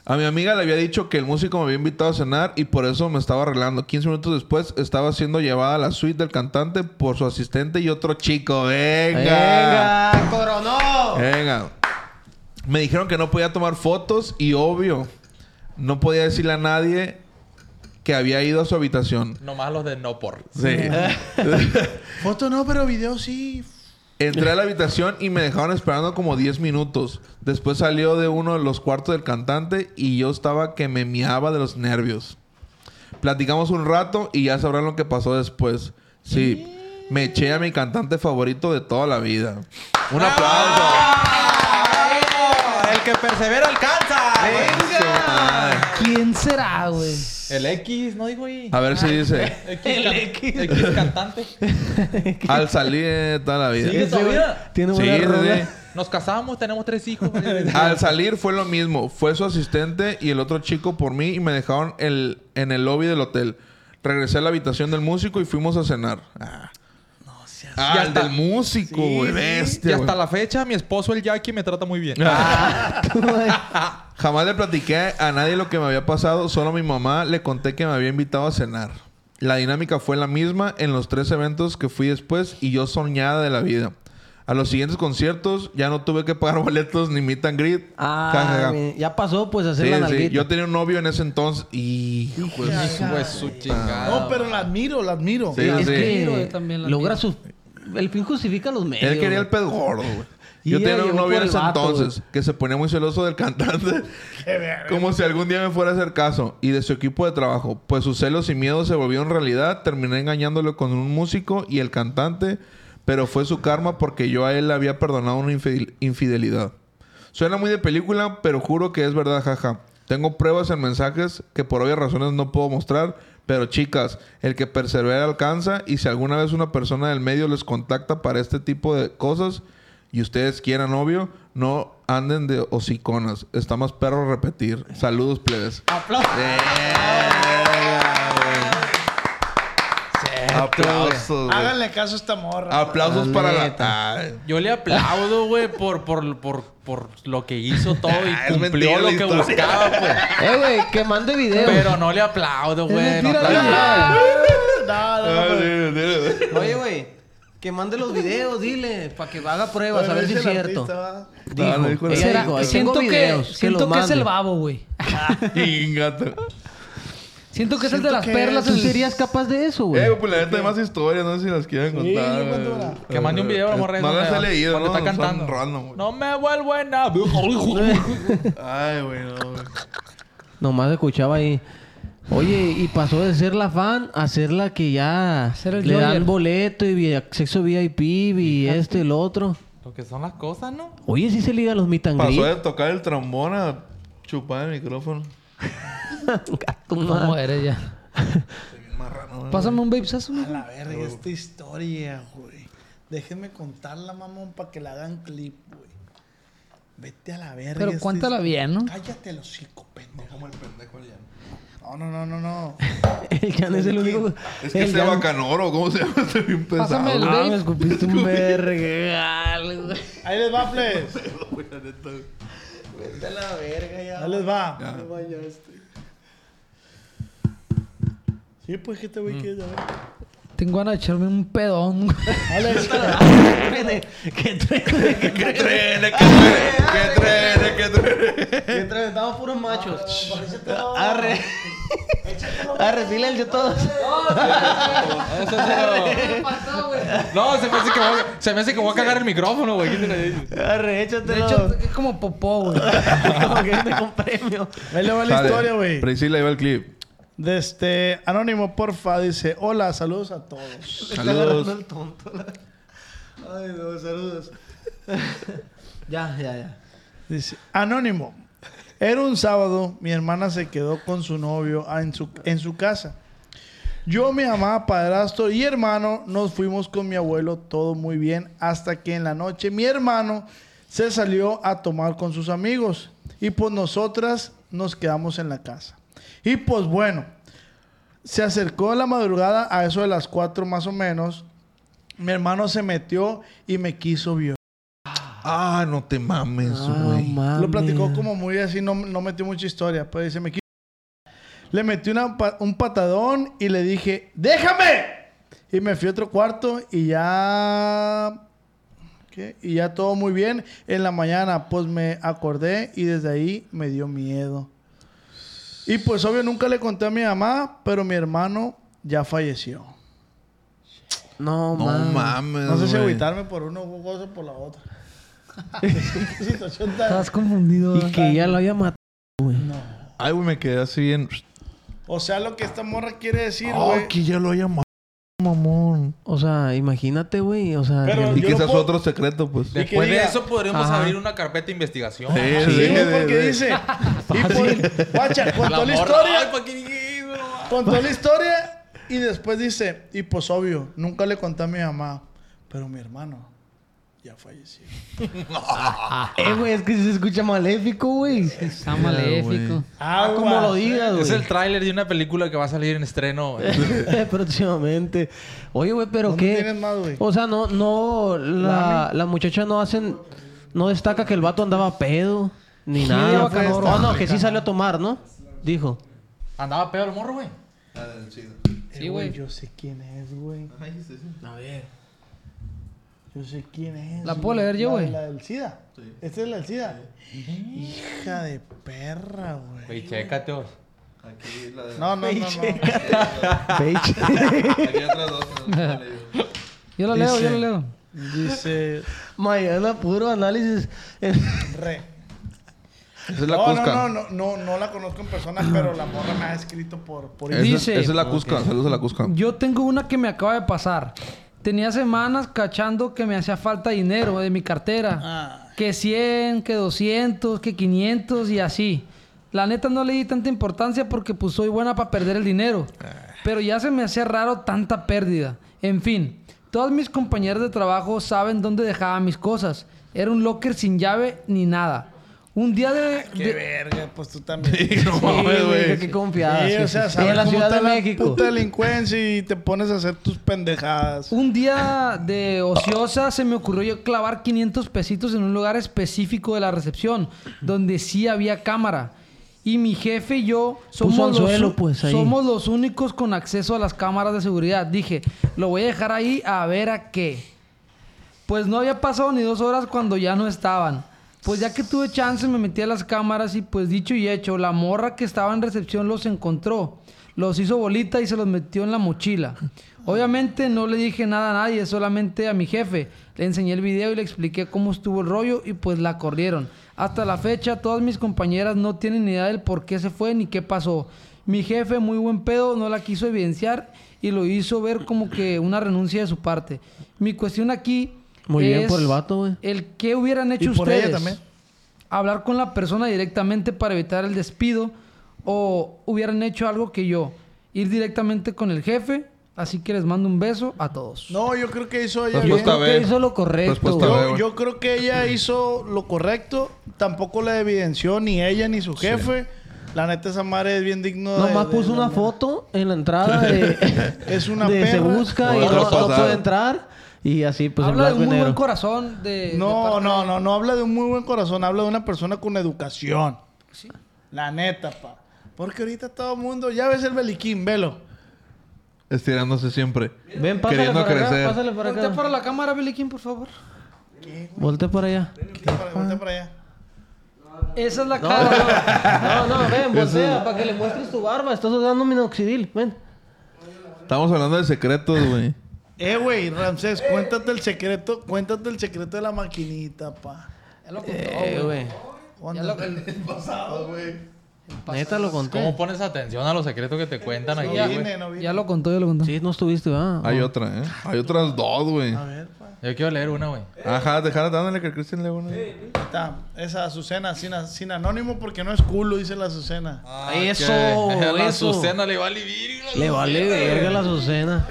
Speaker 4: A mi amiga le había dicho que el músico me había invitado a cenar y por eso me estaba arreglando. 15 minutos después estaba siendo llevada a la suite del cantante por su asistente y otro chico. ¡Venga!
Speaker 11: Venga, coronó.
Speaker 4: Venga. Me dijeron que no podía tomar fotos y obvio, no podía decirle a nadie que había ido a su habitación.
Speaker 6: Nomás los de no por.
Speaker 4: Sí.
Speaker 3: Foto no, pero video sí.
Speaker 4: Entré a la habitación y me dejaron esperando como 10 minutos. Después salió de uno de los cuartos del cantante y yo estaba que me miaba de los nervios. Platicamos un rato y ya sabrán lo que pasó después. Sí, me eché a mi cantante favorito de toda la vida. Un aplauso.
Speaker 6: El que persevera alcanza.
Speaker 4: Eso, madre.
Speaker 12: ¿Quién será, güey?
Speaker 6: El X, no digo ahí.
Speaker 4: A ver si dice.
Speaker 6: El X. X cantante.
Speaker 4: Al salir de toda la vida.
Speaker 6: ¿Sigue todavía?
Speaker 5: Tiene
Speaker 4: Sí,
Speaker 5: buena
Speaker 4: sí,
Speaker 5: rola.
Speaker 4: sí.
Speaker 6: Nos casamos, tenemos tres hijos.
Speaker 4: Al salir fue lo mismo. Fue su asistente y el otro chico por mí y me dejaron el, en el lobby del hotel. Regresé a la habitación del músico y fuimos a cenar. Ah, Ah,
Speaker 6: Ya
Speaker 4: el
Speaker 6: está.
Speaker 4: del músico, güey.
Speaker 6: y
Speaker 4: bestia,
Speaker 6: hasta
Speaker 4: güey. Ah.
Speaker 6: la fecha, mi esposo, el Jackie, me trata muy bien. Ah.
Speaker 4: Jamás le platiqué a nadie lo que me había pasado. Solo a mi mamá le conté que me había invitado a cenar. La dinámica fue la misma en los tres eventos que fui después y yo soñada de la vida. A los siguientes conciertos ya no tuve que pagar boletos ni meet and greet.
Speaker 5: Ah,
Speaker 4: Ja, ja, ja.
Speaker 5: güey, ya pasó, pues, a hacer
Speaker 4: Sí,
Speaker 5: la
Speaker 4: sí.
Speaker 5: nalguita.
Speaker 4: Yo tenía un novio en ese entonces y...
Speaker 6: Pues su chingada.
Speaker 3: No, pero la admiro, la admiro.
Speaker 4: Sí,
Speaker 5: es
Speaker 4: sí.
Speaker 5: que
Speaker 12: Yo también la
Speaker 5: logra
Speaker 12: miro.
Speaker 5: sus... El fin justifica los medios.
Speaker 4: Él quería el
Speaker 5: güey.
Speaker 4: pedo gordo, güey.
Speaker 5: Y
Speaker 4: Yo
Speaker 5: ella
Speaker 4: tenía un
Speaker 5: llegó
Speaker 4: novio
Speaker 5: por
Speaker 4: en
Speaker 5: el
Speaker 4: ese
Speaker 5: vato,
Speaker 4: entonces que se ponía muy celoso del cantante. como si algún día me fuera a hacer caso. Y de su equipo de trabajo. Pues sus celos y miedos se volvieron realidad. Terminé engañándolo con un músico y el cantante. Pero fue su karma porque yo a él le había perdonado una infidel- infidelidad. Suena muy de película, pero juro que es verdad, jaja. Tengo pruebas en mensajes que por obvias razones no puedo mostrar, pero chicas, el que persevera alcanza y si alguna vez una persona del medio les contacta para este tipo de cosas y ustedes quieran novio, no anden de hociconas. Está más perro repetir. Saludos, plebes.
Speaker 6: Aplausos.
Speaker 4: Aplausos. güey.
Speaker 3: Háganle caso a esta morra.
Speaker 4: Aplausos para la...
Speaker 5: neta.
Speaker 4: Ay.
Speaker 6: Yo le aplaudo, güey, por, por, por, por lo que hizo todo y
Speaker 4: Ah, es mentira
Speaker 6: cumplió lo
Speaker 4: la
Speaker 6: que
Speaker 4: historia.
Speaker 6: buscaba, pues.
Speaker 5: Eh, güey, que mande video.
Speaker 6: Pero no le aplaudo, güey. No
Speaker 5: mentira,
Speaker 6: aplaudo.
Speaker 3: No, no, no,
Speaker 4: Ay,
Speaker 3: pero-
Speaker 4: Dios, Dios.
Speaker 5: Oye, güey, que mande los videos, dile, para que haga pruebas, a
Speaker 3: pero
Speaker 5: ver si es
Speaker 3: dice el
Speaker 5: cierto.
Speaker 3: artista, ¿va?
Speaker 5: Dijo,
Speaker 4: Ah, lo dijo la-
Speaker 5: ella
Speaker 12: Será-
Speaker 5: dijo, "Tengo
Speaker 12: siento que,
Speaker 5: videos, que
Speaker 12: siento
Speaker 5: los
Speaker 12: que es el
Speaker 5: mande".
Speaker 12: babo, güey.
Speaker 4: Ingato.
Speaker 12: Siento que es el de las
Speaker 3: que
Speaker 12: perlas.
Speaker 5: ¿Tú
Speaker 12: el-
Speaker 5: serías capaz de eso, güey?
Speaker 4: Eh, pues la neta hay más historias, no sé si las quieren
Speaker 3: yo cuento una.
Speaker 4: contar.
Speaker 6: Que mande un video a la morra.
Speaker 4: No
Speaker 6: donde-
Speaker 4: las he leído,
Speaker 6: donde
Speaker 4: ¿no?
Speaker 6: está
Speaker 4: Son
Speaker 6: cantando.
Speaker 4: random, güey.
Speaker 6: no me vuelvo en nada.
Speaker 4: Ay, güey, no, güey.
Speaker 5: Nomás escuchaba ahí. Oye, y pasó de ser la fan a ser la que ya
Speaker 12: ser el
Speaker 5: le dan
Speaker 12: Joyer.
Speaker 5: boleto y vi- acceso VIP y esto y lo otro.
Speaker 6: Lo que son las cosas, ¿no?
Speaker 5: Oye, sí se liga a los meet and
Speaker 4: Pasó de
Speaker 5: greet.
Speaker 4: tocar el trombón a chupar el micrófono.
Speaker 5: Ah, tu madre.
Speaker 12: ¿Cómo eres ya? Pásame un babesazo, güey.
Speaker 3: A ver, esta historia, güey. Déjenme contarla, mamón, para que la hagan clip, güey. Vete a la verga.
Speaker 12: Pero
Speaker 3: esta
Speaker 12: cuéntala
Speaker 3: historia.
Speaker 12: bien, ¿no?
Speaker 3: Cállate el hocico, pendejo. Como el pendejo No, no, no, no, no.
Speaker 5: El Jan es el único.
Speaker 4: Es que ese bacanoro, ¿cómo se llama? Está bien pesado.
Speaker 12: Pásame el-
Speaker 4: güey.
Speaker 5: Ah, me escupiste un vergal, güey.
Speaker 3: Ahí les va, pues. plebes.
Speaker 11: Vete a la verga ya.
Speaker 3: Ahí les va.
Speaker 4: Ya.
Speaker 3: Sí, pues que este güey quiere saber.
Speaker 12: Tengo ganas de echarme un pedón, güey.
Speaker 5: ¿Qué trae?
Speaker 4: ¡Qué trene, qué trene! ¡Qué trene, qué trene!
Speaker 5: Estamos puros machos. Arre. Arre, sí le eché todos.
Speaker 6: Eso es lo- No, se me hace que voy a, se me hace que voy a cagar el micrófono, güey. ¿Qué te le dices?
Speaker 5: Arre,
Speaker 12: De
Speaker 5: échatelo.
Speaker 12: hecho, es como popó, güey.
Speaker 5: Como que viene con premio.
Speaker 3: Ahí le va la
Speaker 4: Dale,
Speaker 3: historia, güey.
Speaker 4: Priscila, ahí va el clip.
Speaker 3: De este Anónimo, porfa, dice: Hola, saludos a todos.
Speaker 4: Saludos.
Speaker 5: el tonto. Ay, no, saludos. ya, ya, ya.
Speaker 3: Dice, Anónimo. Era un sábado, mi hermana se quedó con su novio ah, en su, en su casa. Yo, mi mamá, padrastro y hermano nos fuimos con mi abuelo, todo muy bien, hasta que en la noche mi hermano se salió a tomar con sus amigos y pues nosotras nos quedamos en la casa. Y pues bueno, se acercó a la madrugada a eso de las 4 más o menos. Mi hermano se metió y me quiso violar.
Speaker 4: Ah, no te mames,
Speaker 3: Ah,
Speaker 4: güey.
Speaker 3: Lo platicó como muy así, no, no metió mucha historia. Pues dice, me qui- Le metí una pa- un patadón y le dije, ¡déjame! Y me fui a otro cuarto y ya... ¿Qué? Y ya todo muy bien. En la mañana, pues me acordé y desde ahí me dio miedo. Y pues obvio nunca le conté a mi mamá, pero mi hermano ya falleció.
Speaker 5: No,
Speaker 4: No
Speaker 5: mames.
Speaker 4: mames.
Speaker 3: No sé si
Speaker 4: güey.
Speaker 3: agüitarme por uno o gozo por la otra. Qué situación tan-
Speaker 12: Estás confundido.
Speaker 5: Y que ya lo haya matado.
Speaker 4: Ay, güey, me quedé así bien.
Speaker 3: O sea, lo que esta morra quiere decir,
Speaker 4: Oh,
Speaker 3: güey.
Speaker 4: que ya lo haya matado, mamón.
Speaker 5: O sea, imagínate, güey. O sea,
Speaker 3: Pero-
Speaker 5: que-
Speaker 4: Y
Speaker 3: Yo lo
Speaker 4: quizás
Speaker 3: puedo-
Speaker 4: otro secreto, pues. Sí,
Speaker 6: Después de
Speaker 3: diga-
Speaker 6: eso podremos
Speaker 5: Ajá.
Speaker 6: abrir una carpeta de investigación.
Speaker 4: sí,
Speaker 3: Sí,
Speaker 4: de-
Speaker 3: güey, Ah, porque
Speaker 4: de-
Speaker 3: dice. Y por, guacha,
Speaker 6: La
Speaker 3: contó la
Speaker 6: morra, ay,
Speaker 3: historia.
Speaker 12: pues.
Speaker 6: ¿pa' qué dije eso, no?
Speaker 3: Contó la historia y después dice, y pues obvio, nunca le conté a mi mamá, pero mi hermano ya falleció.
Speaker 5: Eh, güey, es que se escucha maléfico, güey.
Speaker 12: Está maléfico.
Speaker 3: Ah,
Speaker 5: Como lo digas, güey.
Speaker 6: Es el tráiler de una película que va a salir en estreno.
Speaker 5: Próximamente. Oye, güey, pero
Speaker 3: ¿Dónde
Speaker 5: qué.
Speaker 3: tienes más, güey?
Speaker 5: o sea, no, no, la, la muchacha no hacen, no destaca que el vato andaba pedo, ni nada.
Speaker 12: fue esta?
Speaker 5: Ah, no, que sí salió a tomar, ¿no? Dijo.
Speaker 6: Andaba pedo el morro, güey.
Speaker 12: Sí, güey.
Speaker 3: Eh, Yo sé quién es, güey.
Speaker 6: A ver.
Speaker 3: Yo sé quién es.
Speaker 12: ¿La
Speaker 3: güey.
Speaker 12: puedo leer yo,
Speaker 3: La de-
Speaker 12: güey?
Speaker 3: La del SIDA. Esta es la del SIDA. Hija de perra, güey.
Speaker 6: Güey, chécate, güey.
Speaker 4: Aquí la de-
Speaker 3: No, no, no, no.
Speaker 4: aquí otras dos que no se leído.
Speaker 12: Yo lo leo, yo
Speaker 3: Dice-
Speaker 12: lo leo.
Speaker 3: Dice.
Speaker 5: Mañana puro análisis.
Speaker 3: Re.
Speaker 4: Esa es la
Speaker 3: No, no,
Speaker 4: Cusca.
Speaker 3: no, no, no, no la conozco en persona, pero la morra me ha escrito por, por
Speaker 4: Esa,
Speaker 12: Dice-
Speaker 4: esa es la Cusca. Saludos a la Cusca.
Speaker 12: Yo tengo una que me acaba de pasar. Tenía semanas cachando que me hacía falta dinero de mi cartera. Que 100, que 200, que 500 y así. La neta no le di tanta importancia porque pues soy buena para perder el dinero. Pero ya se me hacía raro tanta pérdida. En fin, todas mis compañeras de trabajo saben dónde dejaba mis cosas. Era un locker sin llave ni nada. Un día de...
Speaker 3: Ah, Qué
Speaker 12: de-
Speaker 3: verga, pues tú también.
Speaker 4: No mames, güey.
Speaker 5: Qué confiada.
Speaker 3: Sí, o sea, sabes
Speaker 5: en la
Speaker 3: cómo
Speaker 5: Ciudad
Speaker 3: está
Speaker 5: de
Speaker 3: la
Speaker 5: México.
Speaker 3: puta delincuencia y te pones a hacer tus pendejadas.
Speaker 12: Un día de ociosa se me ocurrió yo clavar 500 pesitos en un lugar específico de la recepción, donde sí había cámara. Y mi jefe y yo somos,
Speaker 5: Puso anzuelo,
Speaker 12: los,
Speaker 5: pues, ahí.
Speaker 12: somos los únicos con acceso a las cámaras de seguridad. Dije, lo voy a dejar ahí a ver a qué. Pues no había pasado ni dos horas cuando ya no estaban. Pues ya que tuve chance me metí a las cámaras y pues dicho y hecho, la morra que estaba en recepción los encontró. Los hizo bolita y se los metió en la mochila. Obviamente no le dije nada a nadie, solamente a mi jefe. Le enseñé el video y le expliqué cómo estuvo el rollo y pues la corrieron. Hasta la fecha todas mis compañeras no tienen ni idea del por qué se fue ni qué pasó. Mi jefe, muy buen pedo, no la quiso evidenciar y lo hizo ver como que una renuncia de su parte. Mi cuestión aquí
Speaker 5: Muy bien
Speaker 12: es
Speaker 5: por el vato, güey.
Speaker 12: El que hubieran hecho
Speaker 3: por
Speaker 12: ustedes.
Speaker 3: ella también.
Speaker 12: Hablar con la persona directamente para evitar el despido o hubieran hecho algo que yo, ir directamente con el jefe, así que les mando un beso a todos.
Speaker 3: No, yo creo que hizo ella bien.
Speaker 4: Respuesta
Speaker 5: Creo que
Speaker 4: B.
Speaker 5: hizo lo correcto,
Speaker 4: Respuesta
Speaker 5: güey.
Speaker 4: B,
Speaker 3: Yo,
Speaker 4: güey.
Speaker 3: yo creo que ella hizo lo correcto. Tampoco la evidenció ni ella ni su jefe. La neta, esa madre es bien digno de-
Speaker 5: Nomás
Speaker 3: de
Speaker 5: puso
Speaker 3: la
Speaker 5: una
Speaker 3: morra.
Speaker 5: foto en la entrada de.
Speaker 3: Es una
Speaker 5: de Se
Speaker 3: perra.
Speaker 5: busca y
Speaker 4: Otra
Speaker 5: no, no
Speaker 4: pasada.
Speaker 5: puede entrar. Y así, pues en
Speaker 12: Habla de
Speaker 5: blanco
Speaker 12: un
Speaker 5: y
Speaker 12: muy buen
Speaker 5: negro.
Speaker 12: corazón de... de
Speaker 3: No,
Speaker 12: parte
Speaker 3: no,
Speaker 12: de-
Speaker 3: no, no habla de un muy buen corazón. Habla de una persona con educación. La neta, pa. Porque ahorita todo el mundo... Ya ves el beliquín, velo.
Speaker 4: Estirándose siempre.
Speaker 5: Ven, pásale
Speaker 4: Queriendo
Speaker 5: por acá,
Speaker 4: crecer.
Speaker 5: pásale por acá.
Speaker 12: Voltea para la cámara, Beliquín, por favor.
Speaker 5: Voltea para allá.
Speaker 3: Voltea para- voltea para allá.
Speaker 12: Esa es la
Speaker 5: No,
Speaker 12: cara.
Speaker 5: no, no, no, ven, voltea para que le muestres tu barba. Estás usando minoxidil, ven.
Speaker 4: Estamos hablando de secretos, güey.
Speaker 3: Eh, güey, Ramsés, cuéntate el secreto, cuéntate el secreto de la maquinita, pa.
Speaker 12: Ya lo contó,
Speaker 5: Eh,
Speaker 12: güey.
Speaker 5: güey.
Speaker 12: Ya lo- el-
Speaker 5: Neta lo contó.
Speaker 6: ¿Cómo pones atención a los secretos que te cuentan aquí,
Speaker 3: No
Speaker 6: güey?
Speaker 3: vine, no vine.
Speaker 12: ya lo contó, ya lo contó.
Speaker 5: Sí, no estuviste, ¿verdad?
Speaker 4: Hay otra, ¿eh? Hay otras dos, güey.
Speaker 6: Yo quiero leer una, güey.
Speaker 4: Ajá, dejar dándole que Cristian lea una.
Speaker 3: Está, esa Azucena, sin, a- sin anónimo porque no es culo, dice la Azucena.
Speaker 5: Ah. eso,
Speaker 6: Que a la
Speaker 5: eso.
Speaker 6: Azucena le vale virgo.
Speaker 5: Le vale verga la Azucena.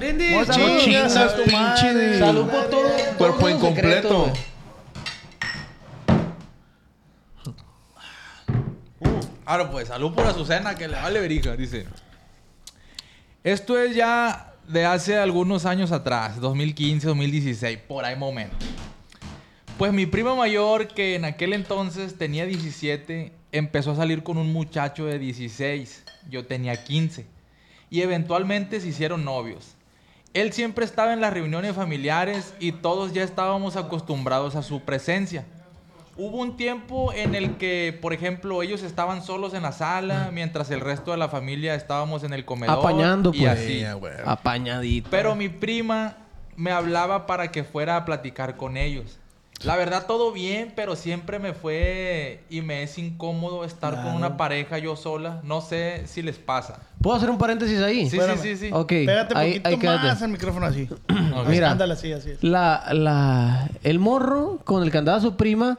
Speaker 3: Chingas a tu madre.
Speaker 5: Salud por todo.
Speaker 4: Cuerpo
Speaker 5: todos los secretos,
Speaker 4: incompleto.
Speaker 5: güey.
Speaker 6: Ahora pues, salud por Azucena, que le vale veriga, dice. Esto es ya de hace algunos años atrás, 2015, 2016, por ahí momento. Pues mi prima mayor, que en aquel entonces tenía 17, empezó a salir con un muchacho de 16. Yo tenía 15. Y eventualmente se hicieron novios. Él siempre estaba en las reuniones familiares y todos ya estábamos acostumbrados a su presencia. Hubo un tiempo en el que, por ejemplo, ellos estaban solos en la sala, mientras el resto de la familia estábamos en el comedor.
Speaker 5: Apañando,
Speaker 6: y
Speaker 5: pues.
Speaker 6: así.
Speaker 5: Apañadito.
Speaker 6: Pero mi prima me hablaba para que fuera a platicar con ellos. La verdad, todo bien, pero siempre me fue y me es incómodo estar con una pareja yo sola. No sé si les pasa.
Speaker 5: ¿Puedo hacer un paréntesis ahí?
Speaker 6: Sí, sí, sí, sí.
Speaker 5: Ok.
Speaker 3: Pégate
Speaker 5: ahí,
Speaker 3: poquito
Speaker 5: ahí quédate.
Speaker 3: más el micrófono así.
Speaker 6: Ok.
Speaker 5: Mira.
Speaker 3: Ándale, así, así.
Speaker 5: La, la, el morro con el que andaba su prima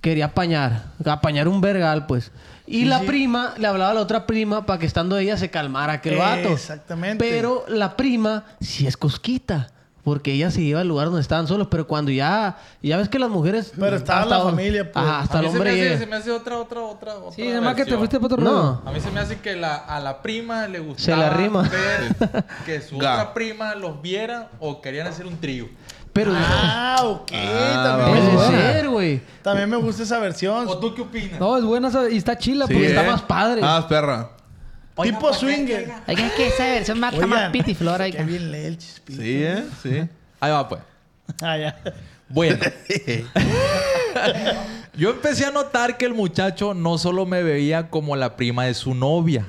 Speaker 5: quería apañar, apañar un vergal, pues. Y la prima le hablaba a la otra prima para que estando ella se calmara aquel vato.
Speaker 3: Exactamente.
Speaker 5: Pero la prima sí es cosquita. Porque ella se iba al lugar donde estaban solos, pero cuando ya... Ya ves que las mujeres...
Speaker 3: Pero estaba
Speaker 5: hasta
Speaker 3: la
Speaker 5: don-
Speaker 3: familia, pues.
Speaker 5: Ajá, hasta
Speaker 6: a
Speaker 5: el
Speaker 6: mí se me,
Speaker 5: hombre
Speaker 6: hace,
Speaker 5: llega.
Speaker 6: se me hace otra, otra, otra. otra
Speaker 12: eh. Sí, nada más que te
Speaker 6: versión.
Speaker 12: fuiste para otro
Speaker 5: No.
Speaker 12: rollo.
Speaker 6: A mí se me hace que la, a la prima le gustaba
Speaker 5: la rima.
Speaker 6: ver que su
Speaker 4: Ga.
Speaker 6: otra prima los viera o querían hacer un trío.
Speaker 5: Pero...
Speaker 3: Ah, ok. también, me
Speaker 5: puede
Speaker 3: gusta.
Speaker 5: ser, güey.
Speaker 3: también me gusta esa versión.
Speaker 6: ¿O tú qué opinas?
Speaker 12: No, es buena esa- y está chila
Speaker 4: Sí,
Speaker 12: porque está
Speaker 4: ¿eh?
Speaker 12: más padre.
Speaker 4: Ah, perra.
Speaker 3: tipo swinger.
Speaker 11: Oiga, que esa versión más está más
Speaker 3: Oigan,
Speaker 11: pitiflor.
Speaker 3: Qué
Speaker 11: oiga.
Speaker 3: bien lee el chispito.
Speaker 4: Sí, ¿eh? Sí.
Speaker 6: Ahí va, pues.
Speaker 3: Ah, ya.
Speaker 6: Bueno. Yo empecé a notar que el muchacho no solo me veía como la prima de su novia,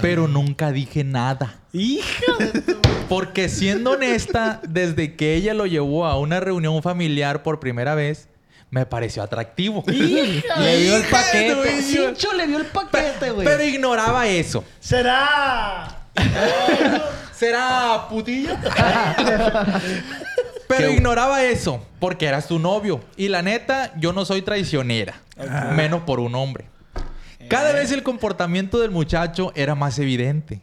Speaker 6: pero nunca dije nada.
Speaker 3: Ah. Hija de tu-
Speaker 6: Porque siendo honesta, desde que ella lo llevó a una reunión familiar por primera vez, me pareció atractivo.
Speaker 12: Este
Speaker 6: Le vio
Speaker 5: Hija de
Speaker 6: el
Speaker 5: tu
Speaker 6: paquete.
Speaker 5: hija. Sincho le vio el paquete, güey.
Speaker 6: Pero ignoraba eso.
Speaker 3: Será.
Speaker 6: ¿Será putilla? Pero ignoraba eso, porque era su novio. Y la neta, yo no soy traicionera, menos por un hombre. Cada vez el comportamiento del muchacho era más evidente.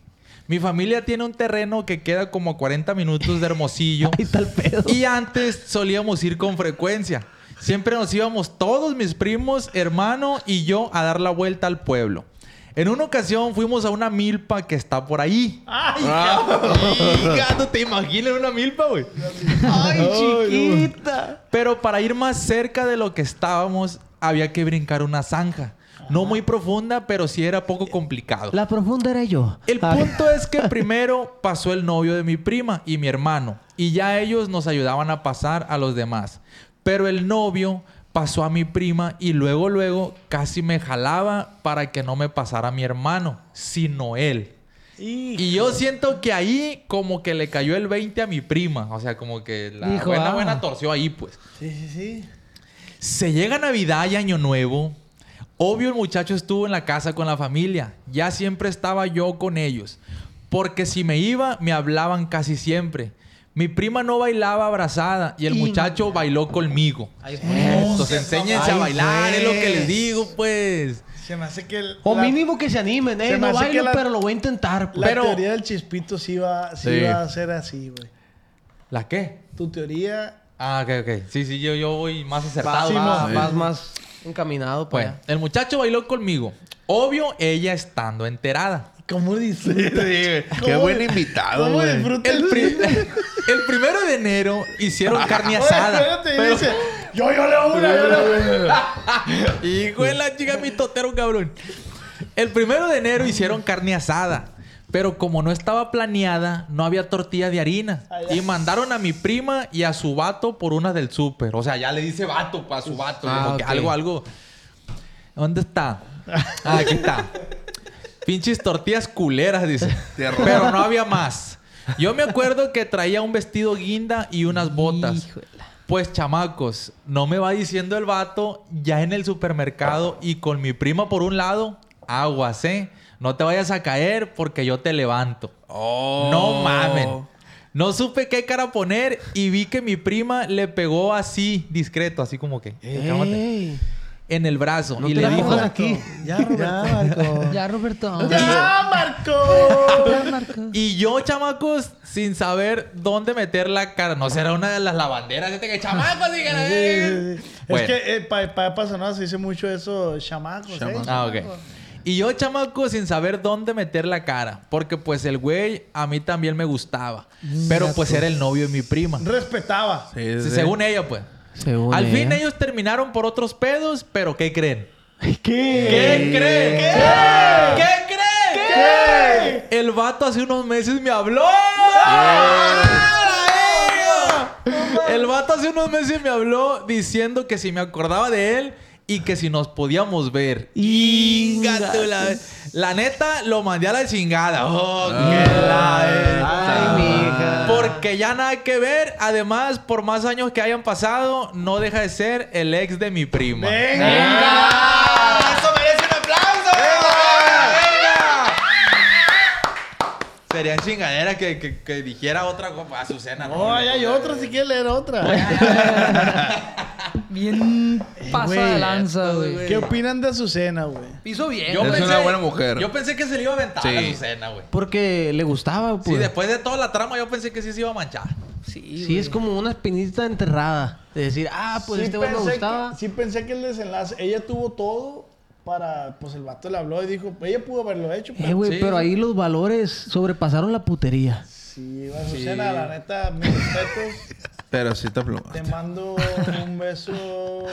Speaker 6: Mi familia tiene un terreno que queda como a 40 minutos de Hermosillo.
Speaker 5: Ahí está el pedo.
Speaker 6: Y antes solíamos ir con frecuencia. Siempre nos íbamos todos mis primos, hermano y yo a dar la vuelta al pueblo. En una ocasión fuimos a una milpa que está por ahí.
Speaker 3: Ay,
Speaker 6: ¡Ay, gato! ¿Te imaginas una milpa, güey?
Speaker 5: ¡Ay, chiquita!
Speaker 6: Pero para ir más cerca de lo que estábamos, había que brincar una zanja. No muy profunda, pero sí era poco complicado.
Speaker 5: La profunda era yo.
Speaker 6: El
Speaker 5: Ah,
Speaker 6: punto es que primero pasó el novio de mi prima y mi hermano, y ya ellos nos ayudaban a pasar a los demás. Pero el novio pasó a mi prima y luego, luego casi me jalaba para que no me pasara mi hermano, sino él. Y yo siento que ahí como que le cayó el 20 a mi prima. O sea, como que la
Speaker 12: Dijo,
Speaker 6: buena,
Speaker 12: "Ah".
Speaker 6: buena torció ahí, pues.
Speaker 3: Sí, sí, sí.
Speaker 6: Se llega Navidad y Año Nuevo. Obvio el muchacho estuvo en la casa con la familia. Ya siempre estaba yo con ellos. Porque si me iba, me hablaban casi siempre. Mi prima no bailaba abrazada y el muchacho bailó conmigo. Entonces, enséñense a
Speaker 3: Ahí
Speaker 6: bailar, es lo que
Speaker 3: fue.
Speaker 6: les digo, pues.
Speaker 3: Se me hace que. el-
Speaker 5: O
Speaker 3: la-
Speaker 5: mínimo que se animen, eh.
Speaker 3: se me
Speaker 5: no
Speaker 3: hace que
Speaker 5: bailo,
Speaker 3: la-
Speaker 5: pero lo voy a intentar. pues.
Speaker 3: La
Speaker 5: pero
Speaker 3: teoría del chispito sí va, sí
Speaker 4: Sí.
Speaker 3: va a ser así, güey.
Speaker 6: ¿La qué?
Speaker 3: Tu teoría.
Speaker 6: Ah, ok, ok. Sí, sí, yo, yo voy más acertado.
Speaker 5: vas, vas-
Speaker 4: sí.
Speaker 5: vas más encaminado pues. para
Speaker 6: Bueno, el muchacho bailó conmigo. Obvio, ella estando enterada.
Speaker 3: ¿Cómo
Speaker 4: Sí,
Speaker 3: disfruta?
Speaker 4: güey. Qué
Speaker 3: ¿Cómo-
Speaker 4: buen invitado,
Speaker 3: ¿Cómo
Speaker 4: güey.
Speaker 3: disfruta
Speaker 6: El, pri- el primero de enero hicieron
Speaker 3: Oye,
Speaker 6: carne asada.
Speaker 3: Ah, espérate, y dice, yo, yo le hago una, yo le hago una.
Speaker 6: Hijo de la chica mi totero, cabrón. El primero de enero hicieron carne asada. Pero como no estaba planeada, no había tortilla de harina.
Speaker 3: Ah,
Speaker 6: Y mandaron a mi prima y a su vato por una del súper. O sea, ya le dice vato pa' su vato.
Speaker 5: Ah,
Speaker 6: como que
Speaker 5: ok.
Speaker 6: algo, algo. ¿Dónde está? Ah, aquí está. Pinches tortillas culeras, dice.
Speaker 4: Tierra.
Speaker 6: Pero no había más. Yo me acuerdo que traía un vestido guinda y unas botas. Pues chamacos, no me va diciendo el vato ya en el supermercado y con mi prima por un lado, aguas, ¿eh? No te vayas a caer porque yo te levanto. No mamen. No supe qué cara poner y vi que mi prima le pegó así, discreto, así como que, "Ey, cálmate",
Speaker 5: Ey,
Speaker 6: en el brazo. y
Speaker 5: te
Speaker 6: le
Speaker 5: la
Speaker 6: dijo,
Speaker 5: pongas aquí.
Speaker 3: Ya, Roberto.
Speaker 12: Ya, Roberto.
Speaker 3: Ya, Marco.
Speaker 12: Ya, Marco.
Speaker 6: Y yo, chamacos, sin saber dónde meter la cara. No será una de las lavanderas. Este que chamacos, dije, la verga. Bueno.
Speaker 3: Es que eh, para pa, pa Sonora se dice mucho eso, chamacos,
Speaker 4: Chamacos.
Speaker 3: ¿eh?
Speaker 6: Ah, ok. Y yo, chamaco, sin saber dónde meter la cara. Porque, pues, el güey a mí también me gustaba. Pero, pues, era el novio de mi prima.
Speaker 3: Respetaba.
Speaker 4: Sí, sí.
Speaker 6: Según ella, pues.
Speaker 5: Según
Speaker 6: Al
Speaker 5: ella.
Speaker 6: fin ellos terminaron por otros pedos, pero ¿qué creen?
Speaker 5: ¿Qué?
Speaker 6: ¿Qué creen? ¿Qué? ¿Qué creen? El vato hace unos meses me habló. ¡Ah, la verga! El vato hace unos meses me habló diciendo que si me acordaba de él y que si nos podíamos ver. Inga tu la... Ah. la neta, lo mandé a la chingada. Oh, qué la verga.
Speaker 5: Ay, mija.
Speaker 3: Ah.
Speaker 6: ¿Por Que ya nada que ver. Además, por más años que hayan pasado, no deja de ser el ex de mi prima.
Speaker 3: Eh.
Speaker 11: ¡Venga! ¡Eso merece un aplauso!
Speaker 6: Serían chingaderas que, que, que dijera otra cosa. Azucena.
Speaker 3: No, ahí hay otra si quieres leer otra.
Speaker 12: Bien pasada
Speaker 3: güey,
Speaker 12: de lanza, güey.
Speaker 3: ¿Qué opinan de Azucena, güey?
Speaker 12: Piso bien.
Speaker 6: Yo
Speaker 4: Es
Speaker 6: pensé-
Speaker 4: una buena mujer.
Speaker 6: Yo pensé que se le iba a aventar
Speaker 4: Sí.
Speaker 6: a Azucena, güey.
Speaker 5: Porque le gustaba,
Speaker 6: Sí,
Speaker 5: pues.
Speaker 6: después de toda la trama, yo pensé que sí se iba a manchar.
Speaker 12: Sí,
Speaker 5: Sí, es como una espinita enterrada. De decir, ah, pues
Speaker 3: Sí
Speaker 5: este güey me
Speaker 3: pensé
Speaker 5: gustaba.
Speaker 3: que- sí pensé que el desenlace, ella tuvo todo para, pues el vato le habló y dijo, ella pudo haberlo hecho, pero
Speaker 5: Eh, güey,
Speaker 6: Sí.
Speaker 5: pero ahí los valores sobrepasaron la putería.
Speaker 3: sí, Azucena, la neta, mis respetos,
Speaker 4: Pero sí te pluma.
Speaker 3: te mando un beso.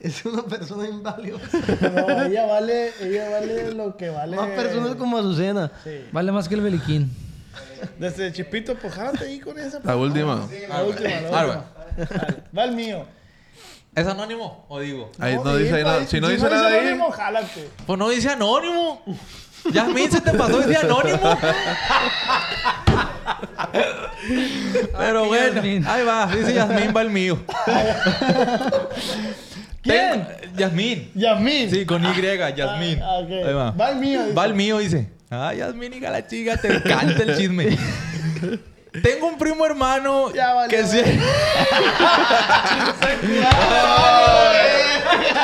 Speaker 11: Es una persona invaliosa.
Speaker 3: No, ella vale, ella vale lo que vale.
Speaker 5: Más personas como Azucena.
Speaker 12: Vale más que el Beliquín.
Speaker 3: Desde Chipito, pues jálate ahí con esa.
Speaker 4: La última.
Speaker 3: La última, la
Speaker 6: Ah,
Speaker 3: última. Dale, Va el mío.
Speaker 6: ¿Es anónimo o digo?
Speaker 4: Ahí no dice ahí
Speaker 3: pa-
Speaker 4: nada. Si no dice nada ahí.
Speaker 3: anónimo, jálate.
Speaker 6: Pues no dice anónimo. Yasmin, ¿se te pasó dice anónimo? Pero bueno,
Speaker 12: Yasmin.
Speaker 6: ahí va. Dice Yasmin va el mío. ¿Quién? Yasmin.
Speaker 3: Yasmín.
Speaker 6: Sí, con Y, Yasmin.
Speaker 3: Ah, ok.
Speaker 6: Ahí va.
Speaker 3: Va el mío, dice.
Speaker 6: Va el mío, dice. Ah, Yasmin, hija de la chica, te encanta el chisme. Tengo un primo hermano
Speaker 3: Ya valió,
Speaker 6: que se...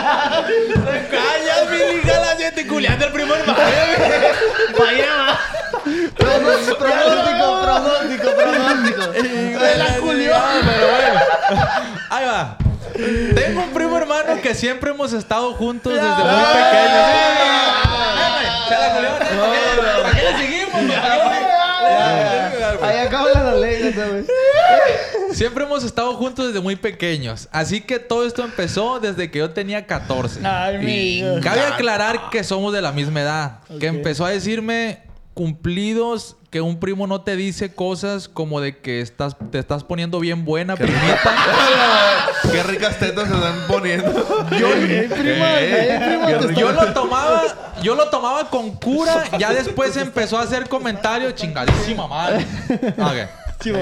Speaker 6: ¡Ay, Yasmin, hija de la chica, te culeaste el primo hermano!
Speaker 11: Pronóstico, pronóstico, pronóstico.
Speaker 6: De la Pero bueno. Ahí va. Tengo un primo hermano que siempre hemos estado juntos desde muy pequeños. Se la culió, ¿no? ¿Para qué le seguimos? ¿Para qué le seguimos?
Speaker 11: Ahí acaba la anécdota, güey.
Speaker 6: Siempre hemos estado juntos desde muy pequeños. Así que todo esto empezó desde que yo tenía 14.
Speaker 3: Ay, mi Dios.
Speaker 6: Cabe aclarar que somos de la misma edad. Que empezó a decirme cumplidos que un primo no te dice cosas como de que estás, te estás poniendo bien buena, primita.
Speaker 4: Qué ricas tetas se están poniendo. Eh.
Speaker 3: Yo, el primo, el primo
Speaker 4: Qué
Speaker 3: te
Speaker 4: rico.
Speaker 6: yo lo tomaba, yo lo tomaba con cura, ya después empezó a hacer comentarios chingadísima madre. Ok.
Speaker 3: chivo.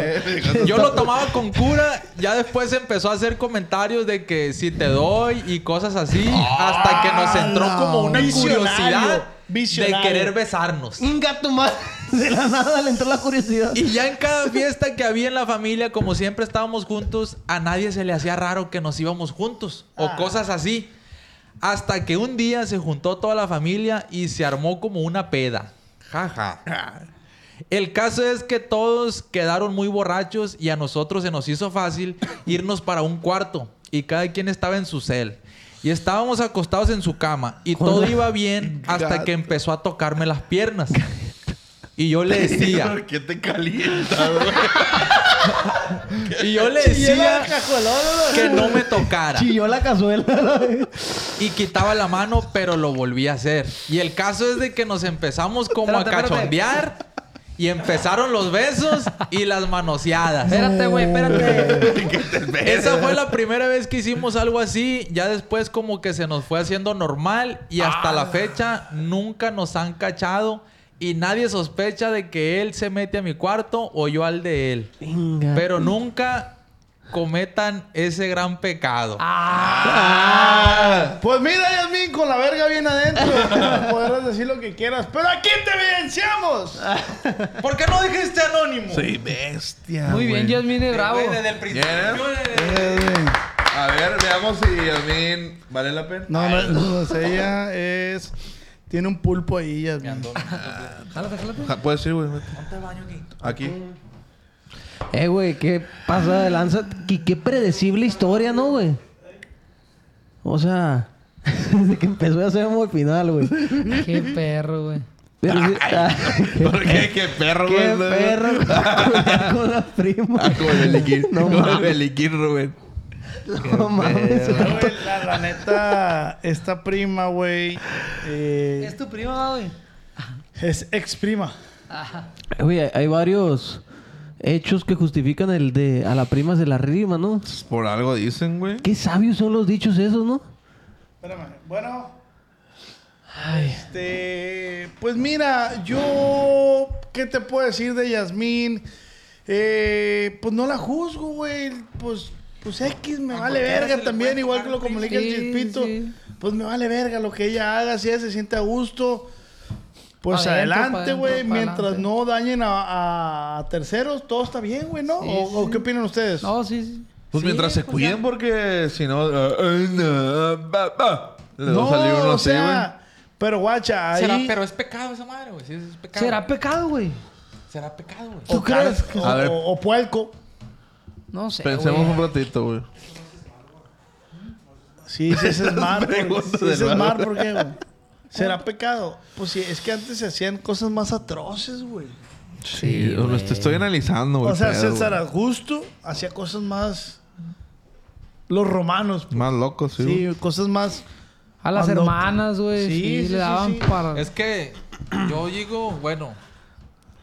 Speaker 6: Yo lo tomaba con cura, ya después empezó a hacer comentarios de que si te doy y cosas así, hasta que nos entró como una
Speaker 3: Visionario,
Speaker 6: curiosidad de
Speaker 3: visionario.
Speaker 6: querer besarnos.
Speaker 11: Inga tu madre.
Speaker 5: De la nada le entró la curiosidad.
Speaker 6: Y ya en cada fiesta que había en la familia, como siempre estábamos juntos, a nadie se le hacía raro que nos íbamos juntos o cosas así. Hasta que un día se juntó toda la familia y se armó como una peda. Jaja. El caso es que todos quedaron muy borrachos y a nosotros se nos hizo fácil irnos para un cuarto y cada quien estaba en su cel. Y estábamos acostados en su cama y todo iba bien hasta que empezó a tocarme las piernas. Y yo le decía,
Speaker 4: ¿Por qué te calientas, güey?
Speaker 6: y yo le decía que no me tocara.
Speaker 5: Chilló la cazuela.
Speaker 6: Y quitaba la mano, pero lo volví a hacer. Y el caso es de que nos empezamos como a
Speaker 12: Espérate, espérate.
Speaker 6: cachondear. Y empezaron los besos y las manoseadas.
Speaker 12: Espérate, güey, espérate.
Speaker 6: Esa fue la primera vez que hicimos algo así. Ya después como que se nos fue haciendo normal. Y hasta
Speaker 12: Ah.
Speaker 6: la fecha nunca nos han cachado. Y nadie sospecha de que él se mete a mi cuarto o yo al de él.
Speaker 5: Venga.
Speaker 6: Pero nunca cometan ese gran pecado.
Speaker 3: Pues mira, Yasmin, con la verga bien adentro. Podrás decir lo que quieras, pero aquí te evidenciamos.
Speaker 6: ¿Por qué no dijiste anónimo?
Speaker 4: Soy bestia.
Speaker 12: Muy bien,
Speaker 4: güey.
Speaker 12: Yasmin es bravo.
Speaker 6: Güey, desde el principio.
Speaker 4: A ver, veamos si Yasmin vale la pena.
Speaker 3: No, no, no, o sea, ella es. Tiene un pulpo ahí, Yasmin.
Speaker 12: Jálate, jálate.
Speaker 4: Ja, Puedes ir, güey. vete. Aquí.
Speaker 5: Eh, güey, qué pasada de lanza. Qué, qué predecible historia, ¿no, güey? O sea, desde que empezó ya sabemos el final, güey.
Speaker 12: Qué perro, güey.
Speaker 5: Pero sí- ah,
Speaker 4: ¿Por qué? Qué perro,
Speaker 5: qué
Speaker 4: güey.
Speaker 5: perro culiar con la prima.
Speaker 4: Ah, Como el Beliquín.
Speaker 5: No
Speaker 4: Como el
Speaker 5: mames.
Speaker 4: Beliquín, Rubén.
Speaker 5: No mames.
Speaker 3: Pero, güey, La, la neta, esta prima, güey, eh,
Speaker 12: Es tu prima, güey.
Speaker 3: es ex prima.
Speaker 5: Güey, hay- hay varios hechos que justifican el de a la prima se la rima, ¿no?
Speaker 4: Por algo dicen, güey.
Speaker 5: Qué sabios son los dichos esos, ¿no?
Speaker 3: Espérame. Bueno. Este, pues mira, yo, ¿qué te puedo decir de Yasmín? Eh, pues no la juzgo, güey. Pues, pues X me vale verga también, igual que lo comunica el
Speaker 12: Sí,
Speaker 3: chispito.
Speaker 12: sí.
Speaker 3: Pues me vale verga lo que ella haga, si ella se siente a gusto. Pues
Speaker 12: Pa' adentro, pa'
Speaker 3: adelante,
Speaker 12: adentro,
Speaker 3: güey.
Speaker 12: pa'
Speaker 3: Mientras
Speaker 12: adelante.
Speaker 3: no dañen a, a terceros, todo está bien, güey, ¿no? ¿O, o qué opinan ustedes?
Speaker 12: No, sí, sí.
Speaker 4: Pues
Speaker 12: Sí,
Speaker 4: mientras se
Speaker 12: pues
Speaker 4: cuiden,
Speaker 12: ya.
Speaker 4: porque si no. ah, ah, no, bah, bah. Le va
Speaker 3: No,
Speaker 4: a salir uno
Speaker 3: o
Speaker 4: así, güey.
Speaker 3: sea, pero guacha, ahí...
Speaker 6: ¿Será, pero es pecado esa madre, güey. Sí, es pecado.
Speaker 12: ¿Será pecado, güey?
Speaker 6: Será pecado, güey.
Speaker 3: ¿Tú crees? O,
Speaker 4: A ver.
Speaker 3: o- o puerco.
Speaker 12: No sé.
Speaker 4: Pensemos
Speaker 12: güey.
Speaker 4: un ratito, güey.
Speaker 3: Sí, sí, ese es mar.
Speaker 4: preguntas
Speaker 3: porque- sí,
Speaker 4: de
Speaker 3: ese es
Speaker 4: nuevo.
Speaker 3: mar, ¿por qué, güey? ¿Será pecado? Pues sí, es que antes se hacían cosas más atroces, güey.
Speaker 4: Sí, lo estoy- estoy analizando, güey.
Speaker 3: O sea,
Speaker 4: pedo,
Speaker 3: César
Speaker 4: güey.
Speaker 3: Augusto hacía cosas más. Los romanos. pues,
Speaker 4: Más loco, sí.
Speaker 3: Sí,
Speaker 4: güey.
Speaker 3: cosas más.
Speaker 12: A las
Speaker 3: Cuando-
Speaker 12: hermanas, güey.
Speaker 3: Sí,
Speaker 12: Sí,
Speaker 3: sí,
Speaker 12: le
Speaker 3: sí,
Speaker 12: daban
Speaker 3: sí.
Speaker 12: para.
Speaker 6: Es que yo digo, bueno,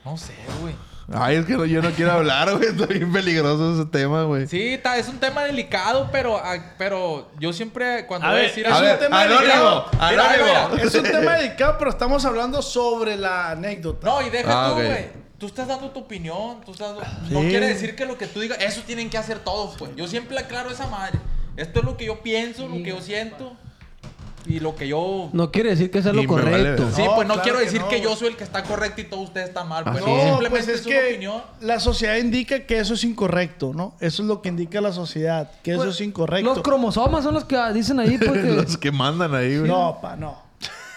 Speaker 6: no sé, güey.
Speaker 4: Ay, es que no- yo no quiero hablar, güey. Está bien peligroso ese tema, güey.
Speaker 6: Sí, ta- es un tema delicado, pero, ah, pero yo siempre cuando
Speaker 3: A
Speaker 6: voy a
Speaker 3: ver,
Speaker 6: decir
Speaker 3: a
Speaker 6: algo-
Speaker 3: ver, tema
Speaker 4: anónimo,
Speaker 6: Mira, mira,
Speaker 4: anónimo.
Speaker 6: mira.
Speaker 3: Es un tema dedicado, pero estamos hablando sobre la anécdota.
Speaker 6: No, y deja
Speaker 4: Ah,
Speaker 6: tú,
Speaker 4: ok.
Speaker 6: güey. Tú estás dando tu opinión, tú estás... No quiere decir que lo que tú digas, eso tienen que hacer todos, pues. Yo siempre aclaro esa madre. Esto es lo que yo pienso, lo que yo siento y lo que yo...
Speaker 5: No quiere decir que sea
Speaker 4: Y
Speaker 5: lo
Speaker 4: me vale
Speaker 5: correcto.
Speaker 4: verga.
Speaker 6: Sí,
Speaker 3: No,
Speaker 6: pues no
Speaker 3: claro
Speaker 6: quiero
Speaker 3: que
Speaker 6: decir
Speaker 3: no,
Speaker 6: que, yo
Speaker 3: güey.
Speaker 6: soy el que está correcto y todo usted está mal, pues.
Speaker 5: Así
Speaker 6: No,
Speaker 5: es.
Speaker 3: No,
Speaker 6: simplemente
Speaker 3: pues es,
Speaker 6: es una
Speaker 3: que
Speaker 6: opinión.
Speaker 3: la sociedad indica que eso es incorrecto, ¿no? Eso es lo que indica la sociedad, que eso
Speaker 6: Pues,
Speaker 3: es incorrecto.
Speaker 12: Pues, Los cromosomas son los que dicen ahí porque.
Speaker 4: Los que mandan ahí, güey.
Speaker 3: no, pa, no.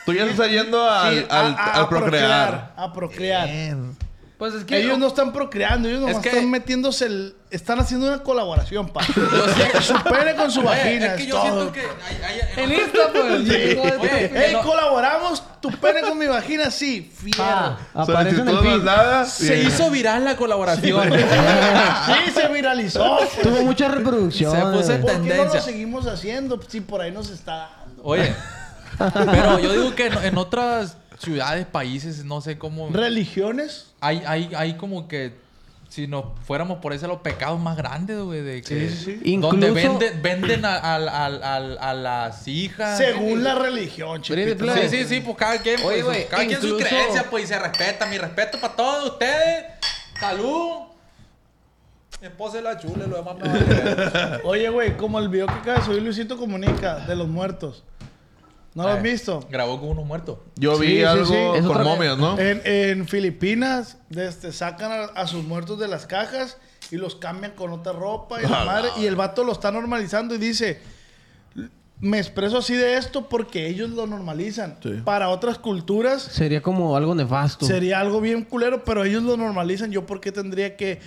Speaker 4: Tú ya estás yendo al,
Speaker 3: Sí, a-
Speaker 4: al,
Speaker 3: a-
Speaker 4: al
Speaker 3: a
Speaker 4: procrear.
Speaker 3: A procrear.
Speaker 12: pues es que.
Speaker 3: Ellos no están procreando, ellos nomás
Speaker 6: que-
Speaker 3: están metiéndose el. Están haciendo una colaboración, pa. su pene con su
Speaker 6: Oye,
Speaker 3: vagina.
Speaker 6: es que
Speaker 3: es
Speaker 6: yo
Speaker 3: todo.
Speaker 6: siento que... hay- hay-
Speaker 12: En
Speaker 3: este
Speaker 12: Insta, pues.
Speaker 6: Oye,
Speaker 3: ¡Ey,
Speaker 6: no-
Speaker 3: colaboramos! Tu pene con mi vagina, sí. Fierro.
Speaker 6: Ah.
Speaker 5: Aparece en el
Speaker 4: Solicitud
Speaker 5: feed.
Speaker 4: mandada,
Speaker 6: Se
Speaker 4: bien.
Speaker 6: hizo viral la colaboración.
Speaker 3: sí, se viralizó. pues.
Speaker 5: Tuvo mucha reproducción.
Speaker 6: Se puso en
Speaker 3: ¿Por qué no
Speaker 6: tendencia.
Speaker 3: lo seguimos haciendo? Si por ahí nos está dando.
Speaker 6: Oye, pero yo digo que en, en otras ciudades, países, no sé cómo.
Speaker 3: ¿Religiones?
Speaker 6: Hay, hay, hay como que. Si nos fuéramos por eso, los pecados más grandes, güey. De que, Donde
Speaker 5: Incluso-
Speaker 6: vende- venden a, al- al- al- a las hijas.
Speaker 3: Según la religión, chiquito.
Speaker 6: Sí, sí, sí, pues cada quien,
Speaker 5: Oye,
Speaker 6: pues,
Speaker 5: güey,
Speaker 6: cada quien sus
Speaker 5: incluso-
Speaker 6: creencias, pues, y se respeta. Mi respeto para todos ustedes. Salud. Mi esposa es la chula, lo demás me vale verga.
Speaker 3: Oye, güey, como el video que acaba de subir Luisito Comunica de los muertos. ¿No lo has
Speaker 6: Eh,
Speaker 3: visto?
Speaker 6: Grabó con unos muertos.
Speaker 4: Yo vi
Speaker 3: Sí, sí,
Speaker 4: algo
Speaker 3: sí.
Speaker 5: Es
Speaker 4: con
Speaker 5: otra-
Speaker 4: momias, ¿no?
Speaker 3: En, en Filipinas este, sacan a, a sus muertos de las cajas y los cambian con otra ropa y, la madre, y el vato lo está normalizando y dice, me expreso así de esto porque ellos lo normalizan.
Speaker 4: Sí.
Speaker 3: Para otras culturas
Speaker 5: Sería como algo nefasto.
Speaker 3: sería algo bien culero, pero ellos lo normalizan. ¿Yo por qué tendría que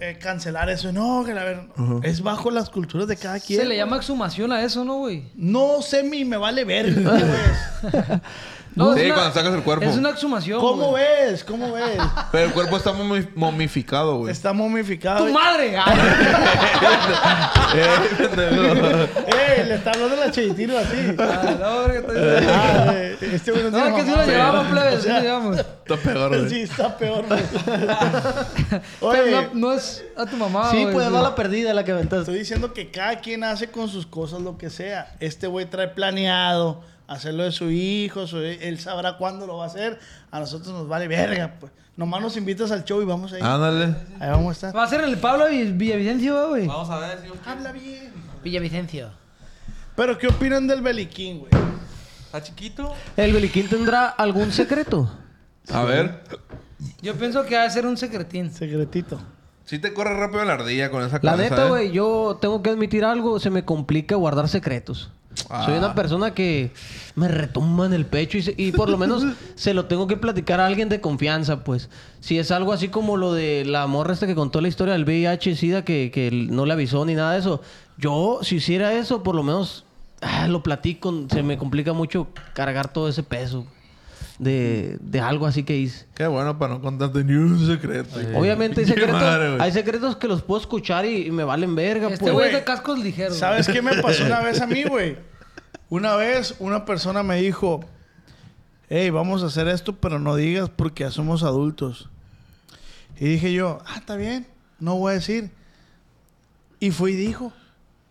Speaker 3: eh, cancelar eso? No, que la ver, es bajo las culturas de cada quien.
Speaker 12: Se le llama exhumación a eso, ¿no, güey?
Speaker 3: No sé, mi, me vale verga. ¿Cómo ves?
Speaker 12: No,
Speaker 4: Sí,
Speaker 12: es una-
Speaker 4: cuando sacas el cuerpo.
Speaker 12: Es una exhumación.
Speaker 3: ¿Cómo
Speaker 12: güey.
Speaker 3: ves? ¿Cómo ves?
Speaker 4: Pero el cuerpo está momi- momificado, güey.
Speaker 3: Está momificado.
Speaker 12: ¡Tu madre! Ah,
Speaker 4: Eh, pendejo.
Speaker 3: ¡Ey! Eh, Le está hablando la cheditina así.
Speaker 12: no, verga, está-
Speaker 3: Ah, eh, este güey no
Speaker 12: No,
Speaker 3: tiene
Speaker 12: es que sí lo
Speaker 3: mamá.
Speaker 12: llevamos,
Speaker 3: Sí.
Speaker 12: plebes.
Speaker 3: O
Speaker 12: Sí lo
Speaker 3: sea,
Speaker 12: llevamos.
Speaker 4: Está peor, güey.
Speaker 3: Sí, está peor. güey.
Speaker 12: Pero
Speaker 3: Oye,
Speaker 12: no, no es a tu
Speaker 5: Ah,
Speaker 12: mamá,
Speaker 11: Sí,
Speaker 12: güey,
Speaker 11: pues no la perdida la que aventaste.
Speaker 3: estoy diciendo que cada quien hace con sus cosas lo que sea. Este güey trae planeado hacerlo de su hijo. su- él sabrá cuándo lo va a hacer. A nosotros nos vale verga. Pues. Nomás nos invitas al show y vamos ahí.
Speaker 4: Ándale.
Speaker 3: Ahí vamos a estar.
Speaker 12: Va a ser el Pablo Vill- Villavicencio, güey.
Speaker 6: Vamos a ver si yo.
Speaker 3: Habla bien.
Speaker 12: Villavicencio.
Speaker 3: Pero, ¿qué opinan del Beliquín, güey?
Speaker 6: ¿Está chiquito?
Speaker 5: ¿El Beliquín tendrá algún secreto?
Speaker 4: A ver.
Speaker 12: Yo pienso que va a ser un secretín.
Speaker 3: Secretito.
Speaker 4: Sí te corre rápido la ardilla con esa
Speaker 5: La
Speaker 4: cabeza,
Speaker 5: neta,
Speaker 4: ¿eh?
Speaker 5: güey, yo tengo que admitir algo. Se me complica guardar secretos. Soy
Speaker 4: Ah.
Speaker 5: una persona que me retumba en el pecho y, se- y por lo menos se lo tengo que platicar a alguien de confianza, pues. Si es algo así como lo de la morra esta que contó la historia del VIH y SIDA que, que no le avisó ni nada de eso. Yo, si hiciera eso, por lo menos ah, lo platico. Se me complica mucho cargar todo ese peso de, de algo así que hice.
Speaker 4: Qué bueno para no contarte ni un secreto.
Speaker 5: Obviamente hay
Speaker 4: Qué
Speaker 5: secretos,
Speaker 4: madre, güey.
Speaker 5: hay secretos que los puedo escuchar y, y me valen verga,
Speaker 12: Este
Speaker 5: pues.
Speaker 12: güey es de cascos ligeros. güey.
Speaker 3: ¿Sabes qué me pasó una vez a mí, güey? Una vez una persona me dijo, hey, vamos a hacer esto, pero no digas porque ya somos adultos. Y dije yo, ah, está bien, no voy a decir. Y fue y dijo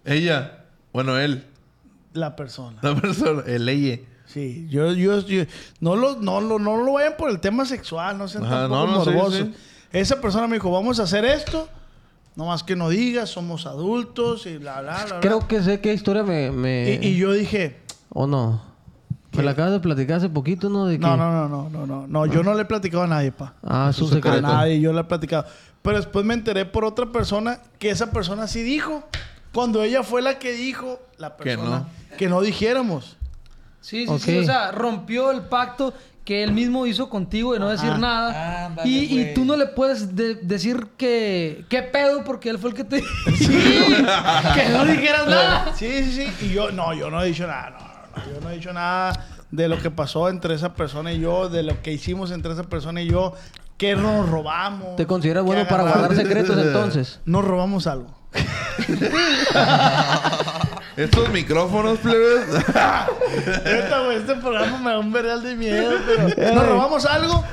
Speaker 4: Ella. Bueno, él.
Speaker 3: la persona.
Speaker 4: La persona. El ella.
Speaker 3: Sí, yo, yo, yo- no, lo, no, lo, no lo vayan por el tema sexual, no sean
Speaker 4: Ajá,
Speaker 3: tampoco
Speaker 4: no, no, sí,
Speaker 3: morbosos.
Speaker 4: sí.
Speaker 3: Esa persona me dijo, vamos a hacer esto. Nomás que no digas, somos adultos y bla, bla, bla. bla".
Speaker 5: Creo que sé qué historia me... me...
Speaker 3: Y, y yo dije,
Speaker 5: ¿O no? Me la acabas de platicar hace poquito, ¿no? De que...
Speaker 3: no, no, no, no, no, no, no, yo no le he platicado a nadie, pa.
Speaker 5: Ah, su
Speaker 3: A
Speaker 5: secreto.
Speaker 3: nadie, yo le he platicado. Pero después me enteré por otra persona que esa persona sí dijo. Cuando ella fue la que dijo, la
Speaker 4: Que
Speaker 3: persona, que no, dijéramos.
Speaker 12: Sí, sí,
Speaker 5: Ok.
Speaker 12: sí. O sea, rompió el pacto que él mismo hizo contigo de no decir nada.
Speaker 6: Ándale,
Speaker 12: y, y
Speaker 6: güey.
Speaker 12: tú no le puedes de- decir que... ¿Qué pedo? Porque él fue el que te... que no dijeras nada.
Speaker 3: Sí, sí, sí. Y yo, no, yo no he dicho nada, no, no, no, yo no he dicho nada de lo que pasó entre esa persona y yo, de lo que hicimos entre esa persona y yo, que nos robamos.
Speaker 5: ¿Te consideras
Speaker 3: que
Speaker 5: bueno para
Speaker 3: agarramos-
Speaker 5: guardar secretos entonces?
Speaker 3: Nos robamos algo.
Speaker 4: Estos micrófonos, plebes.
Speaker 3: Neta, güey, este programa me da un vergal de miedo, pero... ¿Nos robamos algo?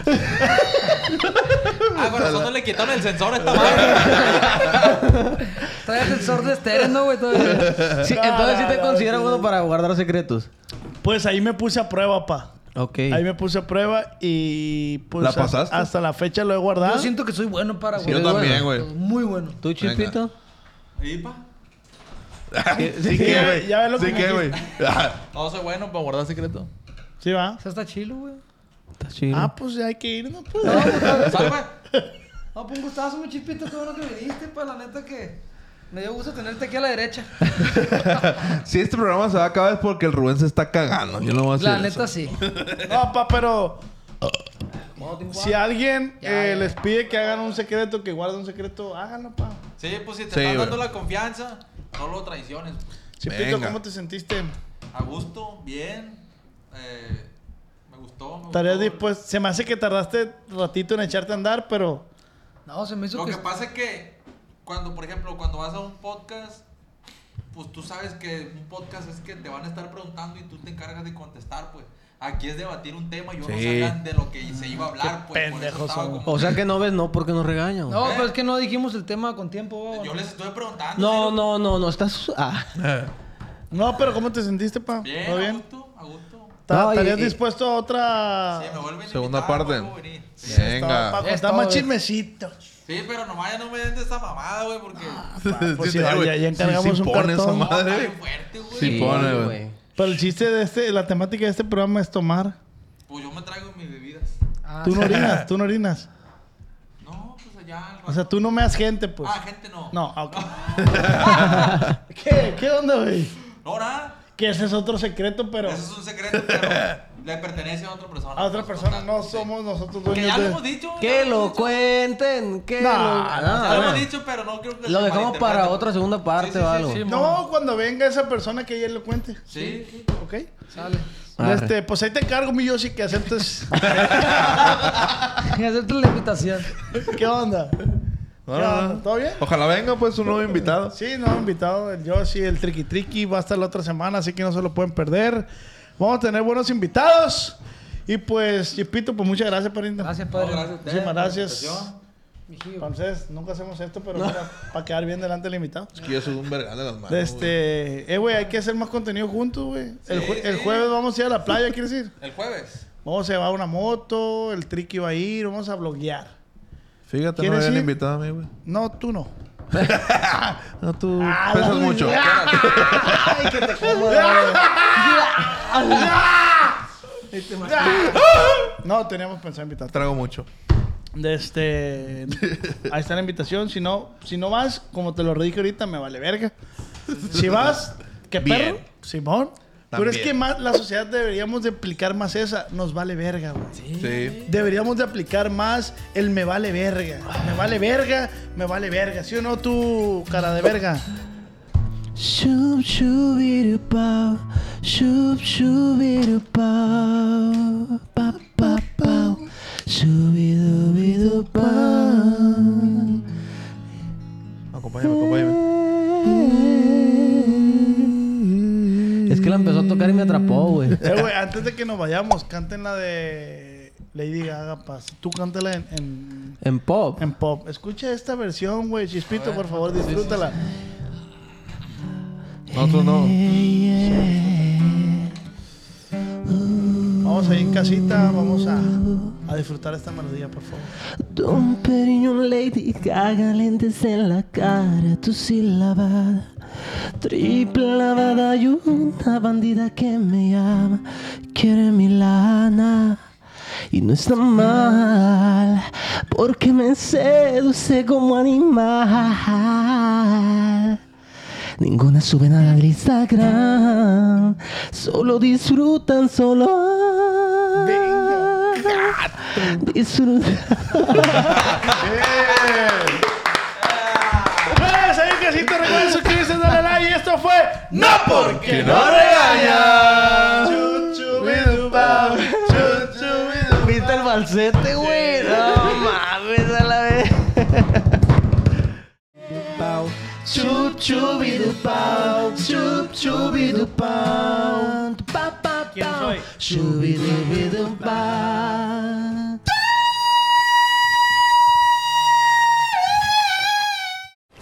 Speaker 6: Ah, con nosotros le quitaron el sensor a esta madre.
Speaker 12: Trae el sensor de estéreo, ¿no, güey? Todavía.
Speaker 3: Ah,
Speaker 5: Sí, entonces sí te consideras bueno para guardar secretos.
Speaker 3: Pues ahí me puse a prueba, pa.
Speaker 5: Ok.
Speaker 3: Ahí me puse a prueba y... Pues,
Speaker 4: ¿La
Speaker 3: hasta-
Speaker 4: pasaste?
Speaker 3: Hasta la fecha lo he guardado.
Speaker 12: Yo siento que soy bueno para...
Speaker 4: Yo
Speaker 12: guardar
Speaker 4: también,
Speaker 12: secretos.
Speaker 4: güey.
Speaker 12: Muy bueno.
Speaker 5: ¿Tú, Chispito?
Speaker 6: ¿Y pa?
Speaker 3: que,
Speaker 4: Sí que,
Speaker 3: güey, ya ve lo
Speaker 4: güey. Sí
Speaker 3: como
Speaker 4: que,
Speaker 3: que-
Speaker 4: güey.
Speaker 6: No soy bueno para guardar secreto.
Speaker 3: ¿Sí va?
Speaker 12: Eso está chilo, güey.
Speaker 5: Está chido.
Speaker 3: Ah, pues ya hay que irnos, pues.
Speaker 6: Salva.
Speaker 12: No, pues un gustazo, mi chispito. Qué bueno que viniste, pues la neta que... Me dio gusto tenerte aquí a la derecha.
Speaker 4: Si este programa se va a acabar es porque el Rubén se está cagando. Yo no voy a decir
Speaker 12: La neta
Speaker 4: eso.
Speaker 12: sí.
Speaker 3: pues, No, pa, pero... Si alguien eh, les pide que hagan un secreto, que guarden un secreto, háganlo, pa.
Speaker 6: Sí, pues si te
Speaker 4: Sí,
Speaker 6: están dando
Speaker 4: güey.
Speaker 6: la confianza, no lo traiciones.
Speaker 3: Chipito,
Speaker 4: Venga.
Speaker 3: ¿cómo te sentiste?
Speaker 6: A gusto, bien. Eh, me gustó. me
Speaker 3: Estarías
Speaker 6: gustó.
Speaker 3: después... pues, Se me hace que tardaste ratito en echarte a andar, pero...
Speaker 12: No, se me hizo
Speaker 6: Lo
Speaker 12: que...
Speaker 6: que pasa es que cuando, por ejemplo, cuando vas a un podcast, pues tú sabes que un podcast es que te van a estar preguntando y tú te encargas de contestar, pues. Aquí es debatir un tema, yo no
Speaker 4: Sí.
Speaker 6: sabía de lo que se iba a hablar, pues. por eso
Speaker 3: pendejos
Speaker 6: estaba
Speaker 3: somos.
Speaker 6: como-
Speaker 5: O sea que no ves, no, porque nos regañan.
Speaker 12: No, pero es que no dijimos el tema con tiempo, güey.
Speaker 6: Yo les estoy preguntando.
Speaker 5: no,
Speaker 6: ¿sí?
Speaker 5: no, no, no, estás. Ah.
Speaker 3: No, pero ¿cómo te sentiste, pa?
Speaker 6: Bien,
Speaker 3: ¿Todo
Speaker 6: a
Speaker 3: bien?
Speaker 6: gusto, a gusto.
Speaker 3: ¿Ta-
Speaker 5: No, y-
Speaker 3: ¿Estarías
Speaker 5: y-
Speaker 3: dispuesto a otra...?
Speaker 6: Sí, me vuelven a
Speaker 4: Segunda
Speaker 6: invitar,
Speaker 4: parte.
Speaker 6: vuelvo a venir. Sí.
Speaker 3: Para
Speaker 4: Venga.
Speaker 12: Es
Speaker 3: contar más
Speaker 12: todo.
Speaker 3: chismecito.
Speaker 6: Sí, pero nomás ya no me den de esa mamada, güey, porque...
Speaker 3: Pues
Speaker 4: Sí,
Speaker 3: sí,
Speaker 4: güey.
Speaker 3: ya- ya encargamos
Speaker 4: Sí, sí
Speaker 3: un
Speaker 4: pone esa
Speaker 3: cartón.
Speaker 6: No, está
Speaker 4: Ah, madre.
Speaker 6: bien fuerte, güey.
Speaker 4: Sí, pues. pone, güey.
Speaker 3: Pero el chiste de este, la temática de este programa es tomar.
Speaker 6: Pues yo me traigo mis bebidas.
Speaker 3: Tú no orinas, tú no orinas.
Speaker 6: No, pues allá... al
Speaker 3: O
Speaker 6: rato.
Speaker 3: sea, tú no me das gente, pues.
Speaker 6: Ah, gente no.
Speaker 3: No, ah, ok. ¿Qué? ¿Qué onda, güey?
Speaker 6: No, nada.
Speaker 3: Que ese es otro secreto, pero
Speaker 6: Eso es un secreto, pero le pertenece a otra persona.
Speaker 3: a otra persona no
Speaker 6: Sí.
Speaker 3: somos nosotros
Speaker 6: Que
Speaker 3: dueños
Speaker 6: ya lo
Speaker 3: de...
Speaker 6: hemos dicho. ya
Speaker 5: Que
Speaker 6: hemos
Speaker 5: lo
Speaker 6: dicho.
Speaker 5: cuenten, que
Speaker 3: No,
Speaker 5: lo.
Speaker 3: no,
Speaker 5: Ah,
Speaker 6: Ya lo
Speaker 5: bueno.
Speaker 6: hemos dicho, pero no creo que...
Speaker 5: Lo
Speaker 6: se
Speaker 5: dejamos para
Speaker 6: malinterprete.
Speaker 5: otra segunda parte
Speaker 6: Sí, sí,
Speaker 5: o
Speaker 6: sí,
Speaker 5: algo.
Speaker 6: sí.
Speaker 3: No, cuando venga esa persona que ella lo cuente.
Speaker 6: Sí.
Speaker 3: ¿Ok?
Speaker 12: Sale.
Speaker 5: Arre.
Speaker 3: Este, pues ahí te encargo, mi Yoshi, que aceptes.
Speaker 12: Hacerte la invitación.
Speaker 3: ¿Qué onda? ¿Qué
Speaker 4: No,
Speaker 6: Ah.
Speaker 4: no,
Speaker 3: onda?
Speaker 4: no.
Speaker 3: ¿Todo bien?
Speaker 4: Ojalá venga, pues, un nuevo invitado.
Speaker 3: Sí, no, invitado el Yoshi, el Triqui Triqui, va a estar la otra semana, así que no se lo pueden perder. Vamos a tener buenos invitados. Y pues, Chipito, pues muchas gracias, Perinda.
Speaker 12: Gracias,
Speaker 6: No,
Speaker 12: padre.
Speaker 6: gracias a ustedes
Speaker 3: Muchísimas
Speaker 6: por la
Speaker 3: gracias.
Speaker 6: invitación.
Speaker 12: Mijillo.
Speaker 3: Entonces, nunca hacemos esto, pero para quedar bien delante del invitado.
Speaker 6: Ah,
Speaker 4: Es que yo soy un vergal de las manos. güey.
Speaker 3: Este, eh, güey, hay que hacer más contenido juntos, güey. el, jue- el
Speaker 6: sí.
Speaker 3: jueves vamos a ir a la playa, ¿quieres ir?
Speaker 6: El jueves.
Speaker 3: Vamos a llevar una moto, el Triqui va a ir, vamos a bloguear.
Speaker 4: Fíjate, no
Speaker 3: ¿Quieres
Speaker 4: habían
Speaker 3: ir?
Speaker 4: invitado a mí, güey.
Speaker 3: No, tú no.
Speaker 4: No, tú pesas mucho.
Speaker 6: Ah.
Speaker 3: Ay, que te como, güey. No, teníamos pensado invitarte.
Speaker 4: Trago mucho.
Speaker 3: De este. Ahí está la invitación. Si no, si no vas, como te lo dije ahorita, me vale verga. Si vas, qué
Speaker 4: Bien.
Speaker 3: perro, Simón. Pero es
Speaker 4: También.
Speaker 3: que más la sociedad deberíamos de aplicar más esa. Nos vale verga, güey.
Speaker 4: Sí.
Speaker 3: Deberíamos de aplicar más el me vale verga. Me vale verga, me vale verga. ¿Sí o no tú, cara de verga?
Speaker 5: Shub, shubirupau, shub, shubirupau, pa, pa, pau, shubidubidupau.
Speaker 4: Acompáñame, acompáñame.
Speaker 5: Es que la empezó a tocar y me atrapó, güey.
Speaker 3: Eh, güey, antes de que nos vayamos, canten la de Lady Gaga, paz. Tú cántala en- en,
Speaker 5: En pop.
Speaker 3: en pop. Escucha esta versión, güey. Chispito, por favor, disfrútala.
Speaker 4: Nosotros no.
Speaker 3: Vamos ahí en casita, vamos a, a
Speaker 4: a disfrutar esta melodía, por favor.
Speaker 5: Don Periñón Lady Gaga, lentes en la cara, tu sílaba. Triple lavada hay una bandida que me llama, quiere mi lana. Y no está mal, porque me seduce como animal. Ninguna sube nada al Instagram, solo disfrutan, solo. Disfrutan.
Speaker 4: ¡Pues ahí en casita! Recuerden suscribirse, darle like. Y esto fue... ¡No porque
Speaker 6: no regañas.
Speaker 4: Chuchubidupa, chuchubidupa.
Speaker 5: ¿Viste el falsete, güey? No mames, a la vez. Chup chubidupau, chup chubidupau, pa pa
Speaker 14: ¿Quién soy?
Speaker 5: chubidubidupau.